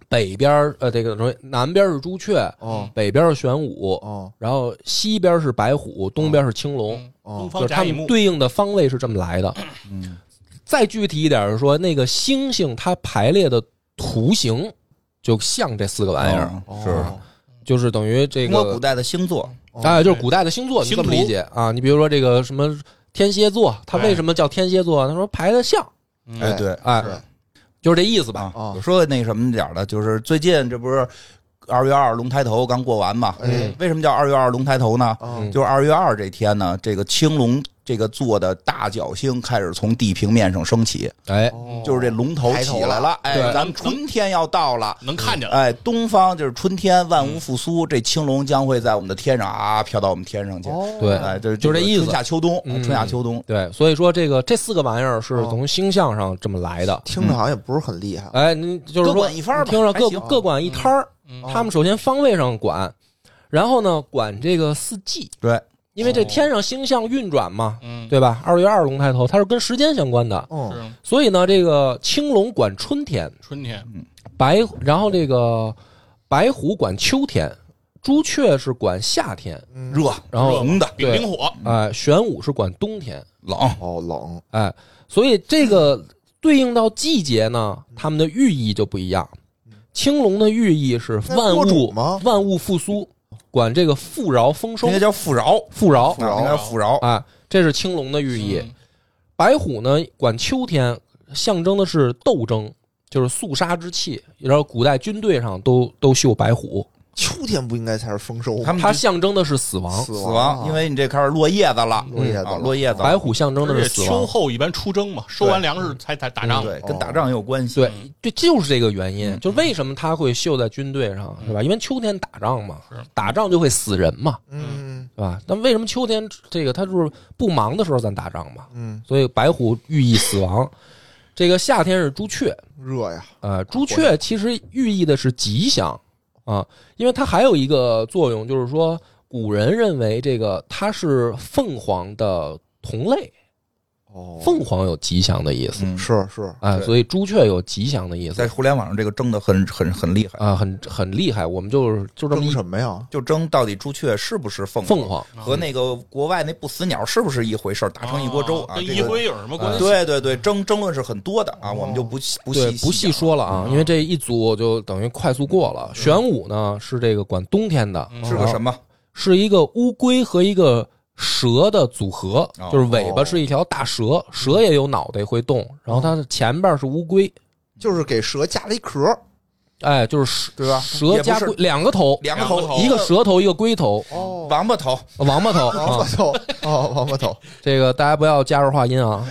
[SPEAKER 1] 北边儿呃这个什么南边儿是朱雀，
[SPEAKER 5] 哦
[SPEAKER 1] 北边儿是玄武
[SPEAKER 5] 哦，哦
[SPEAKER 1] 然后西边是白虎，东边是青龙，
[SPEAKER 4] 嗯
[SPEAKER 5] 哦
[SPEAKER 4] 东
[SPEAKER 1] 就是
[SPEAKER 4] 方
[SPEAKER 1] 他
[SPEAKER 4] 甲乙
[SPEAKER 1] 们
[SPEAKER 4] 木，
[SPEAKER 1] 对应的方位是这么来的。
[SPEAKER 3] 嗯
[SPEAKER 1] 再具体一点是说，那个星星它排列的图形就像这四个玩意儿，
[SPEAKER 3] 嗯是
[SPEAKER 5] 哦
[SPEAKER 1] 就是等于这
[SPEAKER 3] 中国古
[SPEAKER 1] 个
[SPEAKER 3] 代哦的星座，
[SPEAKER 1] 哎，就是古代的星座，你
[SPEAKER 4] 星
[SPEAKER 1] 这么
[SPEAKER 4] 图
[SPEAKER 1] 理解啊？你比如说这个什么天蝎座，
[SPEAKER 3] 哎
[SPEAKER 1] 它为什么叫天蝎座？他说排的像，
[SPEAKER 4] 嗯
[SPEAKER 5] 哎
[SPEAKER 3] 对
[SPEAKER 1] 哎
[SPEAKER 5] 是，
[SPEAKER 1] 就是这意思吧？
[SPEAKER 3] 啊
[SPEAKER 5] 哦
[SPEAKER 3] 我说那什么点儿的，就是最近这不是二月二龙抬头刚过完嘛？
[SPEAKER 5] 嗯
[SPEAKER 3] 为什么叫二月二龙抬头呢？
[SPEAKER 5] 嗯
[SPEAKER 3] 就是二月二这天呢，这个青龙这个座的大角星开始从地平面上升起，
[SPEAKER 1] 哎，
[SPEAKER 5] 哦
[SPEAKER 3] 就是这龙头
[SPEAKER 5] 抬头
[SPEAKER 3] 起来了，哎
[SPEAKER 1] 对，
[SPEAKER 3] 咱们春天要到了。
[SPEAKER 4] 能看见了。
[SPEAKER 3] 哎，东方就是春天，万
[SPEAKER 5] 嗯
[SPEAKER 3] 物复苏，这青龙将会在我们的天上啊飘到我们天上去。
[SPEAKER 5] 哦
[SPEAKER 1] 对
[SPEAKER 3] 哎，就是
[SPEAKER 1] 就这
[SPEAKER 3] 个
[SPEAKER 1] 意思
[SPEAKER 3] 春夏秋冬，
[SPEAKER 1] 嗯
[SPEAKER 3] 春夏秋冬，
[SPEAKER 1] 对，所以说这个这四个玩意儿是
[SPEAKER 5] 哦
[SPEAKER 1] 从星象上这么来的。
[SPEAKER 5] 听着好像也不是很厉害。
[SPEAKER 1] 哎，你就是
[SPEAKER 3] 哦各
[SPEAKER 1] 说
[SPEAKER 3] 管，一方吧，
[SPEAKER 1] 听着
[SPEAKER 3] 还
[SPEAKER 1] 各
[SPEAKER 3] 行嗯
[SPEAKER 1] 各管一摊儿，他们首先方位上管，然后呢管这个四季，
[SPEAKER 3] 对，
[SPEAKER 1] 因为这
[SPEAKER 4] 哦
[SPEAKER 1] 天上星象运转嘛，
[SPEAKER 4] 嗯，
[SPEAKER 1] 对吧？二月二龙抬头，它是跟时间相关的，
[SPEAKER 5] 嗯，
[SPEAKER 4] 是
[SPEAKER 1] 所以呢，这个青龙管春天，
[SPEAKER 4] 春天，
[SPEAKER 1] 白然后这个白虎管秋天，朱雀是管夏天，
[SPEAKER 3] 热
[SPEAKER 1] 然后
[SPEAKER 3] 红的
[SPEAKER 4] 丙
[SPEAKER 1] 对
[SPEAKER 4] 丁火，
[SPEAKER 1] 哎，玄武是管冬天，
[SPEAKER 3] 冷，
[SPEAKER 5] 哦，冷，
[SPEAKER 1] 哎，所以这个对应到季节呢，它们的寓意就不一样。青龙的寓意是
[SPEAKER 5] 那
[SPEAKER 1] 万
[SPEAKER 5] 多
[SPEAKER 1] 物
[SPEAKER 5] 种吗
[SPEAKER 1] 万物复苏，管这个富饶丰收
[SPEAKER 3] 应该，叫富饶，
[SPEAKER 1] 富饶
[SPEAKER 3] 啊应该叫富饶，
[SPEAKER 1] 啊，这是青龙的寓意。
[SPEAKER 4] 嗯
[SPEAKER 1] 白虎呢，管秋天，象征的是斗争，就是肃杀之气。然后古代军队上都都绣白虎，
[SPEAKER 5] 秋天不应该才是丰收吗？
[SPEAKER 3] 他们
[SPEAKER 1] 它
[SPEAKER 3] 就
[SPEAKER 1] 象征的是死亡。
[SPEAKER 5] 死
[SPEAKER 3] 死
[SPEAKER 5] 亡啊，
[SPEAKER 3] 亡，因为你这开始落叶子了，
[SPEAKER 5] 落叶子
[SPEAKER 3] 啊
[SPEAKER 5] 了，
[SPEAKER 3] 落叶子
[SPEAKER 1] 白虎象征的
[SPEAKER 4] 而
[SPEAKER 1] 是
[SPEAKER 4] 且
[SPEAKER 1] 死
[SPEAKER 4] 秋
[SPEAKER 1] 亡。
[SPEAKER 4] 后一般出征嘛，收完粮食才打打仗。
[SPEAKER 3] 对，
[SPEAKER 5] 哦
[SPEAKER 3] 跟打仗有关系，
[SPEAKER 1] 对，
[SPEAKER 4] 嗯
[SPEAKER 1] 这就是这个原因，就为什么他会绣在军队上，是吧？因为秋天打仗嘛
[SPEAKER 4] 是，
[SPEAKER 1] 打仗就会死人嘛，
[SPEAKER 5] 嗯
[SPEAKER 1] 对吧？那为什么秋天这个他就是不忙的时候咱打仗嘛？
[SPEAKER 5] 嗯，
[SPEAKER 1] 所以白虎寓意死亡，这个夏天是朱雀，
[SPEAKER 5] 热呀，
[SPEAKER 3] 啊
[SPEAKER 1] 呃，朱雀其实寓意的是吉祥啊，因为它还有一个作用，就是说古人认为这个它是凤凰的同类，
[SPEAKER 5] 哦，
[SPEAKER 1] 凤凰有吉祥的意思，
[SPEAKER 3] 嗯，
[SPEAKER 5] 是是，
[SPEAKER 1] 啊，
[SPEAKER 3] 对
[SPEAKER 1] 所以朱雀有吉祥的意思
[SPEAKER 3] 在互联网上这个争的很很很厉害，
[SPEAKER 1] 啊，很很厉害。我们就是就这么
[SPEAKER 5] 争
[SPEAKER 1] 一
[SPEAKER 5] 什么嗯呀？
[SPEAKER 3] 就争到底朱雀是不是凤
[SPEAKER 1] 凤凰，
[SPEAKER 3] 和那个国外那不死鸟是不是一回事儿，打成一锅粥啊，
[SPEAKER 4] 啊跟
[SPEAKER 3] 这
[SPEAKER 4] 一
[SPEAKER 3] 个
[SPEAKER 4] 辉有什么关系？
[SPEAKER 3] 对对对，争争论是很多的啊，我们就不细不
[SPEAKER 1] 对
[SPEAKER 3] 细嗯
[SPEAKER 1] 不细
[SPEAKER 3] 细讲
[SPEAKER 1] 说了啊，因为这一组就等于快速过
[SPEAKER 3] 嗯
[SPEAKER 1] 了。玄武呢是这个管冬天的，
[SPEAKER 4] 嗯
[SPEAKER 3] 是个什么
[SPEAKER 1] 是一个乌龟和一个蛇的组合
[SPEAKER 3] 哦，
[SPEAKER 1] 就是尾巴是一条大蛇，蛇也有脑袋会动，然后它的前边是乌龟，
[SPEAKER 5] 就是给蛇加了一壳，
[SPEAKER 1] 哎，就是蛇
[SPEAKER 5] 对吧
[SPEAKER 1] 蛇加
[SPEAKER 3] 也不
[SPEAKER 1] 龟
[SPEAKER 3] 是
[SPEAKER 1] 两个头，
[SPEAKER 3] 两个
[SPEAKER 4] 两个
[SPEAKER 3] 头
[SPEAKER 4] 头
[SPEAKER 1] 一个蛇头一个龟头，
[SPEAKER 5] 哦，
[SPEAKER 3] 王八头，
[SPEAKER 1] 王八头
[SPEAKER 5] 王八
[SPEAKER 1] 啊，
[SPEAKER 5] 头，哦，王八头，
[SPEAKER 1] 这个大家不要加入化音啊。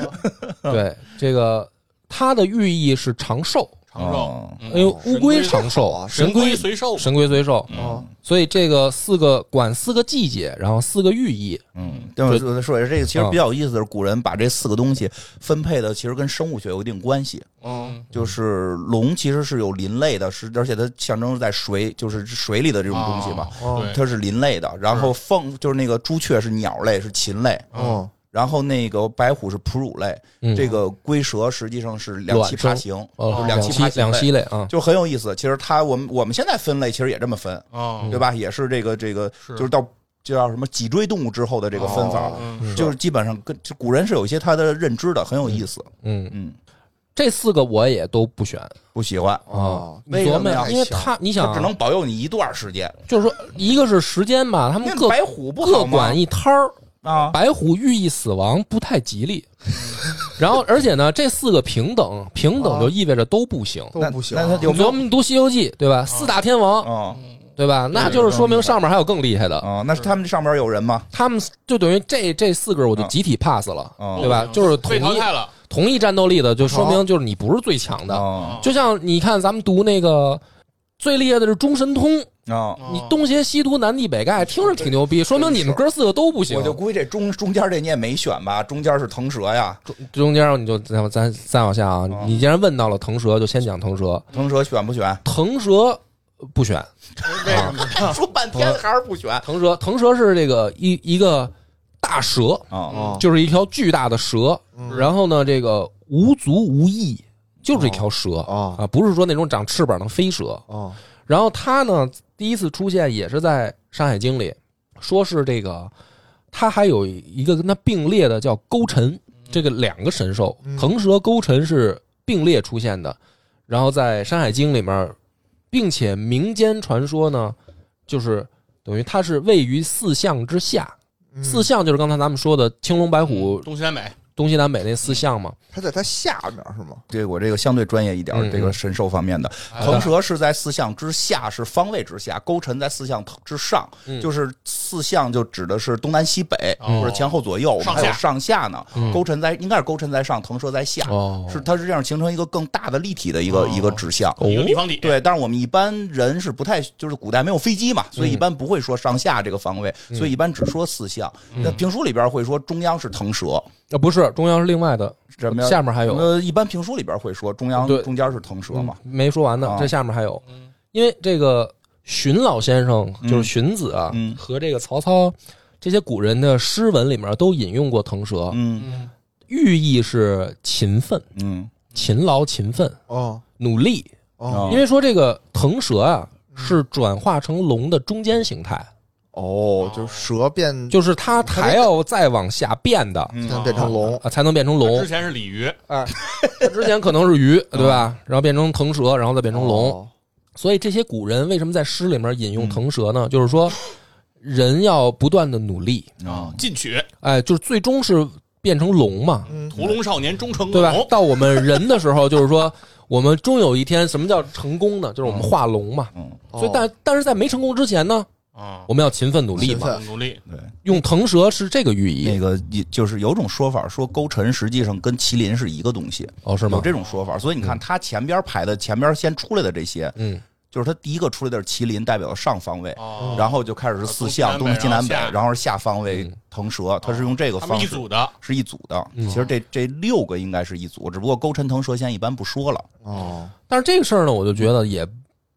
[SPEAKER 1] 对，这个它的寓意是长寿，
[SPEAKER 4] 长寿
[SPEAKER 3] 哦，
[SPEAKER 4] 嗯
[SPEAKER 1] 因为
[SPEAKER 4] 神
[SPEAKER 1] 乌龟长
[SPEAKER 5] 好
[SPEAKER 1] 寿
[SPEAKER 5] 啊，
[SPEAKER 4] 神龟
[SPEAKER 1] 龟
[SPEAKER 4] 随寿，
[SPEAKER 1] 神龟随寿，
[SPEAKER 5] 哦，
[SPEAKER 1] 所以这个四个管四个季节，然后四个寓意，
[SPEAKER 3] 嗯，对，我说说这个其实比较有意思的是，古人把这四个东西分配的，其实跟生物学有一定关系。
[SPEAKER 4] 嗯，
[SPEAKER 3] 就是龙其实是有鳞类的，是而且它象征在水，就是水里的这种东西嘛，
[SPEAKER 4] 哦对，
[SPEAKER 3] 它是鳞类的。然后凤就是那个朱雀是鸟类，是禽类。
[SPEAKER 5] 哦，
[SPEAKER 3] 然后那个白虎是哺乳类，
[SPEAKER 1] 嗯
[SPEAKER 3] 这个龟蛇实际上是两栖爬行，
[SPEAKER 1] 呃
[SPEAKER 3] 就
[SPEAKER 1] 两
[SPEAKER 3] 两
[SPEAKER 1] 栖
[SPEAKER 3] 爬行
[SPEAKER 1] 两
[SPEAKER 3] 类
[SPEAKER 1] 栖类啊，
[SPEAKER 3] 就很有意思。其实它我们我们现在分类其实也这么分，
[SPEAKER 4] 哦，
[SPEAKER 3] 对吧？也是这个这个，
[SPEAKER 4] 是
[SPEAKER 3] 就是到就叫什么脊椎动物之后的这个分法，
[SPEAKER 4] 嗯，
[SPEAKER 3] 就是基本上跟就古人是有一些他的认知的，很有意思。
[SPEAKER 1] 嗯，
[SPEAKER 3] 嗯，
[SPEAKER 1] 这四个我也都不选
[SPEAKER 3] 不喜欢，
[SPEAKER 5] 哦
[SPEAKER 1] 你琢磨
[SPEAKER 3] 为什么
[SPEAKER 1] 呀，
[SPEAKER 3] 呀
[SPEAKER 1] 因为它你想
[SPEAKER 3] 就
[SPEAKER 1] 啊，
[SPEAKER 3] 只能保佑你一段时间。
[SPEAKER 1] 就是说，一个是时间吧，他们
[SPEAKER 3] 那
[SPEAKER 1] 各
[SPEAKER 3] 白虎不
[SPEAKER 1] 各
[SPEAKER 3] 好吗
[SPEAKER 1] 管一摊儿，
[SPEAKER 3] 啊，
[SPEAKER 1] 白虎寓意死亡，不太吉利。
[SPEAKER 3] 嗯
[SPEAKER 1] 然后，而且呢，这四个平等，平等
[SPEAKER 3] 啊
[SPEAKER 1] 就意味着都不行。
[SPEAKER 5] 都不行，
[SPEAKER 3] 那那他
[SPEAKER 1] 你
[SPEAKER 3] 就
[SPEAKER 1] 琢磨你读《嗯西游记》对吧？四大天王
[SPEAKER 3] 啊
[SPEAKER 1] 对吧？那就是说明上面还有更厉害的。
[SPEAKER 3] 啊，那他们上边有人吗？
[SPEAKER 1] 他们就等于这这四个我就集体 pass 了，
[SPEAKER 3] 啊
[SPEAKER 1] 对吧？就是统
[SPEAKER 4] 被淘
[SPEAKER 1] 一
[SPEAKER 4] 汰了，
[SPEAKER 1] 同一战斗力的，就说明就是你不是最强的。嗯
[SPEAKER 3] 啊
[SPEAKER 1] 就像你看，咱们读那个最厉害的是中神通，
[SPEAKER 3] 啊！
[SPEAKER 1] 你
[SPEAKER 4] 懂
[SPEAKER 1] 东邪西毒南帝北丐，听着挺牛逼，说明你们哥四个都不行
[SPEAKER 3] 我。就估计这中中间这你也没选吧，中间是腾蛇呀，
[SPEAKER 1] 中间你就咱咱再往下啊，你既然问到了腾蛇，就先讲腾蛇。
[SPEAKER 3] 腾蛇选 不选？
[SPEAKER 1] 腾蛇不选，
[SPEAKER 4] 为什么呀？
[SPEAKER 3] 说半天还是不选啊
[SPEAKER 1] 腾蛇腾蛇是这个一一个大蛇，
[SPEAKER 3] 啊
[SPEAKER 1] 就是一条巨大的蛇。然后呢，这个无足无翼，就是一条蛇
[SPEAKER 5] 哦
[SPEAKER 1] 啊，不是说那种长翅膀的飞蛇。
[SPEAKER 5] 哦，
[SPEAKER 1] 然后它呢，第一次出现也是在《山海经》里，说是这个，它还有一个跟它并列的叫勾陈，这个两个神兽，腾蛇、勾陈是并列出现的。然后在《山海经》里面，并且民间传说呢，就是等于它是位于四象之下，
[SPEAKER 5] 嗯
[SPEAKER 1] 四象就是刚才咱们说的青龙、白虎、
[SPEAKER 4] 嗯东西南北，
[SPEAKER 1] 东西南北那四项嘛。
[SPEAKER 5] 他在他下面是吗？
[SPEAKER 3] 对我这个相对专业一点儿
[SPEAKER 1] 嗯，
[SPEAKER 3] 这个神兽方面的
[SPEAKER 1] 的
[SPEAKER 3] 腾蛇是在四象之下，是方位之下；勾陈在四象之上，
[SPEAKER 1] 嗯
[SPEAKER 3] 就是四象就指的是东南西北，或
[SPEAKER 4] 哦
[SPEAKER 3] 者前后左右，我们
[SPEAKER 4] 上下
[SPEAKER 3] 还有上下呢
[SPEAKER 1] 嗯。
[SPEAKER 3] 勾陈在应该是勾陈在上，腾蛇在下，
[SPEAKER 1] 哦
[SPEAKER 3] 是它是这样形成一个更大的立体的一个
[SPEAKER 4] 哦
[SPEAKER 3] 一个指向。
[SPEAKER 4] 一个立方体，
[SPEAKER 3] 对，但是我们一般人是不太，就是古代没有飞机嘛，
[SPEAKER 1] 嗯
[SPEAKER 3] 所以一般不会说上下这个方位，所以一般只说四象。
[SPEAKER 1] 嗯
[SPEAKER 3] 那评书里边会说中央是腾蛇，
[SPEAKER 1] 啊，不是，中央是另外的，
[SPEAKER 3] 什么呀
[SPEAKER 1] 下面还有
[SPEAKER 3] 呃，一般评书里边会说中央
[SPEAKER 1] 对
[SPEAKER 3] 中间是腾蛇嘛，
[SPEAKER 1] 嗯没说完呢，
[SPEAKER 3] 啊
[SPEAKER 1] 这下面还有，因为这个荀老先生就是荀子啊，
[SPEAKER 3] 嗯
[SPEAKER 1] 和这个曹操这些古人的诗文里面都引用过腾蛇，
[SPEAKER 3] 嗯
[SPEAKER 1] 寓意是勤奋、
[SPEAKER 3] 嗯
[SPEAKER 1] 勤劳、勤奋、
[SPEAKER 5] 哦
[SPEAKER 1] 努力。
[SPEAKER 3] 啊
[SPEAKER 5] 哦
[SPEAKER 1] 因为说这个腾蛇啊，是转化成龙的中间形态，
[SPEAKER 5] 哦，就是蛇变
[SPEAKER 1] 就是它还要再往下变的
[SPEAKER 3] 嗯
[SPEAKER 5] 变成龙，
[SPEAKER 1] 啊，才能变成龙
[SPEAKER 4] 之。前是鲤鱼，
[SPEAKER 1] 它之前可能是鱼，对吧？然后变成腾蛇，然后再变成龙。
[SPEAKER 5] 哦
[SPEAKER 1] 所以这些古人为什么在诗里面引
[SPEAKER 3] 嗯
[SPEAKER 1] 用腾蛇呢？就是说，人要不断的努力，
[SPEAKER 3] 啊，
[SPEAKER 4] 进取，
[SPEAKER 1] 哎，就是最终是变成龙嘛，
[SPEAKER 5] 嗯，
[SPEAKER 4] 屠龙少年终成
[SPEAKER 1] 对吧
[SPEAKER 4] 龙？，
[SPEAKER 1] 到我们人的时候，就是说，我们终有一天，什么叫成功呢？就是我们化龙嘛。
[SPEAKER 3] 嗯，
[SPEAKER 5] 哦
[SPEAKER 1] 所以，但但是在没成功之前呢，
[SPEAKER 4] 啊，
[SPEAKER 1] 我们要勤奋努力
[SPEAKER 5] 勤奋
[SPEAKER 1] 嘛。
[SPEAKER 5] 对
[SPEAKER 4] 努力，
[SPEAKER 3] 对，
[SPEAKER 1] 用腾蛇是这个寓
[SPEAKER 3] 那
[SPEAKER 1] 意
[SPEAKER 3] 个也就是有种说法说勾陈实际上跟麒麟是一个东西，
[SPEAKER 1] 哦，是
[SPEAKER 3] 有
[SPEAKER 1] 吗？
[SPEAKER 3] 这种说法，所以你看它前边排的前边先出来的这些，
[SPEAKER 1] 嗯，
[SPEAKER 3] 就是它第一个出来的是麒麟，代表上方位。
[SPEAKER 4] 哦，
[SPEAKER 3] 然后就开始是四象，
[SPEAKER 4] 东
[SPEAKER 3] 东西
[SPEAKER 4] 西
[SPEAKER 3] 南
[SPEAKER 4] 南
[SPEAKER 3] 北
[SPEAKER 4] 北，
[SPEAKER 3] 然后是下方位
[SPEAKER 1] 嗯
[SPEAKER 3] 腾蛇，它是用这个
[SPEAKER 4] 哦他
[SPEAKER 3] 方
[SPEAKER 4] 们一
[SPEAKER 3] 式，
[SPEAKER 4] 组的，
[SPEAKER 3] 是一组的。其实这这六个应该是一组，只不过勾陈腾蛇现在一般不说了
[SPEAKER 5] 哦，
[SPEAKER 1] 但是这个事儿呢，我就觉得也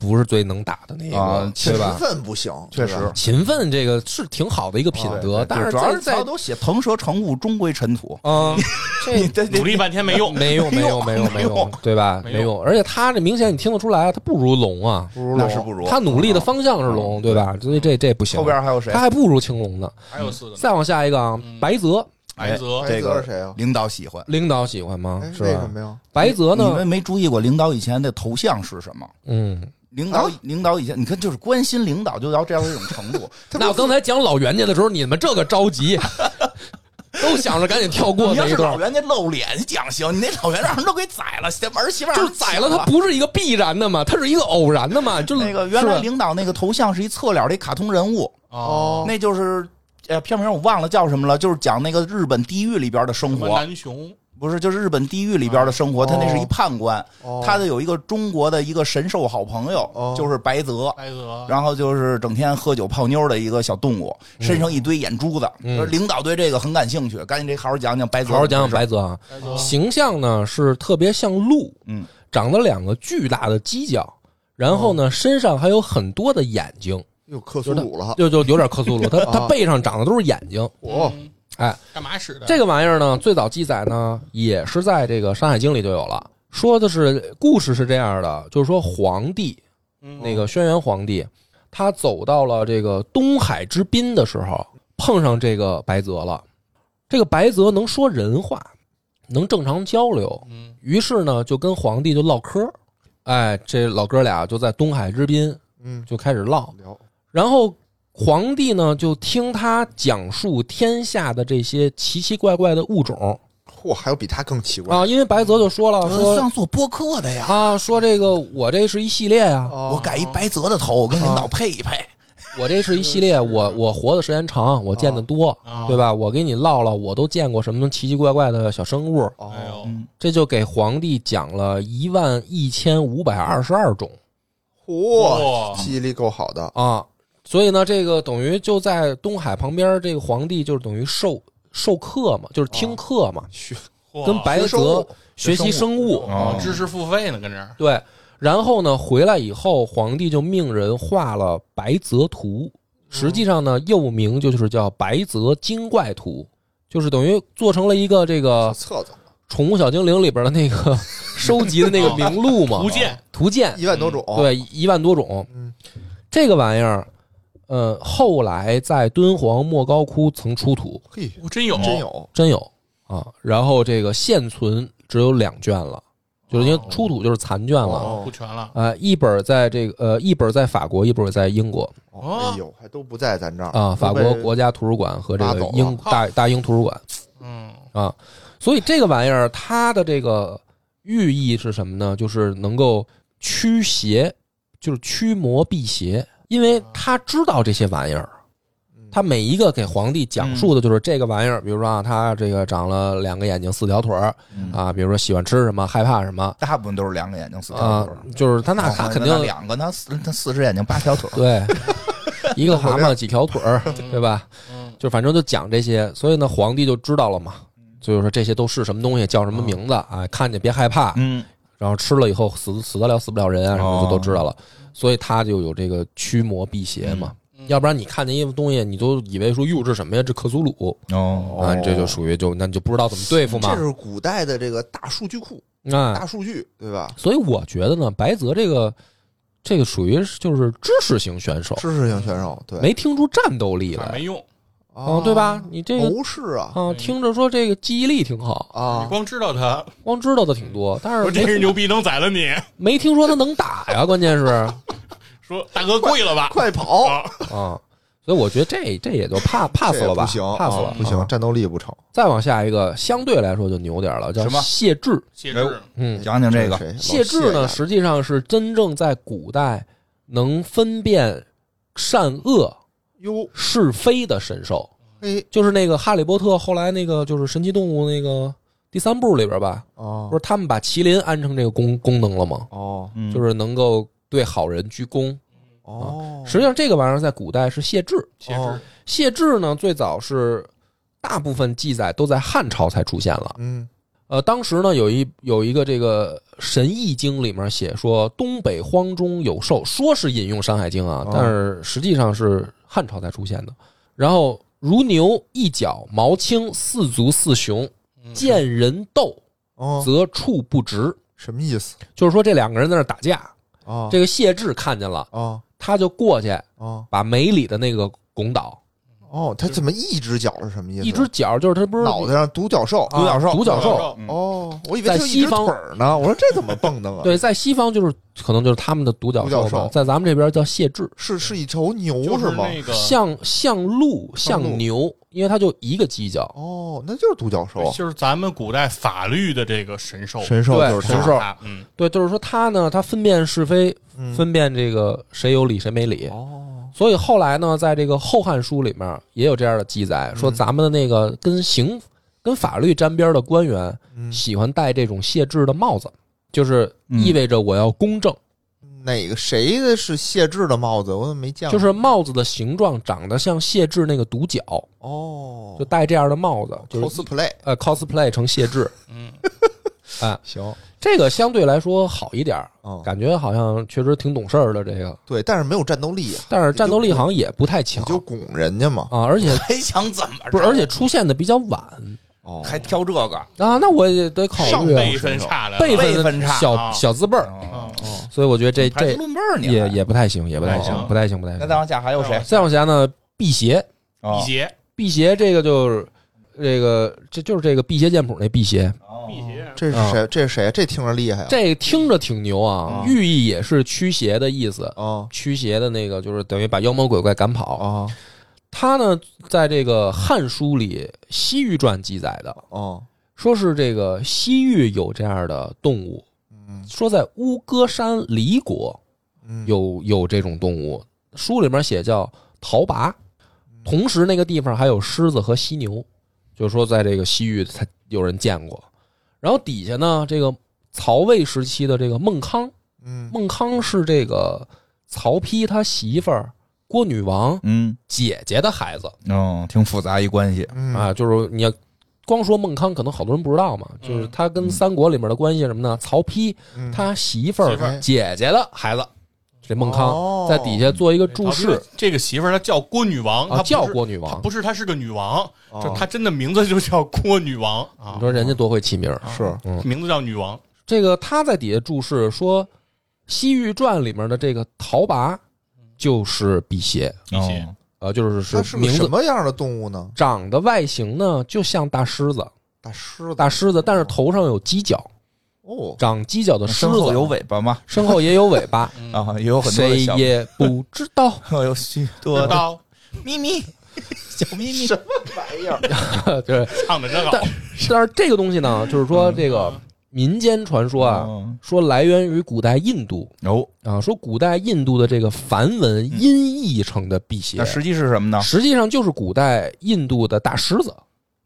[SPEAKER 1] 不是最能打的那一个
[SPEAKER 3] 啊，
[SPEAKER 5] 勤
[SPEAKER 1] 对吧？
[SPEAKER 5] 奋不行，
[SPEAKER 3] 确实
[SPEAKER 5] 对吧
[SPEAKER 1] 勤奋这个是挺好的一个品德，但是
[SPEAKER 3] 哦主要
[SPEAKER 1] 在
[SPEAKER 3] 是
[SPEAKER 1] 在
[SPEAKER 3] 他都写腾蛇乘雾终归尘土，
[SPEAKER 1] 嗯，这
[SPEAKER 3] 这
[SPEAKER 4] 努力半天没用，
[SPEAKER 1] 没 用，没用，没用，没用，对吧？
[SPEAKER 4] 没
[SPEAKER 1] 没
[SPEAKER 4] 用
[SPEAKER 1] 用，而且他这明显你听得出来啊，他不如龙啊，
[SPEAKER 5] 不如
[SPEAKER 3] 那是
[SPEAKER 5] 龙，
[SPEAKER 3] 不如啊嗯
[SPEAKER 1] 他努力的方向是龙，对吧？所以这这不行。
[SPEAKER 3] 后边还有谁嗯
[SPEAKER 1] 他？还不如青龙呢。
[SPEAKER 4] 还有四个呢，
[SPEAKER 1] 再往下一个啊，白泽，
[SPEAKER 4] 白泽
[SPEAKER 5] 白
[SPEAKER 3] 这
[SPEAKER 5] 泽
[SPEAKER 3] 个
[SPEAKER 5] 是谁啊？
[SPEAKER 3] 领导喜欢。
[SPEAKER 1] 领导喜欢吗
[SPEAKER 5] 哎，？
[SPEAKER 1] 是
[SPEAKER 5] 为什
[SPEAKER 1] 吧？
[SPEAKER 5] 么呀？
[SPEAKER 1] 白泽
[SPEAKER 3] 你们
[SPEAKER 1] 呢？
[SPEAKER 3] 没注意过领导以前的头像是什么？
[SPEAKER 1] 嗯，
[SPEAKER 3] 领导
[SPEAKER 5] 啊
[SPEAKER 3] 领导以前，你看就是关心领导就到这样一种 程度，
[SPEAKER 5] 他不
[SPEAKER 1] 那我刚才讲老袁家的时候，你们这个着 急，都想着赶紧跳过
[SPEAKER 3] 你
[SPEAKER 1] 那
[SPEAKER 3] 要
[SPEAKER 1] 一
[SPEAKER 3] 是
[SPEAKER 1] 段
[SPEAKER 3] 老。袁家露脸讲行，你那老袁让人都给宰了，儿媳妇
[SPEAKER 1] 就是宰了，它不是一个必然的嘛，它是一个偶然的嘛，就是
[SPEAKER 3] 那个原来
[SPEAKER 1] 是吧
[SPEAKER 3] 领导那个头像是一侧脸的一卡通人物，
[SPEAKER 4] 啊
[SPEAKER 5] 哦，
[SPEAKER 3] 那就是呃片名我忘了叫什么了，就是讲那个日本地狱里边的生
[SPEAKER 4] 什么
[SPEAKER 3] 活，
[SPEAKER 4] 南雄，
[SPEAKER 3] 不是就是日本地狱里边的生
[SPEAKER 1] 哦
[SPEAKER 3] 活，他那是一判官，
[SPEAKER 5] 哦
[SPEAKER 3] 他的有一个中国的一个神兽好朋友，
[SPEAKER 5] 哦
[SPEAKER 3] 就是白泽。
[SPEAKER 4] 白泽，
[SPEAKER 3] 然后就是整天喝酒泡妞的一个小动物，身上一堆眼珠子。
[SPEAKER 1] 嗯
[SPEAKER 3] 说领导对这个很感兴趣，赶紧这好好讲讲白泽。
[SPEAKER 1] 好好讲讲白泽啊，
[SPEAKER 4] 白泽
[SPEAKER 1] 形象呢是特别像鹿，
[SPEAKER 3] 嗯，
[SPEAKER 1] 长了两个巨大的犄角，然后呢身上还有很多的眼睛，
[SPEAKER 5] 又克苏鲁了，
[SPEAKER 1] 就就有点克苏鲁，它它背上长的都是眼睛。
[SPEAKER 5] 哦，
[SPEAKER 4] 嗯
[SPEAKER 1] 哎，
[SPEAKER 4] 干嘛使的？
[SPEAKER 1] 这个玩意儿呢，最早记载呢也是在这个《山海经》里就有了，说的是故事是这样的，就是说皇帝
[SPEAKER 4] 嗯
[SPEAKER 1] 那个轩辕皇帝，他走到了这个东海之滨的时候，碰上这个白泽了。这个白泽能说人话，能正常交流，
[SPEAKER 4] 嗯
[SPEAKER 1] 于是呢就跟皇帝就唠嗑儿。哎，这老哥俩就在东海之滨
[SPEAKER 5] 嗯，
[SPEAKER 1] 就开始唠，
[SPEAKER 5] 聊
[SPEAKER 1] 然后皇帝呢就听他讲述天下的这些奇奇怪怪的物种
[SPEAKER 5] 嚯，还有比他更奇怪
[SPEAKER 1] 啊，因为白泽就说了
[SPEAKER 3] 我
[SPEAKER 1] 说
[SPEAKER 3] 上呃做播客的呀，
[SPEAKER 1] 啊说这个我这是一系列啊，
[SPEAKER 5] 哦
[SPEAKER 3] 我改一白泽的头，我跟领导配一配。
[SPEAKER 1] 我这是一系列，我我活的时间长，我见的多，
[SPEAKER 4] 啊
[SPEAKER 1] 对吧？我给你唠唠，我都见过什么奇奇怪怪的小生物，
[SPEAKER 4] 哎
[SPEAKER 5] 哦，
[SPEAKER 4] 呦，
[SPEAKER 1] 这就给皇帝讲了一万一千五百二十二种
[SPEAKER 5] 嚯，
[SPEAKER 4] 哇，
[SPEAKER 5] 记忆力够好的，
[SPEAKER 1] 啊！所以呢，这个等于就在东海旁边，这个皇帝就是等于授授课嘛，就是听课嘛，
[SPEAKER 5] 学
[SPEAKER 4] 嚯
[SPEAKER 1] 跟白泽哦
[SPEAKER 5] 哦
[SPEAKER 1] 学习生物，
[SPEAKER 4] 哦知识付费呢，跟这儿
[SPEAKER 1] 对。然后呢，回来以后，皇帝就命人画了《白泽图》，实际上呢，又名就是叫《白泽精怪图》，就是等于做成了一个这个
[SPEAKER 5] 小册子，
[SPEAKER 1] 《宠物小精灵》里边的那个收集的那个名录嘛，
[SPEAKER 4] 图鉴
[SPEAKER 1] 图鉴，哦
[SPEAKER 5] 一万多种，，
[SPEAKER 1] 对，一万多种
[SPEAKER 5] 嗯。
[SPEAKER 1] 这个玩意儿，呃，后来在敦煌莫高窟曾出土，
[SPEAKER 5] 嘿，
[SPEAKER 4] 我真有
[SPEAKER 5] 真有，
[SPEAKER 1] 真有啊。然后这个现存只有两卷了，就是因为出土就是残卷了。
[SPEAKER 4] 哦不全了
[SPEAKER 1] 啊，一本在这个呃，一本在法国，一本在英国
[SPEAKER 5] 哦哎呦，还都不在咱这儿
[SPEAKER 1] 啊，法
[SPEAKER 5] 都
[SPEAKER 1] 国
[SPEAKER 5] 被
[SPEAKER 1] 国家图书馆和这
[SPEAKER 5] 拉
[SPEAKER 1] 个
[SPEAKER 5] 走了
[SPEAKER 1] 英大大英图书馆
[SPEAKER 4] 嗯
[SPEAKER 1] 啊，所以这个玩意儿它的这个寓意是什么呢？就是能够驱邪，就是驱魔辟邪，因
[SPEAKER 3] 啊
[SPEAKER 1] 为他知道这些玩意儿。
[SPEAKER 3] 嗯
[SPEAKER 1] 他每一个给皇帝讲述的就是这个玩意儿，比如说啊，他这个长了两个眼睛、四条腿儿
[SPEAKER 3] 嗯
[SPEAKER 1] 啊，比如说喜欢吃什么、害怕什么
[SPEAKER 3] 大部分都是两个眼睛四条
[SPEAKER 1] 啊
[SPEAKER 3] 腿儿。，
[SPEAKER 1] 就是他那
[SPEAKER 3] 哦
[SPEAKER 1] 他
[SPEAKER 3] 那
[SPEAKER 1] 肯定
[SPEAKER 3] 两个，他四他四只眼睛八条 腿儿。
[SPEAKER 1] 对，一个蛤蟆几条腿儿，
[SPEAKER 5] 嗯
[SPEAKER 1] 对吧？就反正就讲这些，所以呢，皇帝就知道了嘛，
[SPEAKER 5] 嗯
[SPEAKER 1] 就是说这些都是什么东西，叫什么名字啊，看见别害怕，
[SPEAKER 3] 嗯，
[SPEAKER 1] 然后吃了以后死死得了死不了人啊，什
[SPEAKER 5] 哦
[SPEAKER 1] 么就都知道了，所以他就有这个驱魔辟邪嘛。
[SPEAKER 5] 嗯
[SPEAKER 1] 要不然你看见一个东西，你都以为说哟这什么呀？这克苏鲁
[SPEAKER 3] 哦，
[SPEAKER 1] 啊，这就属于就那你就不知道怎么对付嘛
[SPEAKER 5] 这。是古代的这个大数据库、
[SPEAKER 1] 啊
[SPEAKER 5] 大，数据，对吧？
[SPEAKER 1] 所以我觉得呢，白泽这个这个属于是就是知识型选手，
[SPEAKER 5] 知识型选手，对，
[SPEAKER 1] 哦
[SPEAKER 5] 啊
[SPEAKER 1] 没听出战斗力
[SPEAKER 4] 反正
[SPEAKER 1] 来
[SPEAKER 4] 没，用，
[SPEAKER 1] 嗯，对吧？？你这个
[SPEAKER 5] 谋士啊
[SPEAKER 1] 啊，听着说这个记忆力挺好，
[SPEAKER 5] 啊
[SPEAKER 4] 你，光知道他，
[SPEAKER 1] 光知道的挺多，但
[SPEAKER 4] 说
[SPEAKER 1] 是
[SPEAKER 4] 这
[SPEAKER 1] 没
[SPEAKER 4] 人牛逼能宰了你，
[SPEAKER 1] 没听说他能打呀，关键是
[SPEAKER 4] 说大哥跪了吧，
[SPEAKER 5] 快跑！
[SPEAKER 4] 啊，
[SPEAKER 1] 啊，所以我觉得这这也就 pass pass
[SPEAKER 5] 这也
[SPEAKER 1] 了吧
[SPEAKER 5] 不行
[SPEAKER 1] ，pass
[SPEAKER 5] 啊
[SPEAKER 1] 了，
[SPEAKER 5] 不行，
[SPEAKER 1] 啊
[SPEAKER 5] 战斗力不成。
[SPEAKER 1] 再往下一个，相对来说就牛点了，叫
[SPEAKER 3] 什么
[SPEAKER 1] 谢志，
[SPEAKER 4] 谢
[SPEAKER 3] 哎
[SPEAKER 4] 志
[SPEAKER 3] 呦，
[SPEAKER 1] 嗯，
[SPEAKER 3] 讲讲这个，
[SPEAKER 5] 谁
[SPEAKER 1] 谢志呢，实际上是真正在古代能分辨善恶
[SPEAKER 5] 哟
[SPEAKER 1] 是非的神兽，
[SPEAKER 5] 嘿
[SPEAKER 1] 就是那个《哈利波特》后来那个就是神奇动物那个第三部里边吧，
[SPEAKER 5] 啊
[SPEAKER 1] 不是他们把麒麟安成这个功功能了吗？
[SPEAKER 5] 哦
[SPEAKER 3] 嗯
[SPEAKER 1] 就是能够对好人鞠躬。
[SPEAKER 5] 哦，
[SPEAKER 1] 啊实际上，这个玩意儿在古代是谢志。
[SPEAKER 4] 谢志，
[SPEAKER 1] 谢志呢，最早是大部分记载都在汉朝才出现了。
[SPEAKER 5] 嗯
[SPEAKER 1] 呃，当时呢，有一有一个这个《神异经》里面写说，东北荒中有兽，说是引用《山海经》啊
[SPEAKER 5] 哦，
[SPEAKER 1] 但是实际上是汉朝才出现的。然后如牛一角，毛青，四足四雄，
[SPEAKER 4] 嗯
[SPEAKER 1] 见人斗
[SPEAKER 5] 哦，
[SPEAKER 1] 则触不直，
[SPEAKER 5] 什么意思
[SPEAKER 1] 就是说这两个人在那儿打架，
[SPEAKER 5] 啊？
[SPEAKER 1] 这个谢志看见了，
[SPEAKER 5] 啊
[SPEAKER 1] 他就过去
[SPEAKER 5] 啊
[SPEAKER 1] 把梅里的那个拱倒，
[SPEAKER 5] 哦，他怎么一只脚是什么意思？
[SPEAKER 1] 一只脚就是他不是
[SPEAKER 5] 脑袋上独角兽，
[SPEAKER 1] 啊独角兽，
[SPEAKER 3] 嗯
[SPEAKER 5] 哦，我以为
[SPEAKER 1] 在
[SPEAKER 5] 他一
[SPEAKER 1] 西
[SPEAKER 5] 只腿
[SPEAKER 1] 方
[SPEAKER 5] 儿呢，我说这怎么蹦的啊？
[SPEAKER 1] 对，，在西方就是可能就是他们的独角
[SPEAKER 5] 独
[SPEAKER 1] 兽
[SPEAKER 5] 角兽
[SPEAKER 1] 吧，在咱们这边叫谢志，
[SPEAKER 5] 是是一头牛
[SPEAKER 4] 就是
[SPEAKER 5] 吗？
[SPEAKER 4] 那个
[SPEAKER 1] 像像鹿
[SPEAKER 5] 像
[SPEAKER 1] 像
[SPEAKER 5] 鹿
[SPEAKER 1] 牛，因为它就一个犄角，
[SPEAKER 5] 哦，那就是独角兽，
[SPEAKER 4] 就是咱们古代法律的这个神兽，
[SPEAKER 5] 神兽
[SPEAKER 1] 对
[SPEAKER 5] 就是
[SPEAKER 1] 神
[SPEAKER 5] 它
[SPEAKER 1] 兽
[SPEAKER 4] 啊嗯，
[SPEAKER 1] 对，就是说它呢，它分辨是非，
[SPEAKER 5] 嗯
[SPEAKER 1] 分辨这个谁有理谁没理。
[SPEAKER 5] 哦，
[SPEAKER 1] 所以后来呢，在这个《后汉书》里面也有这样的记载，
[SPEAKER 5] 嗯
[SPEAKER 1] 说咱们的那个跟刑、跟法律沾边的官员，
[SPEAKER 5] 嗯
[SPEAKER 1] 喜欢戴这种谢志的帽子，就是意味着我要公正，
[SPEAKER 5] 哪个谁的是谢志的帽子？我怎么没见
[SPEAKER 1] 就
[SPEAKER 5] 过？
[SPEAKER 1] 是帽子的形状长得像谢志那个独角，
[SPEAKER 5] 哦，
[SPEAKER 1] 就戴这样的帽子，就是
[SPEAKER 5] cosplay
[SPEAKER 1] 呃 cosplay 成谢志，
[SPEAKER 4] 嗯，
[SPEAKER 1] 哎，
[SPEAKER 5] 行，
[SPEAKER 1] 这个相对来说好一点儿，
[SPEAKER 5] 嗯，
[SPEAKER 1] 感觉好像确实挺懂事儿的这个，
[SPEAKER 5] 对，但是没有战斗力啊，
[SPEAKER 1] 但是战斗力好像也不太强
[SPEAKER 5] 你就拱人家嘛。
[SPEAKER 1] 啊，而且
[SPEAKER 3] 还想怎么着？
[SPEAKER 1] 不是，而且出现的比较晚
[SPEAKER 5] 哦
[SPEAKER 3] 还挑这个，
[SPEAKER 1] 啊，那我也得考
[SPEAKER 4] 上
[SPEAKER 1] 虑啊
[SPEAKER 4] 辈分差来了，
[SPEAKER 1] 辈
[SPEAKER 3] 辈
[SPEAKER 1] 分
[SPEAKER 3] 分差
[SPEAKER 1] 小
[SPEAKER 4] 啊
[SPEAKER 1] 小字辈儿，
[SPEAKER 3] 哦，
[SPEAKER 1] 所以我觉得这
[SPEAKER 3] 还是
[SPEAKER 1] 这
[SPEAKER 3] 论辈儿呢？
[SPEAKER 1] 也也不太行，也不太
[SPEAKER 4] 哦
[SPEAKER 1] 行，不太行，不太
[SPEAKER 3] 那再
[SPEAKER 1] 行。
[SPEAKER 3] 往下还有谁？
[SPEAKER 1] 再往下呢，辟邪，
[SPEAKER 4] 辟
[SPEAKER 3] 哦
[SPEAKER 4] 邪，
[SPEAKER 1] 辟邪这个就是这个这就是这个辟邪剑谱那辟邪，
[SPEAKER 3] 啊哦
[SPEAKER 4] 辟邪，
[SPEAKER 5] 这是谁？这是谁？这听着厉害啊！
[SPEAKER 1] 嗯这听着挺牛啊，寓意也是驱邪的意思，
[SPEAKER 5] 啊
[SPEAKER 1] 驱邪的那个就是等于把妖魔鬼怪赶跑。
[SPEAKER 5] 啊
[SPEAKER 1] 他呢，在这个《汉书》里《西域传》记载的，
[SPEAKER 5] 啊！
[SPEAKER 1] 说是这个西域有这样的动物，
[SPEAKER 5] 嗯
[SPEAKER 1] 说在乌戈山离国
[SPEAKER 5] 嗯，
[SPEAKER 1] 有有这种动物，书里面写叫陶拔。
[SPEAKER 5] 嗯
[SPEAKER 1] 同时，那个地方还有狮子和犀牛，就是说在这个西域才有人见过。然后底下呢，这个曹魏时期的这个孟康，
[SPEAKER 5] 嗯
[SPEAKER 1] 孟康是这个曹丕他媳妇儿郭女王
[SPEAKER 3] 嗯，
[SPEAKER 1] 姐姐的孩子。
[SPEAKER 3] 哦，挺复杂一关系。
[SPEAKER 5] 嗯
[SPEAKER 1] 啊，就是你要光说孟康，可能好多人不知道嘛，就是他跟三国里面的关系是什么呢？曹丕
[SPEAKER 5] 嗯
[SPEAKER 1] 他媳妇
[SPEAKER 4] 媳妇
[SPEAKER 1] 儿
[SPEAKER 5] 儿
[SPEAKER 1] 姐姐的孩子，这孟
[SPEAKER 5] 哦
[SPEAKER 1] 康在底下做一个注
[SPEAKER 4] 然
[SPEAKER 1] 释
[SPEAKER 4] 后这个媳妇儿她叫郭女王，她
[SPEAKER 1] 啊，
[SPEAKER 4] 不是
[SPEAKER 1] 叫郭女
[SPEAKER 4] 她
[SPEAKER 1] 王
[SPEAKER 4] 不。是她是个女王，
[SPEAKER 5] 哦
[SPEAKER 4] 就她真的名字就叫郭女王
[SPEAKER 1] 你
[SPEAKER 4] 啊，
[SPEAKER 1] 说人家多会起名儿，
[SPEAKER 3] 啊
[SPEAKER 5] 是
[SPEAKER 1] 嗯
[SPEAKER 4] 名字叫女王，
[SPEAKER 1] 这个他在底下注释说，《西域传》里面的这个陶拔就是辟邪，
[SPEAKER 4] 辟邪
[SPEAKER 3] 哦
[SPEAKER 1] 呃，就是
[SPEAKER 5] 它是个
[SPEAKER 1] 名
[SPEAKER 5] 什
[SPEAKER 1] 字。
[SPEAKER 5] 么样的动物呢？
[SPEAKER 1] 长的外形呢，就像大狮子，
[SPEAKER 5] 大狮子
[SPEAKER 1] 大狮子，但是头上有犄角，
[SPEAKER 5] 哦，
[SPEAKER 1] 长犄角的狮
[SPEAKER 3] 身后
[SPEAKER 1] 子
[SPEAKER 3] 有尾巴吗？
[SPEAKER 1] 身后也有尾巴，
[SPEAKER 4] 嗯
[SPEAKER 3] 嗯啊，也有很多
[SPEAKER 1] 谁
[SPEAKER 3] 的小， 。
[SPEAKER 1] 也不知道
[SPEAKER 3] 有许多
[SPEAKER 4] 知道
[SPEAKER 3] 咪咪， 小咪咪
[SPEAKER 5] 什么玩意儿？
[SPEAKER 1] 对，
[SPEAKER 4] 唱的真好
[SPEAKER 1] 但。但是这个东西呢，就是说这个民间传说啊，
[SPEAKER 3] 嗯
[SPEAKER 1] 说来源于古代印度
[SPEAKER 3] 哦，
[SPEAKER 1] 啊，说古代印度的这个梵文
[SPEAKER 3] 嗯
[SPEAKER 1] 音译成的辟邪
[SPEAKER 3] 那，实际是什么呢？
[SPEAKER 1] 实际上就是古代印度的大狮子，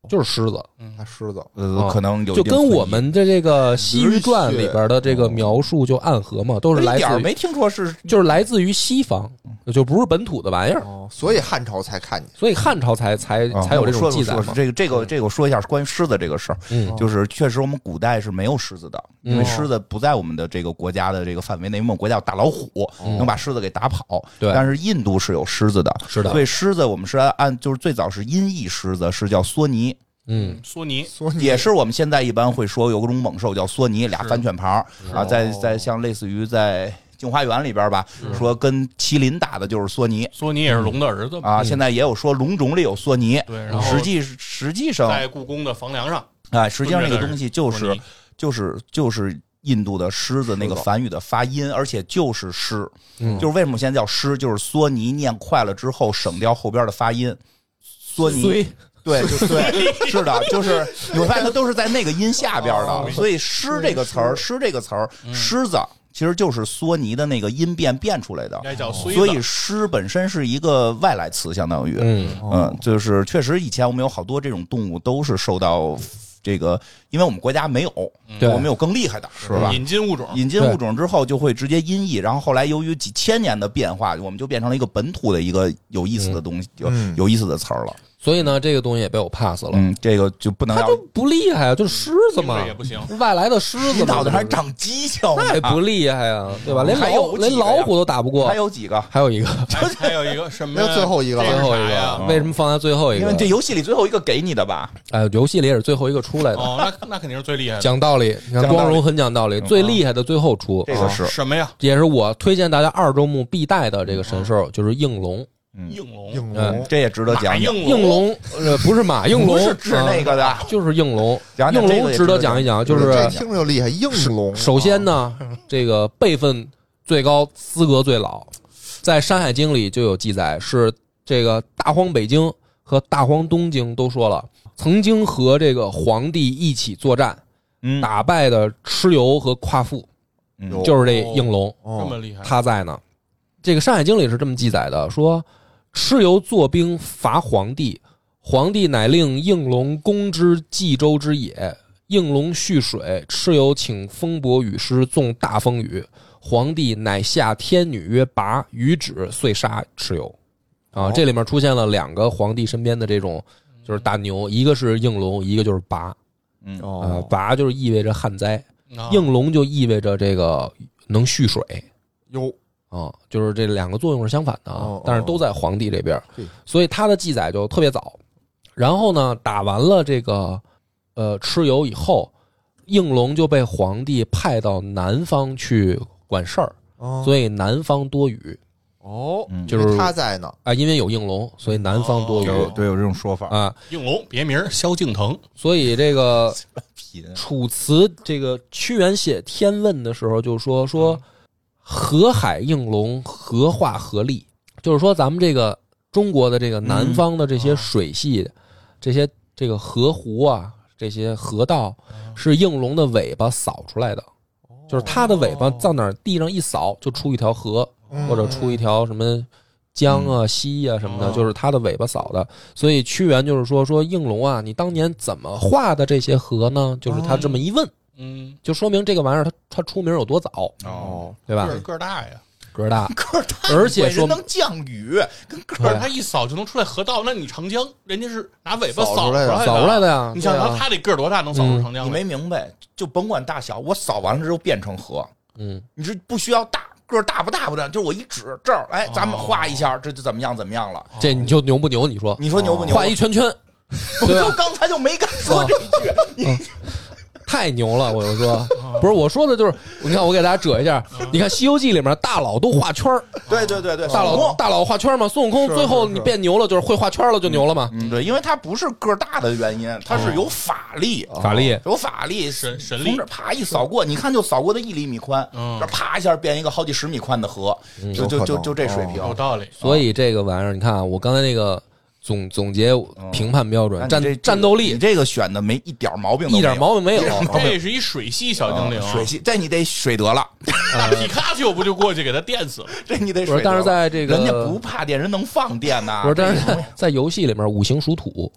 [SPEAKER 1] 就是狮子，
[SPEAKER 4] 嗯
[SPEAKER 5] 大狮子，
[SPEAKER 3] 呃，可能有一
[SPEAKER 1] 就
[SPEAKER 3] 定
[SPEAKER 1] 跟我们的这个《西域传》
[SPEAKER 5] 流血
[SPEAKER 1] 里边的这个描述就暗合嘛，都
[SPEAKER 3] 不
[SPEAKER 1] 是
[SPEAKER 3] 是
[SPEAKER 1] 来
[SPEAKER 3] 哦一点儿
[SPEAKER 1] 自于
[SPEAKER 3] 没听说是
[SPEAKER 1] 就是来自于西方，就不是本土的玩意儿，
[SPEAKER 5] 哦，所以汉朝才看见。
[SPEAKER 1] 所以汉朝才才
[SPEAKER 3] 啊
[SPEAKER 1] 才有
[SPEAKER 3] 我
[SPEAKER 1] 这
[SPEAKER 3] 说
[SPEAKER 1] 种记载
[SPEAKER 3] 我
[SPEAKER 1] 嘛
[SPEAKER 3] 说。这个这个这个，我说一下关于狮子这个事儿，
[SPEAKER 1] 嗯
[SPEAKER 3] 就是确实我们古代是没有狮子的，因为
[SPEAKER 1] 嗯
[SPEAKER 3] 狮子不在我们的这个国家的这个范围内，因为我们国家有大老虎，能把狮子给打跑。
[SPEAKER 1] 嗯对
[SPEAKER 3] 但是印度是有狮子的，
[SPEAKER 1] 是的
[SPEAKER 3] 所以狮子我们是按按就是最早是音译狮子，是叫索 尼，
[SPEAKER 1] 嗯，
[SPEAKER 4] 索尼
[SPEAKER 5] 所以
[SPEAKER 3] 也是我们现在一般会说有种猛兽叫索尼，俩翻卷盘儿
[SPEAKER 1] 哦
[SPEAKER 3] 啊，在在像类似于在。镜花缘里边吧，说跟麒麟打的就是索尼
[SPEAKER 4] 索尼也是龙的儿子嘛。
[SPEAKER 3] 啊，现在也有说龙种里有索尼，
[SPEAKER 4] 对，然后
[SPEAKER 3] 实际实际上
[SPEAKER 4] 在故宫的房梁上，
[SPEAKER 3] 啊，实际上那个
[SPEAKER 4] 蹲着的
[SPEAKER 3] 东西就
[SPEAKER 4] 索
[SPEAKER 3] 是
[SPEAKER 4] 尼
[SPEAKER 3] 就是就是印度的狮子那嗯个梵语的发音，而且就是狮，就是为什么我现在叫狮，就是索尼念快了之后省掉后边的发音，索尼。对，就 对，是的，就是你会发现它都是在那个音下边
[SPEAKER 4] 哦
[SPEAKER 3] 的，所以“狮”这个词儿，“狮”这个词儿，
[SPEAKER 4] 嗯
[SPEAKER 3] 狮子其实就是索尼的那个音变变出来的
[SPEAKER 4] 应，该叫孙子
[SPEAKER 3] 所以“狮”本身是一个外来词，相当于，
[SPEAKER 1] 嗯
[SPEAKER 3] 嗯，就是确实以前我们有好多这种动物都是受到这个，因为我们国家没有，
[SPEAKER 1] 对嗯
[SPEAKER 3] 我们有更厉害的，是吧？
[SPEAKER 4] 引进物种，
[SPEAKER 3] 引进物种之后就会直接音译，然后后来由于几千年的变化，我们就变成了一个本土的一个有意思的东西，有
[SPEAKER 5] 嗯
[SPEAKER 3] 有意思的词儿了。
[SPEAKER 1] 所以呢，这个东西也被我 pass 了，
[SPEAKER 3] 嗯，这个就不能
[SPEAKER 1] 他
[SPEAKER 3] 要
[SPEAKER 1] 就不厉害啊，就是狮子嘛
[SPEAKER 4] 听着也，不 行。
[SPEAKER 1] 外来的狮
[SPEAKER 3] 你
[SPEAKER 1] 子嘛，
[SPEAKER 3] 脑袋上还
[SPEAKER 1] 就是
[SPEAKER 3] 长犄角呢，
[SPEAKER 1] 那也不厉害啊，对吧？连
[SPEAKER 3] 哦还
[SPEAKER 1] 老
[SPEAKER 3] 有几个呀
[SPEAKER 1] 连老虎都打不过
[SPEAKER 3] 还。有几个？
[SPEAKER 1] 还有一个，
[SPEAKER 4] 还还有一个什么呀？
[SPEAKER 5] 那最后一个了
[SPEAKER 4] 这
[SPEAKER 1] 最
[SPEAKER 4] 是
[SPEAKER 1] 后
[SPEAKER 4] 啥
[SPEAKER 1] 一
[SPEAKER 4] 呀
[SPEAKER 1] 个，为嗯什么放在最后一
[SPEAKER 3] 因
[SPEAKER 1] 个
[SPEAKER 3] 为？这游戏里最后一个给你的吧？
[SPEAKER 1] 呃，游戏里也是最后一个出来的，
[SPEAKER 4] 哦，那那肯定是最厉害的。
[SPEAKER 1] 讲道理，你看
[SPEAKER 3] 讲道理
[SPEAKER 1] 光荣很讲道理，最厉害的最后出，
[SPEAKER 3] 这个是
[SPEAKER 4] 什么呀？
[SPEAKER 1] 也是我推荐大家二周目必带的这个神兽，就是应龙。
[SPEAKER 4] 应龙，
[SPEAKER 5] 应龙
[SPEAKER 1] 嗯，
[SPEAKER 3] 这也值得
[SPEAKER 4] 马
[SPEAKER 3] 讲讲，
[SPEAKER 4] 应
[SPEAKER 1] 应龙呃不是 马，应
[SPEAKER 3] 不
[SPEAKER 1] 龙
[SPEAKER 3] 是指那个的
[SPEAKER 1] 啊，就是应龙。
[SPEAKER 3] 讲讲
[SPEAKER 1] 应
[SPEAKER 3] 这个
[SPEAKER 1] 龙
[SPEAKER 3] 也
[SPEAKER 1] 值
[SPEAKER 3] 值
[SPEAKER 1] 得
[SPEAKER 3] 得
[SPEAKER 1] 讲一讲，就
[SPEAKER 5] 这
[SPEAKER 1] 是
[SPEAKER 5] 听着就厉害，应龙。
[SPEAKER 1] 首先呢，这个辈分最高，资格最老，在《山海经》里就有记载，是这个大荒北京和大荒东京都说了，曾经和这个皇帝一起作战，
[SPEAKER 3] 嗯
[SPEAKER 1] 打败的蚩尤和夸父，
[SPEAKER 3] 嗯
[SPEAKER 1] 就是这应龙，
[SPEAKER 4] 这么
[SPEAKER 5] 哦，
[SPEAKER 4] 厉害，
[SPEAKER 1] 他在呢。这个《山海经》里是这么记载的，说蚩尤坐兵伐皇帝，皇帝乃令应龙攻之冀州之野，应龙蓄水，蚩尤请风伯雨师纵大风雨，皇帝乃下天女曰拔，雨止遂杀蚩尤。啊，这里面出现了两个皇帝身边的这种就是大牛，一个是应龙，一个就是拔
[SPEAKER 3] 嗯
[SPEAKER 5] 哦
[SPEAKER 1] 啊、拔就是意味着旱灾，
[SPEAKER 4] 啊
[SPEAKER 1] 应龙就意味着这个能蓄水。
[SPEAKER 5] 哟，
[SPEAKER 1] 啊，就是这两个作用是相反的啊
[SPEAKER 5] 哦，
[SPEAKER 1] 但是都在皇帝这边儿
[SPEAKER 5] 对，
[SPEAKER 1] 所以他的记载就特别早。然后呢，打完了这个呃蚩尤以后，应龙就被皇帝派到南方去管事儿，
[SPEAKER 5] 所以
[SPEAKER 1] 所以南方多雨
[SPEAKER 5] 哦，
[SPEAKER 3] 嗯
[SPEAKER 1] 就是
[SPEAKER 5] 因为他在呢，
[SPEAKER 1] 啊，因为有应龙，所以南方多雨
[SPEAKER 4] 哦
[SPEAKER 3] 对有这种说法，
[SPEAKER 1] 啊，
[SPEAKER 4] 应龙别名萧敬腾，
[SPEAKER 1] 所以这个
[SPEAKER 3] 贫
[SPEAKER 1] 《楚辞》这个屈原写《天问》的时候就说说河海应龙，河化河力，就是说咱们这个中国的这个南方的这些水系，这些这个河湖啊，这些河道是应龙的尾巴扫出来的，就是它的尾巴到哪儿地上一扫就出一条河，
[SPEAKER 3] 嗯
[SPEAKER 1] 或
[SPEAKER 5] 嗯
[SPEAKER 1] 者出一条什么。江啊、溪啊什么的，
[SPEAKER 4] 哦
[SPEAKER 1] 就是它的尾巴扫的，所以屈原就是说说应龙啊，你当年怎么画的这些河呢？就是他
[SPEAKER 3] 哦
[SPEAKER 1] 这么一问，
[SPEAKER 4] 嗯，
[SPEAKER 1] 就说明这个玩意儿它它出名有多早，
[SPEAKER 5] 哦，
[SPEAKER 1] 对吧
[SPEAKER 4] 个？儿个儿大呀，
[SPEAKER 1] 个儿大，
[SPEAKER 3] 个儿大，
[SPEAKER 1] 而且说啊
[SPEAKER 3] 人能降雨，跟个
[SPEAKER 4] 可是
[SPEAKER 1] 对
[SPEAKER 4] 他一扫就能出来河道，那你长江人家是拿尾巴
[SPEAKER 5] 扫
[SPEAKER 4] 扫
[SPEAKER 5] 出来的
[SPEAKER 1] 扫出来的呀
[SPEAKER 4] 你。想
[SPEAKER 5] 对
[SPEAKER 4] 想
[SPEAKER 5] 啊
[SPEAKER 4] 他得个儿多大，能扫出长江
[SPEAKER 3] 你
[SPEAKER 4] 来？
[SPEAKER 3] 嗯没明白，就甭管大小，我扫完了之后变成河，
[SPEAKER 1] 嗯，
[SPEAKER 3] 你是不需要大个儿大不大不大，就是我一指这儿，哎，
[SPEAKER 1] 哦
[SPEAKER 3] 咱们画一下，这就怎么样怎么样了。
[SPEAKER 1] 这你就牛不牛？你说，
[SPEAKER 3] 你说牛不牛？
[SPEAKER 1] 哦画一哦圈圈，
[SPEAKER 3] 我
[SPEAKER 1] 对
[SPEAKER 3] 就
[SPEAKER 1] 吧？啊
[SPEAKER 3] 刚才就没敢说这句，哦
[SPEAKER 1] 太牛了！我就说，不是我说的就是，你看我给大家折一下，
[SPEAKER 3] 嗯
[SPEAKER 1] 你看《西游记》里面大佬都画圈儿，
[SPEAKER 3] 对对对对，
[SPEAKER 1] 大
[SPEAKER 3] 孙悟
[SPEAKER 1] 佬
[SPEAKER 3] 空
[SPEAKER 1] 大佬画圈儿嘛，孙悟空
[SPEAKER 5] 是
[SPEAKER 1] 最后
[SPEAKER 5] 是
[SPEAKER 1] 你变牛了，就是会画圈了就牛了嘛。
[SPEAKER 3] 嗯对，因为他不是个儿大的原因，他
[SPEAKER 1] 哦
[SPEAKER 3] 是有法力，
[SPEAKER 1] 嗯法力
[SPEAKER 3] 有法力，
[SPEAKER 4] 神神力
[SPEAKER 3] 从这儿啪一扫过，你看就扫过的一厘米宽，
[SPEAKER 4] 嗯
[SPEAKER 3] 这啪一下变一个好几十米宽的河，就
[SPEAKER 5] 有
[SPEAKER 1] 嗯
[SPEAKER 3] 就
[SPEAKER 5] 可
[SPEAKER 3] 就
[SPEAKER 5] 能
[SPEAKER 1] 哦
[SPEAKER 3] 就这水平
[SPEAKER 4] 有。道理，
[SPEAKER 1] 所以这个玩意儿，你看啊，我刚才那个总总结评判标准，
[SPEAKER 3] 啊那
[SPEAKER 1] 战
[SPEAKER 3] 你这
[SPEAKER 1] 战斗
[SPEAKER 3] 你
[SPEAKER 1] 力
[SPEAKER 3] 这个选的没一点毛病都没有，
[SPEAKER 1] 一点毛病没有。
[SPEAKER 4] 这是一水系小精灵
[SPEAKER 3] 嗯
[SPEAKER 4] 啊，
[SPEAKER 3] 水系，这你得水得 了，
[SPEAKER 4] 那皮卡丘不就过去给他电死了？
[SPEAKER 3] 这你得
[SPEAKER 1] 不是，
[SPEAKER 3] 水得了。
[SPEAKER 1] 但是在这个
[SPEAKER 3] 人家不怕电，人能放电呐。
[SPEAKER 1] 不是，但是
[SPEAKER 3] 这个
[SPEAKER 1] 在在游戏里面，五行属土，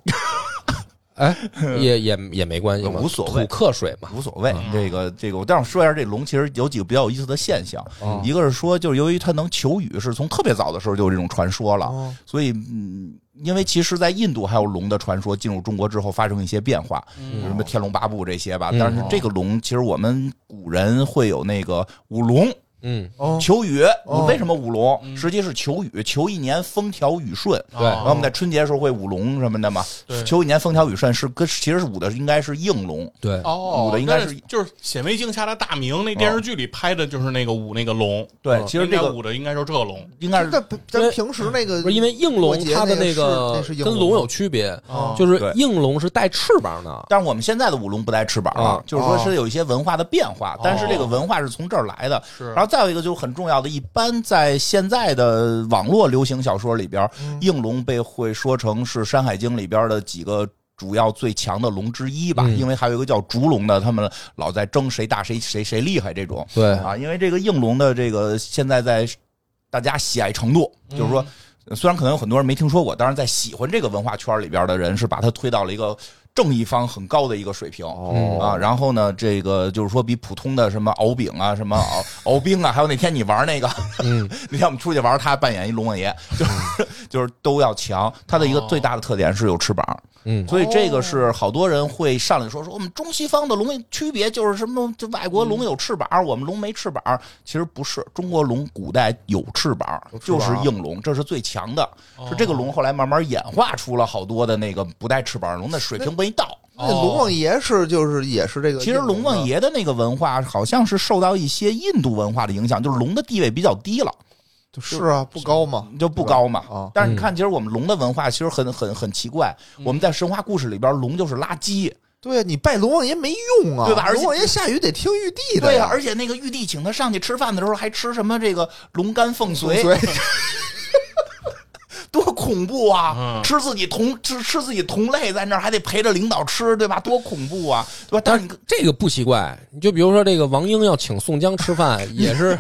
[SPEAKER 1] 哎，也也也没关系嘛，
[SPEAKER 3] 无所谓
[SPEAKER 1] 土克水嘛，
[SPEAKER 3] 无所谓，
[SPEAKER 4] 嗯
[SPEAKER 3] 这个这个，但是我说一下这龙，其实有几个比较有意思的现象。
[SPEAKER 1] 嗯
[SPEAKER 3] 一个是说，就是由于它能求雨，是从特别早的时候就有这种传说了，所以嗯，因为其实，在印度还有龙的传说进入中国之后发生一些变化，
[SPEAKER 4] 嗯
[SPEAKER 3] 有什么《天龙八部》这些吧。
[SPEAKER 5] 嗯
[SPEAKER 3] 但是这个龙，其实我们古人会有那个舞龙。
[SPEAKER 1] 嗯，
[SPEAKER 5] 哦
[SPEAKER 3] 求雨，
[SPEAKER 5] 哦
[SPEAKER 3] 为什么舞
[SPEAKER 4] 嗯
[SPEAKER 3] 龙？实际是求雨，求一年风调雨顺。
[SPEAKER 1] 对
[SPEAKER 3] 然后我们在春节的时候会舞龙什么的嘛
[SPEAKER 4] 对，
[SPEAKER 3] 求一年风调雨顺是跟其实是舞的应该是应龙，
[SPEAKER 1] 对，
[SPEAKER 4] 哦
[SPEAKER 3] 舞的应该是
[SPEAKER 4] 那就是显微镜下的大明那电视剧里拍的就是那个舞那个龙，
[SPEAKER 3] 对，其实这
[SPEAKER 4] 应该
[SPEAKER 3] 个
[SPEAKER 4] 舞的应该就是这个龙，
[SPEAKER 3] 应该是
[SPEAKER 5] 那不咱平时那个
[SPEAKER 1] 不是因为应
[SPEAKER 5] 过
[SPEAKER 1] 龙
[SPEAKER 5] 节
[SPEAKER 1] 它的
[SPEAKER 5] 那
[SPEAKER 1] 个
[SPEAKER 5] 是那是
[SPEAKER 1] 跟龙有区别，
[SPEAKER 4] 哦
[SPEAKER 1] 就
[SPEAKER 3] 对
[SPEAKER 1] 是应龙是带翅膀的，
[SPEAKER 3] 但是我们现在的舞龙不带翅膀了
[SPEAKER 1] 啊，哦
[SPEAKER 3] 就是说是有一些文化的变化，但是这个文化是从这儿来的。
[SPEAKER 4] 是
[SPEAKER 3] 然后再有一个就是很重要的，一般在现在的网络流行小说里边，
[SPEAKER 1] 嗯
[SPEAKER 3] 应龙被会说成是《山海经》里边的几个。主要最强的龙之一吧，
[SPEAKER 1] 嗯
[SPEAKER 3] 因为还有一个叫烛龙的，他们老在争谁大谁谁谁厉害这种。
[SPEAKER 1] 对，
[SPEAKER 3] 啊，因为这个应龙的这个现在在大家喜爱程度，就是说，呃虽然可能有很多人没听说过，但是在喜欢这个文化圈里边的人是把它推到了一个正义方很高的一个水平。
[SPEAKER 5] 哦
[SPEAKER 1] 嗯
[SPEAKER 3] 啊，然后呢，这个就是说比普通的什么敖丙啊、什么敖敖丙啊，还有那天你玩那个，
[SPEAKER 1] 嗯，
[SPEAKER 3] 那天我们出去玩，他扮演一龙王爷，就是 就是都要强。他的一个最大的特点是有翅膀，
[SPEAKER 1] 嗯
[SPEAKER 3] 所以这个是好多人会上来说说我们中西方的龙区别就是什么？就外国龙有翅膀，我们龙没翅膀。其实不是，中国龙古代有翅膀，哦就是应龙，这是最强的。
[SPEAKER 4] 哦
[SPEAKER 3] 是这个龙后来慢慢演化出了好多的那个不带翅膀龙，那水平没到。
[SPEAKER 5] 那龙王爷是就是也是这个，
[SPEAKER 3] 其实龙王
[SPEAKER 5] 爷。
[SPEAKER 3] 爷的那个文化好像是受到一些印度文化的影响，就是龙的地位比较低了。
[SPEAKER 5] 是啊，不高嘛，
[SPEAKER 3] 就不高嘛
[SPEAKER 5] 对吧啊
[SPEAKER 3] 但是你看，其实我们龙的文化其实很很很奇怪。我们在神话故事里边，龙就是垃圾，
[SPEAKER 5] 对啊你拜龙王爷没用啊，
[SPEAKER 3] 对吧而且
[SPEAKER 5] 龙王爷下雨得听玉帝的
[SPEAKER 3] 对啊呀、而且那个玉帝请他上去吃饭的时候，还吃什么这个龙肝凤
[SPEAKER 5] 对
[SPEAKER 3] 髓，
[SPEAKER 5] 所以
[SPEAKER 3] 多恐怖啊！
[SPEAKER 4] 嗯
[SPEAKER 3] 吃自己同吃吃自己同类，在那儿还得陪着领导吃，对吧？多恐怖啊，对吧？但
[SPEAKER 1] 但
[SPEAKER 3] 是
[SPEAKER 1] 是
[SPEAKER 3] 你
[SPEAKER 1] 这个不奇怪，你就比如说这个王英要请宋江吃 饭，也是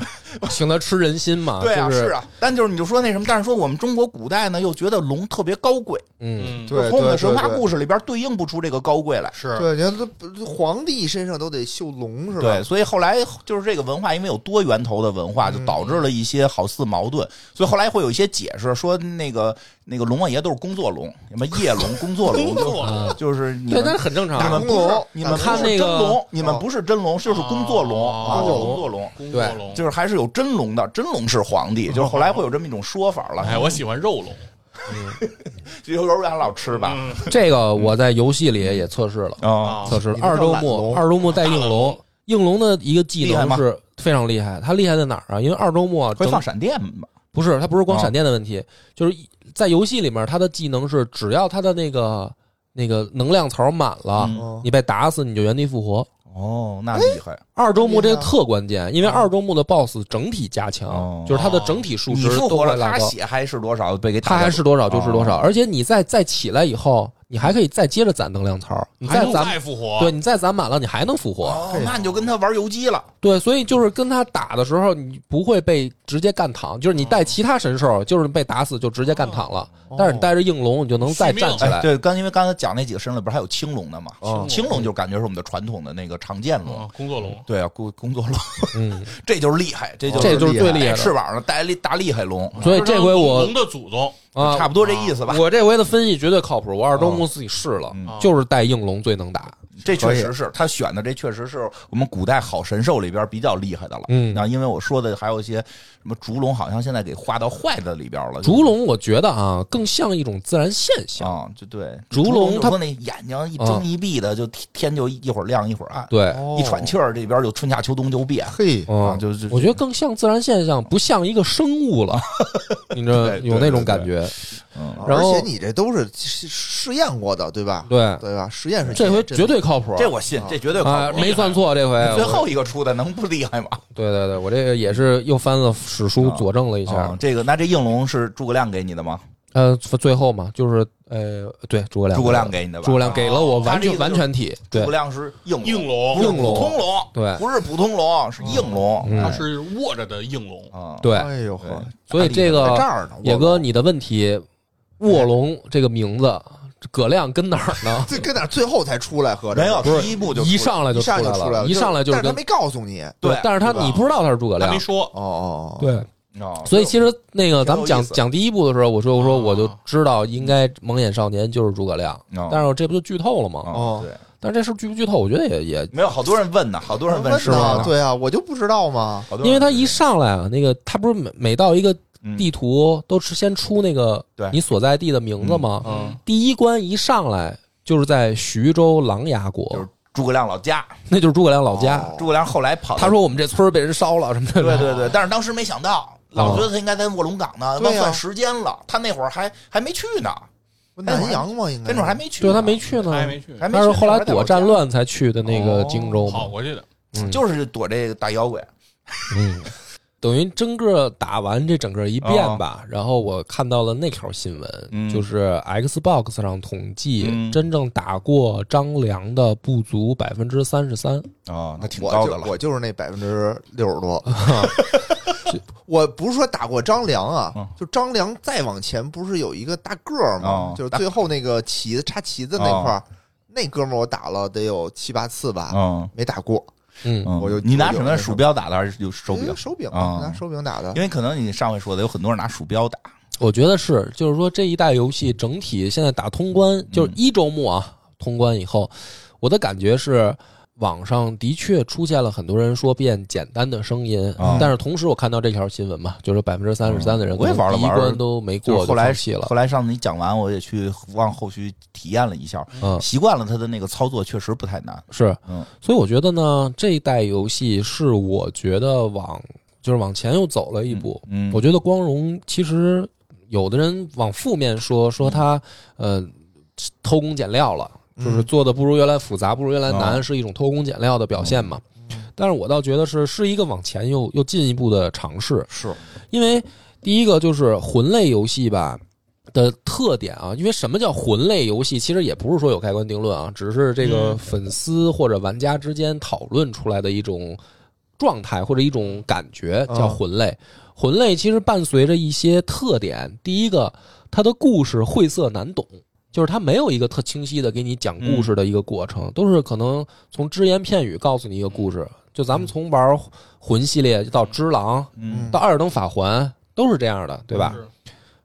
[SPEAKER 1] 请他吃人心嘛，
[SPEAKER 3] 对啊，
[SPEAKER 1] 就是是，
[SPEAKER 3] 啊，但就是你就说那什么，但是说我们中国古代呢，又觉得龙特别高贵，
[SPEAKER 1] 嗯，
[SPEAKER 5] 对
[SPEAKER 3] 从我们的
[SPEAKER 5] 对
[SPEAKER 3] 神话
[SPEAKER 5] 对
[SPEAKER 3] 故事里边对应不出这个高贵来。
[SPEAKER 4] 是
[SPEAKER 5] 对，你看这不这皇帝身上都得绣龙是吧？
[SPEAKER 3] 对，所以后来就是这个文化，因为有多源头的文化，就导致了一些好似矛盾。所以后来会有一些解释，说那个那个龙王爷都是工作龙，什么夜龙、工作龙，
[SPEAKER 4] 工作龙
[SPEAKER 3] 就就是你
[SPEAKER 1] 对，
[SPEAKER 3] 们
[SPEAKER 1] 但是很正
[SPEAKER 3] 你
[SPEAKER 1] 常啊
[SPEAKER 3] 们
[SPEAKER 5] 工。
[SPEAKER 3] 不是
[SPEAKER 5] 龙
[SPEAKER 3] 你们
[SPEAKER 1] 看
[SPEAKER 3] 不是
[SPEAKER 1] 那
[SPEAKER 3] 真
[SPEAKER 1] 个
[SPEAKER 3] 龙，你们
[SPEAKER 5] 哦
[SPEAKER 3] 不是真龙，就是工作龙
[SPEAKER 4] 哦
[SPEAKER 3] 啊，就是
[SPEAKER 1] 哦
[SPEAKER 3] 工作龙。
[SPEAKER 4] 工
[SPEAKER 1] 对
[SPEAKER 4] 作龙，
[SPEAKER 3] 就是还是有真龙的，真龙是皇帝，就是后来会有这么一种说法了。
[SPEAKER 4] 哎，我喜欢肉龙，
[SPEAKER 3] 就幼儿园老吃吧，
[SPEAKER 4] 嗯
[SPEAKER 1] 这个我在游戏里也测试了，
[SPEAKER 3] 啊，
[SPEAKER 4] 啊
[SPEAKER 1] 测试了
[SPEAKER 5] 你们
[SPEAKER 1] 二
[SPEAKER 5] 叫
[SPEAKER 1] 周
[SPEAKER 5] 懒
[SPEAKER 1] 目，
[SPEAKER 5] 龙
[SPEAKER 1] 二周目带应龙，应龙的一个技
[SPEAKER 3] 厉害
[SPEAKER 1] 能
[SPEAKER 3] 吗
[SPEAKER 1] 是非常厉害，它厉害在哪儿啊？因为二周目
[SPEAKER 3] 会
[SPEAKER 1] 整
[SPEAKER 3] 放闪电吧？
[SPEAKER 1] 不是，它不是光
[SPEAKER 3] 啊
[SPEAKER 1] 闪电的问题，就是一在游戏里面，它的技能是只要它的那个那个能量槽满了，
[SPEAKER 5] 嗯
[SPEAKER 1] 你被打死你就原地复活。
[SPEAKER 3] 哦，那厉害！
[SPEAKER 1] 二周目这个
[SPEAKER 5] 厉害啊
[SPEAKER 1] 特关键，因为二周目的 BOSS 整体加强，
[SPEAKER 3] 哦
[SPEAKER 1] 就是它的整体数
[SPEAKER 3] 你
[SPEAKER 1] 值
[SPEAKER 3] 复
[SPEAKER 1] 都
[SPEAKER 3] 活
[SPEAKER 1] 会
[SPEAKER 3] 了，
[SPEAKER 1] 拉
[SPEAKER 3] 他
[SPEAKER 1] 高。啊
[SPEAKER 3] 血还是多少？被给打
[SPEAKER 1] 它还
[SPEAKER 3] 掉
[SPEAKER 1] 是多少就是多少，而且你再再起来以后，你还可以再接着攒能量槽，你
[SPEAKER 4] 还
[SPEAKER 1] 再啊
[SPEAKER 4] 能
[SPEAKER 1] 攒，
[SPEAKER 4] 再复活，
[SPEAKER 1] 对你再攒满了，你还能复活。
[SPEAKER 3] 哦，那你就跟他玩游击了。
[SPEAKER 1] 对，所以就是跟他打的时候，你不会被直接干躺，就是你带其他神兽，就是被打死就直接干躺了。但是你带着应龙，你就能再站起
[SPEAKER 3] 哎，
[SPEAKER 1] 来。
[SPEAKER 3] 对，刚因为刚才讲那几个身里边还有青龙的嘛，
[SPEAKER 4] 哦
[SPEAKER 3] 青龙就感觉是我们的传统的那个常见龙
[SPEAKER 1] 哦
[SPEAKER 4] 啊，，工作龙，
[SPEAKER 3] 对啊，工工作龙，
[SPEAKER 1] 嗯，
[SPEAKER 3] 这就是厉害，这就
[SPEAKER 1] 这 就是最
[SPEAKER 3] 带
[SPEAKER 1] 厉害
[SPEAKER 3] 翅
[SPEAKER 1] 的。
[SPEAKER 3] 膀上带厉大厉害龙，
[SPEAKER 1] 所以这回我
[SPEAKER 4] 龙的祖宗
[SPEAKER 1] 啊
[SPEAKER 3] 差，不多这意思吧。
[SPEAKER 1] 我这回的分析绝对靠谱。我二周目自己试了
[SPEAKER 3] 嗯，
[SPEAKER 1] 就是带应龙最能打。
[SPEAKER 3] 这确实是他选的，这确实是我们古代好神兽里边比较厉害的了。
[SPEAKER 1] 嗯
[SPEAKER 3] 那因为我说的还有一些什么烛龙，好像现在给划到坏的里边了。
[SPEAKER 1] 烛龙我觉得啊，更像一种自然现象。
[SPEAKER 3] 嗯啊，就对，
[SPEAKER 1] 烛龙
[SPEAKER 3] 龙
[SPEAKER 1] 它嗯
[SPEAKER 3] 它那眼睛一睁一闭的，就天天就一会儿亮一会儿暗，
[SPEAKER 1] 对，
[SPEAKER 5] 哦
[SPEAKER 3] 一喘气儿这边就春夏秋冬就变。
[SPEAKER 5] 嘿，
[SPEAKER 1] 嗯
[SPEAKER 3] 啊，就就
[SPEAKER 1] 我觉得更像自然现象，不像一个生物 了。你知道
[SPEAKER 3] 对对
[SPEAKER 1] 有那种
[SPEAKER 3] 对
[SPEAKER 1] 感觉。
[SPEAKER 3] 嗯
[SPEAKER 1] 然
[SPEAKER 5] 哦而
[SPEAKER 1] 后
[SPEAKER 5] 且你这都是试试验过的，对吧？
[SPEAKER 1] 对，
[SPEAKER 5] 对吧？实验是
[SPEAKER 1] 这回绝对靠谱。
[SPEAKER 3] 这我信，这绝对靠
[SPEAKER 1] 哦啊，
[SPEAKER 3] 谱。
[SPEAKER 1] 没算错，这回
[SPEAKER 3] 最
[SPEAKER 1] 我
[SPEAKER 3] 后一个出的能不厉害吗？
[SPEAKER 1] 对对对，我这个也是又翻了史书佐证了一下，
[SPEAKER 3] 哦啊啊这个那这应龙是诸葛亮给你的吗？
[SPEAKER 1] 呃，最后嘛，就是呃，对，诸葛亮，
[SPEAKER 3] 诸葛亮给你的吧？
[SPEAKER 1] 诸葛亮给了我完
[SPEAKER 3] 他这
[SPEAKER 1] 全
[SPEAKER 3] 个
[SPEAKER 1] 完全体，
[SPEAKER 3] 诸
[SPEAKER 1] 对
[SPEAKER 3] 葛亮是硬
[SPEAKER 4] 应
[SPEAKER 3] 龙，
[SPEAKER 4] 龙
[SPEAKER 3] 不是
[SPEAKER 1] 硬龙
[SPEAKER 3] 普通龙，
[SPEAKER 1] 对
[SPEAKER 3] 不是普通龙，是硬龙。
[SPEAKER 1] 嗯
[SPEAKER 4] 它是握着的应龙，
[SPEAKER 3] 啊，
[SPEAKER 1] 对，
[SPEAKER 5] 哎呦呵，
[SPEAKER 1] 所以这
[SPEAKER 5] 在这
[SPEAKER 1] 个
[SPEAKER 5] 儿呢，
[SPEAKER 1] 野哥，你的问题，卧龙这个名字，葛亮跟哪儿呢？
[SPEAKER 5] 这跟哪儿最后才出来合着
[SPEAKER 3] 没有，
[SPEAKER 5] 不是
[SPEAKER 3] 第一步就
[SPEAKER 1] 一上来就
[SPEAKER 5] 一
[SPEAKER 1] 出
[SPEAKER 5] 上
[SPEAKER 1] 来
[SPEAKER 5] 就出来
[SPEAKER 1] 了，一上来就
[SPEAKER 5] 但
[SPEAKER 1] 是
[SPEAKER 5] 是
[SPEAKER 1] 跟
[SPEAKER 5] 他没告诉你，
[SPEAKER 3] 对
[SPEAKER 1] 但是他
[SPEAKER 5] 对吧
[SPEAKER 1] 你不知道他是诸葛
[SPEAKER 4] 他
[SPEAKER 1] 亮
[SPEAKER 4] 没，说
[SPEAKER 5] 哦哦，哦，
[SPEAKER 1] 对，
[SPEAKER 3] 哦
[SPEAKER 1] 所以其实那个咱们
[SPEAKER 3] 挺有
[SPEAKER 1] 讲
[SPEAKER 3] 意思
[SPEAKER 1] 讲第一部的时候，我说我说
[SPEAKER 4] 啊
[SPEAKER 1] 我就知道应该蒙眼少年就是诸葛亮，
[SPEAKER 3] 哦
[SPEAKER 1] 但是我这不就剧透了吗？
[SPEAKER 3] 哦
[SPEAKER 5] 哦
[SPEAKER 3] 对，
[SPEAKER 1] 但是这事剧不剧透，我觉得也也，
[SPEAKER 3] 没有好多人问呢，好多人
[SPEAKER 5] 问
[SPEAKER 3] 是吗
[SPEAKER 5] 呢？？对啊，我就不知道嘛。
[SPEAKER 3] 好多人问，
[SPEAKER 1] 因为他一上来啊，那个他不是每每到一个
[SPEAKER 3] 嗯
[SPEAKER 1] 地图都是先出那个
[SPEAKER 3] 对
[SPEAKER 1] 你所在地的名字吗？
[SPEAKER 4] 嗯，
[SPEAKER 1] 第一关一上来就是在徐州琅琊
[SPEAKER 3] 就
[SPEAKER 1] 国
[SPEAKER 3] 是，诸葛亮老家，
[SPEAKER 1] 那就是诸葛亮老家。
[SPEAKER 5] 哦
[SPEAKER 3] 诸葛亮后来跑到，
[SPEAKER 1] 他说我们这村儿被人烧了什么的，
[SPEAKER 3] 对对对，但是当时没想到，老觉得他应该在卧龙岗呢，
[SPEAKER 5] 对啊
[SPEAKER 3] 忘
[SPEAKER 5] 呀
[SPEAKER 3] 算时间了，他那会儿还还没去呢，
[SPEAKER 1] 哎
[SPEAKER 5] 南阳嘛，应该
[SPEAKER 3] 那会儿还没去
[SPEAKER 1] 对
[SPEAKER 3] 呢，
[SPEAKER 1] 他嗯没去呢
[SPEAKER 4] 他，还没去，
[SPEAKER 3] 还没
[SPEAKER 1] 他
[SPEAKER 3] 去，
[SPEAKER 1] 是后来
[SPEAKER 3] 那会
[SPEAKER 1] 躲
[SPEAKER 3] 儿在
[SPEAKER 1] 战
[SPEAKER 3] 我
[SPEAKER 1] 乱才去的那
[SPEAKER 3] 哦
[SPEAKER 1] 个荆州嘛
[SPEAKER 4] 跑。过去的。
[SPEAKER 1] 嗯
[SPEAKER 3] 家，就是躲这个大妖怪，
[SPEAKER 1] 嗯，等于整个打完这整个一遍吧，然后我看到了那条新闻，
[SPEAKER 3] 哦嗯
[SPEAKER 1] 就是 Xbox 上统计、
[SPEAKER 3] 嗯
[SPEAKER 1] 真正打过张良的不足百分之三十三，
[SPEAKER 3] 哦，那挺
[SPEAKER 5] 我
[SPEAKER 3] 高
[SPEAKER 5] 就
[SPEAKER 3] 的了，
[SPEAKER 5] 我就是那百分之六十多。 我不是说打过张良啊
[SPEAKER 3] 嗯，
[SPEAKER 5] 就张良再往前不是有一个大个儿吗
[SPEAKER 3] 哦？
[SPEAKER 5] 就是最后那个旗子插旗子那块儿，那哥们儿我打了得有七八次吧，
[SPEAKER 3] 嗯
[SPEAKER 5] 没打过。
[SPEAKER 1] 嗯，
[SPEAKER 3] 嗯
[SPEAKER 5] 我就
[SPEAKER 3] 你拿
[SPEAKER 5] 我就
[SPEAKER 3] 什么
[SPEAKER 5] 那什么
[SPEAKER 3] 鼠标打的还是有手
[SPEAKER 5] 嗯
[SPEAKER 3] 柄？
[SPEAKER 5] 手柄
[SPEAKER 3] 啊
[SPEAKER 5] 拿手柄打的
[SPEAKER 3] 因。为可能你上回说的，有很多人拿鼠标打，
[SPEAKER 1] 我觉得是，就是说这一代游戏整体现在打通关，
[SPEAKER 3] 嗯
[SPEAKER 1] 就是一周目啊，通关以后，我的感觉是。网上的确出现了很多人说变简单的声音，
[SPEAKER 3] 啊
[SPEAKER 1] 但是同时我看到这条新闻嘛，就是百分之三十三的人
[SPEAKER 3] 我也玩了
[SPEAKER 1] 可能第一
[SPEAKER 3] 玩了
[SPEAKER 1] 关都没
[SPEAKER 3] 就
[SPEAKER 1] 过，
[SPEAKER 3] 是后来
[SPEAKER 1] 放弃了
[SPEAKER 3] 后。来上次你讲完，我也去往后续体验了一下，
[SPEAKER 1] 嗯，
[SPEAKER 3] 习惯了它的那个操作，确实不太难。
[SPEAKER 1] 是，
[SPEAKER 3] 嗯
[SPEAKER 1] 所以我觉得呢，这一代游戏是我觉得往就是往前又走了一步。
[SPEAKER 3] 嗯，
[SPEAKER 1] 我觉得光荣其实有的人往负面说，说他呃偷工减料了，就是做的不如原来复杂，不如原来难，
[SPEAKER 3] 啊
[SPEAKER 1] 是一种偷工减料的表现嘛。但是我倒觉得是是一个往前又又进一步的尝试，
[SPEAKER 3] 是
[SPEAKER 1] 因为第一个就是魂类游戏吧。的特点啊，因为什么叫魂类游戏？其实也不是说有盖棺定论啊，只是这个粉丝或者玩家之间讨论出来的一种状态或者一种感觉叫魂类。魂类其实伴随着一些特点，第一个，它的故事晦涩难懂。就是它没有一个特清晰的给你讲故事的一个过程，都是可能从只言片语告诉你一个故事。就咱们从玩魂系列到只狼，
[SPEAKER 3] 嗯
[SPEAKER 1] 到《艾尔登法环》都是这样的，对吧？
[SPEAKER 4] 是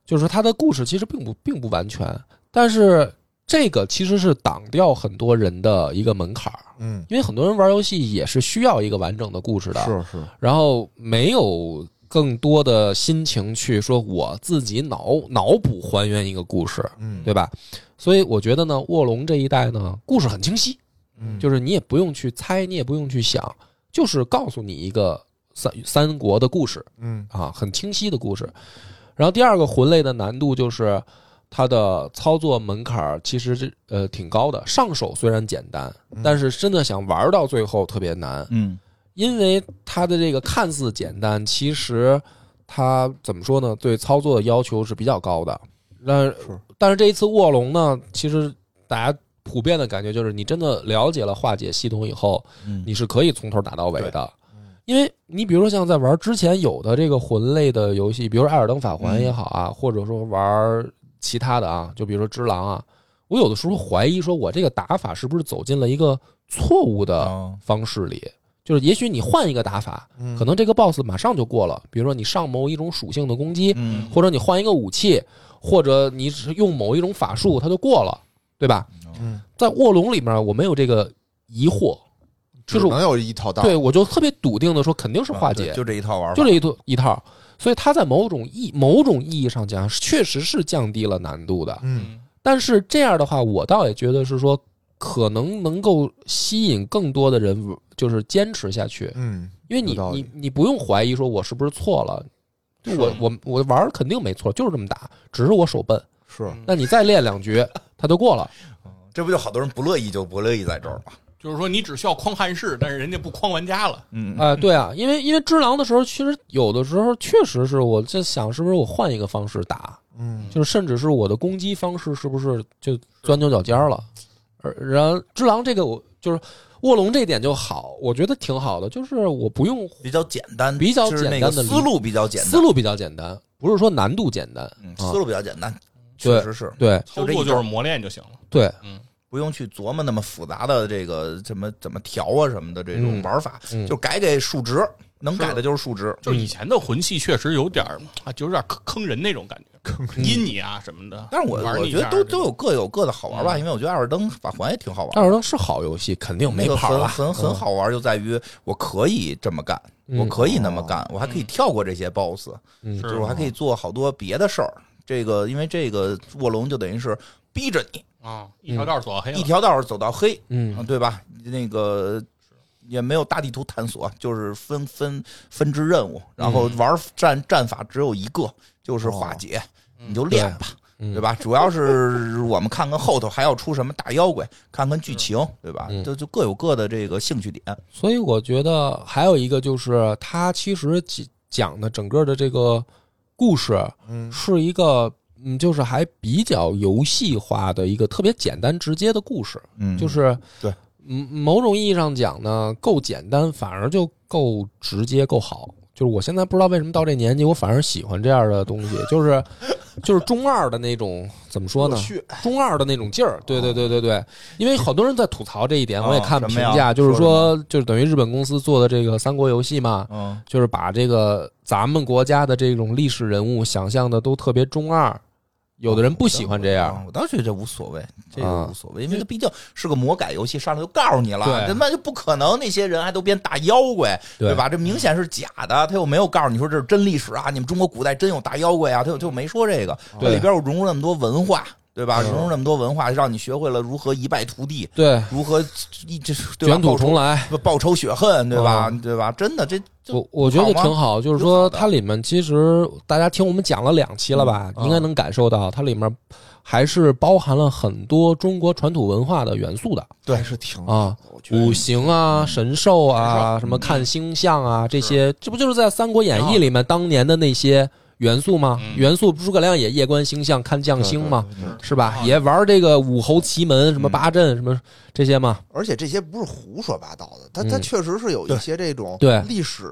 [SPEAKER 1] 就是说它的故事其实并不并不完全，但是这个其实是挡掉很多人的一个门槛儿，
[SPEAKER 5] 嗯，
[SPEAKER 1] 因为很多人玩游戏也是需要一个完整的故事的，
[SPEAKER 5] 是是，
[SPEAKER 1] 然后没有更多的心情去说我自己脑脑补还原一个故事，
[SPEAKER 5] 嗯，
[SPEAKER 1] 对吧？所以我觉得呢，卧龙这一代呢，故事很清晰，
[SPEAKER 5] 嗯
[SPEAKER 1] 就是你也不用去猜，你也不用去想，就是告诉你一个三三国的故事，
[SPEAKER 5] 嗯
[SPEAKER 1] 啊，很清晰的故事。然后第二个魂类的难度就是它的操作门槛儿其实是呃挺高的，上手虽然简单，
[SPEAKER 5] 嗯
[SPEAKER 1] 但是真的想玩到最后特别难，
[SPEAKER 3] 嗯
[SPEAKER 1] 因为它的这个看似简单，其实它怎么说呢？对操作的要求是比较高的。那但是这一次卧龙呢，其实大家普遍的感觉就是，你真的了解了化解系统以后，
[SPEAKER 3] 嗯
[SPEAKER 1] 你是可以从头打到尾的。因为你比如说像在玩之前有的这个魂类的游戏，比如说《艾尔登法环》也好啊，或者说玩其他的啊，就比如说《只狼》啊，我有的时候怀疑说我这个打法是不是走进了一个错误的
[SPEAKER 3] 哦
[SPEAKER 1] 方式里，就是也许你换一个打法，
[SPEAKER 5] 嗯
[SPEAKER 1] 可能这个 boss 马上就过了。比如说你上某一种属性的攻击，
[SPEAKER 3] 嗯
[SPEAKER 1] 或者你换一个武器，或者你是用某一种法术，它就过了，对吧？
[SPEAKER 5] 嗯，
[SPEAKER 1] 在卧龙里面我没有这个疑惑，就
[SPEAKER 5] 只
[SPEAKER 1] 是
[SPEAKER 5] 能有一套道。
[SPEAKER 1] 对，我就特别笃定的说，肯定是化
[SPEAKER 3] 啊对
[SPEAKER 1] 解，
[SPEAKER 3] 就这一套玩法，
[SPEAKER 1] 就这一套一套。所以它在某种意某种意义上讲，确实是降低了难度的。
[SPEAKER 5] 嗯，
[SPEAKER 1] 但是这样的话，我倒也觉得是说，可能能够吸引更多的人，就是坚持下去，
[SPEAKER 5] 嗯
[SPEAKER 1] 因为你
[SPEAKER 5] 有道理
[SPEAKER 1] 你你不用怀疑说我是不是错了，就我我我玩儿肯定没错，就是这么打，只是我手笨。
[SPEAKER 5] 是，
[SPEAKER 1] 那你再练两局，它就过了。
[SPEAKER 3] 这不就好多人不乐意就不乐意在这儿吗？
[SPEAKER 4] 嗯就是说你只需要框汉室，但是人家不框玩家了。
[SPEAKER 3] 嗯
[SPEAKER 1] 啊、对啊，因为因为只狼的时候，其实有的时候确实是我在想，是不是我换一个方式打，
[SPEAKER 5] 嗯
[SPEAKER 1] 就是甚至是我的攻击方式是不是就钻牛角尖儿了？而然只狼这个我就是卧龙这点就好，我觉得挺好的，就是我不用
[SPEAKER 3] 比较简单，
[SPEAKER 1] 比较
[SPEAKER 3] 就是那
[SPEAKER 1] 简
[SPEAKER 3] 个
[SPEAKER 1] 单的理
[SPEAKER 3] 思路比较简单，
[SPEAKER 1] 思路比较简单，不是说难度简单，
[SPEAKER 3] 嗯
[SPEAKER 1] 啊
[SPEAKER 3] 思路比较简单，
[SPEAKER 1] 对
[SPEAKER 3] 确实是
[SPEAKER 1] 对
[SPEAKER 4] 操
[SPEAKER 3] 这一
[SPEAKER 4] 作就
[SPEAKER 3] 招
[SPEAKER 4] 是磨练就行了。
[SPEAKER 1] 对，
[SPEAKER 3] 不用去琢磨那么复杂的这个怎么怎么调啊什么的这种
[SPEAKER 1] 嗯
[SPEAKER 3] 玩法，
[SPEAKER 1] 嗯
[SPEAKER 3] 就改给数值，能改的就是数值。
[SPEAKER 4] 就是以前的魂系确实有点儿啊，就有点儿坑坑人那种感觉，坑阴你啊什么的。
[SPEAKER 3] 但是我
[SPEAKER 4] 玩
[SPEAKER 3] 我
[SPEAKER 4] 你一
[SPEAKER 3] 觉得
[SPEAKER 4] 下
[SPEAKER 3] 都
[SPEAKER 4] 这
[SPEAKER 3] 都有各有各的好玩吧，因为我觉得《艾尔登法环》也挺好玩
[SPEAKER 1] 但
[SPEAKER 3] 的。
[SPEAKER 1] 是能是好游戏，肯定没啊
[SPEAKER 3] 那个
[SPEAKER 1] 跑
[SPEAKER 3] 很
[SPEAKER 1] 了，
[SPEAKER 3] 很很好玩，就在于我可以这么干，
[SPEAKER 1] 嗯
[SPEAKER 3] 我可以那么干，我还可以跳过这些 BOSS，
[SPEAKER 1] 嗯
[SPEAKER 3] 就是我还可以做好多别的事儿。这个因为这个卧龙就等于是逼着你
[SPEAKER 4] 啊，一条道儿走到黑了
[SPEAKER 3] 一条道儿走到黑，
[SPEAKER 1] 嗯
[SPEAKER 3] 嗯，对吧？那个也没有大地图探索，就是分分分支任务，然
[SPEAKER 1] 嗯
[SPEAKER 3] 后玩战战法只有一个，就是化解，你就练吧，
[SPEAKER 1] 哦嗯
[SPEAKER 3] 对吧？主要是我们看看后头还要出什么大妖怪，看看剧情，对吧
[SPEAKER 1] 嗯？
[SPEAKER 3] 这就各有各的这个兴趣点。
[SPEAKER 1] 所以我觉得还有一个就是，它其实讲讲的整个的这个故事
[SPEAKER 5] 嗯
[SPEAKER 1] 是一个，嗯，就是还比较游戏化的一个特别简单直接的故事，
[SPEAKER 3] 嗯
[SPEAKER 1] 就是
[SPEAKER 3] 对，
[SPEAKER 1] 嗯，某种意义上讲呢，够简单，反而就够直接，够好。就是我现在不知道为什么到这年纪，我反而喜欢这样的东西，就是就是中二的那种，怎么说呢？
[SPEAKER 5] 去
[SPEAKER 1] 中二的那种劲儿，对对对对对，因为好多人在吐槽这一点，
[SPEAKER 3] 啊
[SPEAKER 1] 我也看评价，
[SPEAKER 3] 什
[SPEAKER 1] 就
[SPEAKER 3] 么呀
[SPEAKER 1] 是说，就是等于日本公司做的这个三国游戏嘛，
[SPEAKER 3] 嗯，
[SPEAKER 1] 就是把这个咱们国家的这种历史人物想象的都特别中二，有的人不喜欢这样，
[SPEAKER 3] 啊我倒觉得这无所谓，这个
[SPEAKER 1] 啊
[SPEAKER 3] 无所谓，因为它毕竟是个魔改游戏，上来就告诉你了，
[SPEAKER 1] 对
[SPEAKER 3] 他妈就不可能，那些人还都编大妖怪，对
[SPEAKER 1] 对？
[SPEAKER 3] 吧？这明显是假的，他又没有告诉你说这是真历史啊，你们中国古代真有大妖怪啊，他又他又没说这个，这
[SPEAKER 1] 对
[SPEAKER 3] 里边又融入那么多文化，对吧？
[SPEAKER 1] 嗯
[SPEAKER 3] 融入那么多文化，让你学会了如何一败涂地，
[SPEAKER 1] 对，
[SPEAKER 3] 如何一这对吧
[SPEAKER 1] 卷土重来，
[SPEAKER 3] 报仇报仇雪恨，对吧？对吧？真的，这这
[SPEAKER 1] 我我觉得
[SPEAKER 3] 好吗
[SPEAKER 1] 挺好，就是
[SPEAKER 3] 挺好
[SPEAKER 1] 说
[SPEAKER 3] 的
[SPEAKER 1] 它里面其实大家听我们讲了两期了吧，
[SPEAKER 3] 嗯
[SPEAKER 1] 应该能感受到它里面还是包含了很多中国传统文化的元素的
[SPEAKER 5] 对是挺
[SPEAKER 1] 啊。
[SPEAKER 5] 我觉得
[SPEAKER 1] 五行啊、神兽啊、什么看星象啊这些，这不就是在《三国演义》里面当年的那些元素吗？
[SPEAKER 4] 嗯
[SPEAKER 1] 元素诸葛亮也夜观星象看将星嘛，
[SPEAKER 5] 对对对
[SPEAKER 1] 是吧？
[SPEAKER 4] 啊
[SPEAKER 1] 也玩这个武侯奇门、什么八阵、什么这些嘛。
[SPEAKER 5] 而且这些不是胡说八道的，它它
[SPEAKER 1] 嗯
[SPEAKER 5] 确实是有一些这种
[SPEAKER 1] 对
[SPEAKER 5] 历史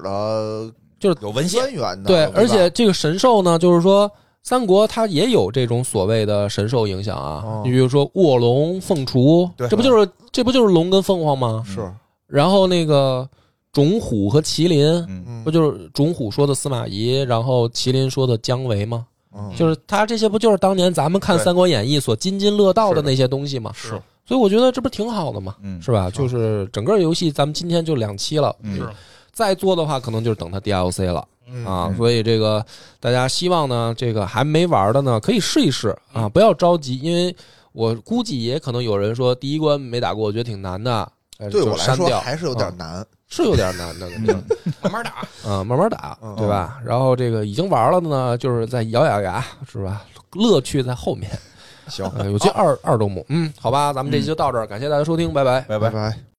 [SPEAKER 5] 的
[SPEAKER 3] 有文献
[SPEAKER 5] 渊源的，
[SPEAKER 1] 对，
[SPEAKER 5] 吧
[SPEAKER 1] 而且这个神兽呢，就是说三国它也有这种所谓的神兽影响啊。
[SPEAKER 5] 哦
[SPEAKER 1] 你比如说卧龙、凤雏，
[SPEAKER 3] 对
[SPEAKER 1] 这不就是这不就是龙跟凤凰吗？
[SPEAKER 5] 是
[SPEAKER 1] 然后那个种虎和麒麟，
[SPEAKER 3] 嗯，
[SPEAKER 5] 嗯
[SPEAKER 1] 不就是种虎说的司马懿，然后麒麟说的姜维吗？
[SPEAKER 5] 嗯
[SPEAKER 1] 就是他这些不就是当年咱们看《
[SPEAKER 3] 对
[SPEAKER 1] 三国演义》所津津乐道的那些东西吗？
[SPEAKER 4] 是
[SPEAKER 1] 所以我觉得这不挺好的吗？
[SPEAKER 3] 嗯
[SPEAKER 1] 是吧？就是整个游戏咱们今天就两期了，
[SPEAKER 3] 嗯
[SPEAKER 4] 是
[SPEAKER 1] 再做的话可能就是等它 DLC 了。
[SPEAKER 5] 嗯
[SPEAKER 1] 啊，所以这个大家希望呢，这个还没玩的呢，可以试一试啊，
[SPEAKER 5] 嗯
[SPEAKER 1] 不要着急，因为我估计也可能有人说第一关没打过，我觉得挺难的，但是
[SPEAKER 5] 对
[SPEAKER 1] 就
[SPEAKER 5] 我来
[SPEAKER 1] 删
[SPEAKER 5] 说
[SPEAKER 1] 掉嗯
[SPEAKER 5] 还是有点难，
[SPEAKER 1] 是有点难的，对吧
[SPEAKER 4] 慢慢打，
[SPEAKER 1] 嗯，慢慢打
[SPEAKER 5] 嗯，
[SPEAKER 1] 对吧？然后这个已经玩了的呢，就是再咬咬牙，是吧？乐趣在后面，
[SPEAKER 5] 行，嗯
[SPEAKER 1] 呃，尤其二二周目，嗯，好吧，咱们这期就到这儿，感谢大家收听，拜拜。
[SPEAKER 3] 拜拜
[SPEAKER 5] 拜。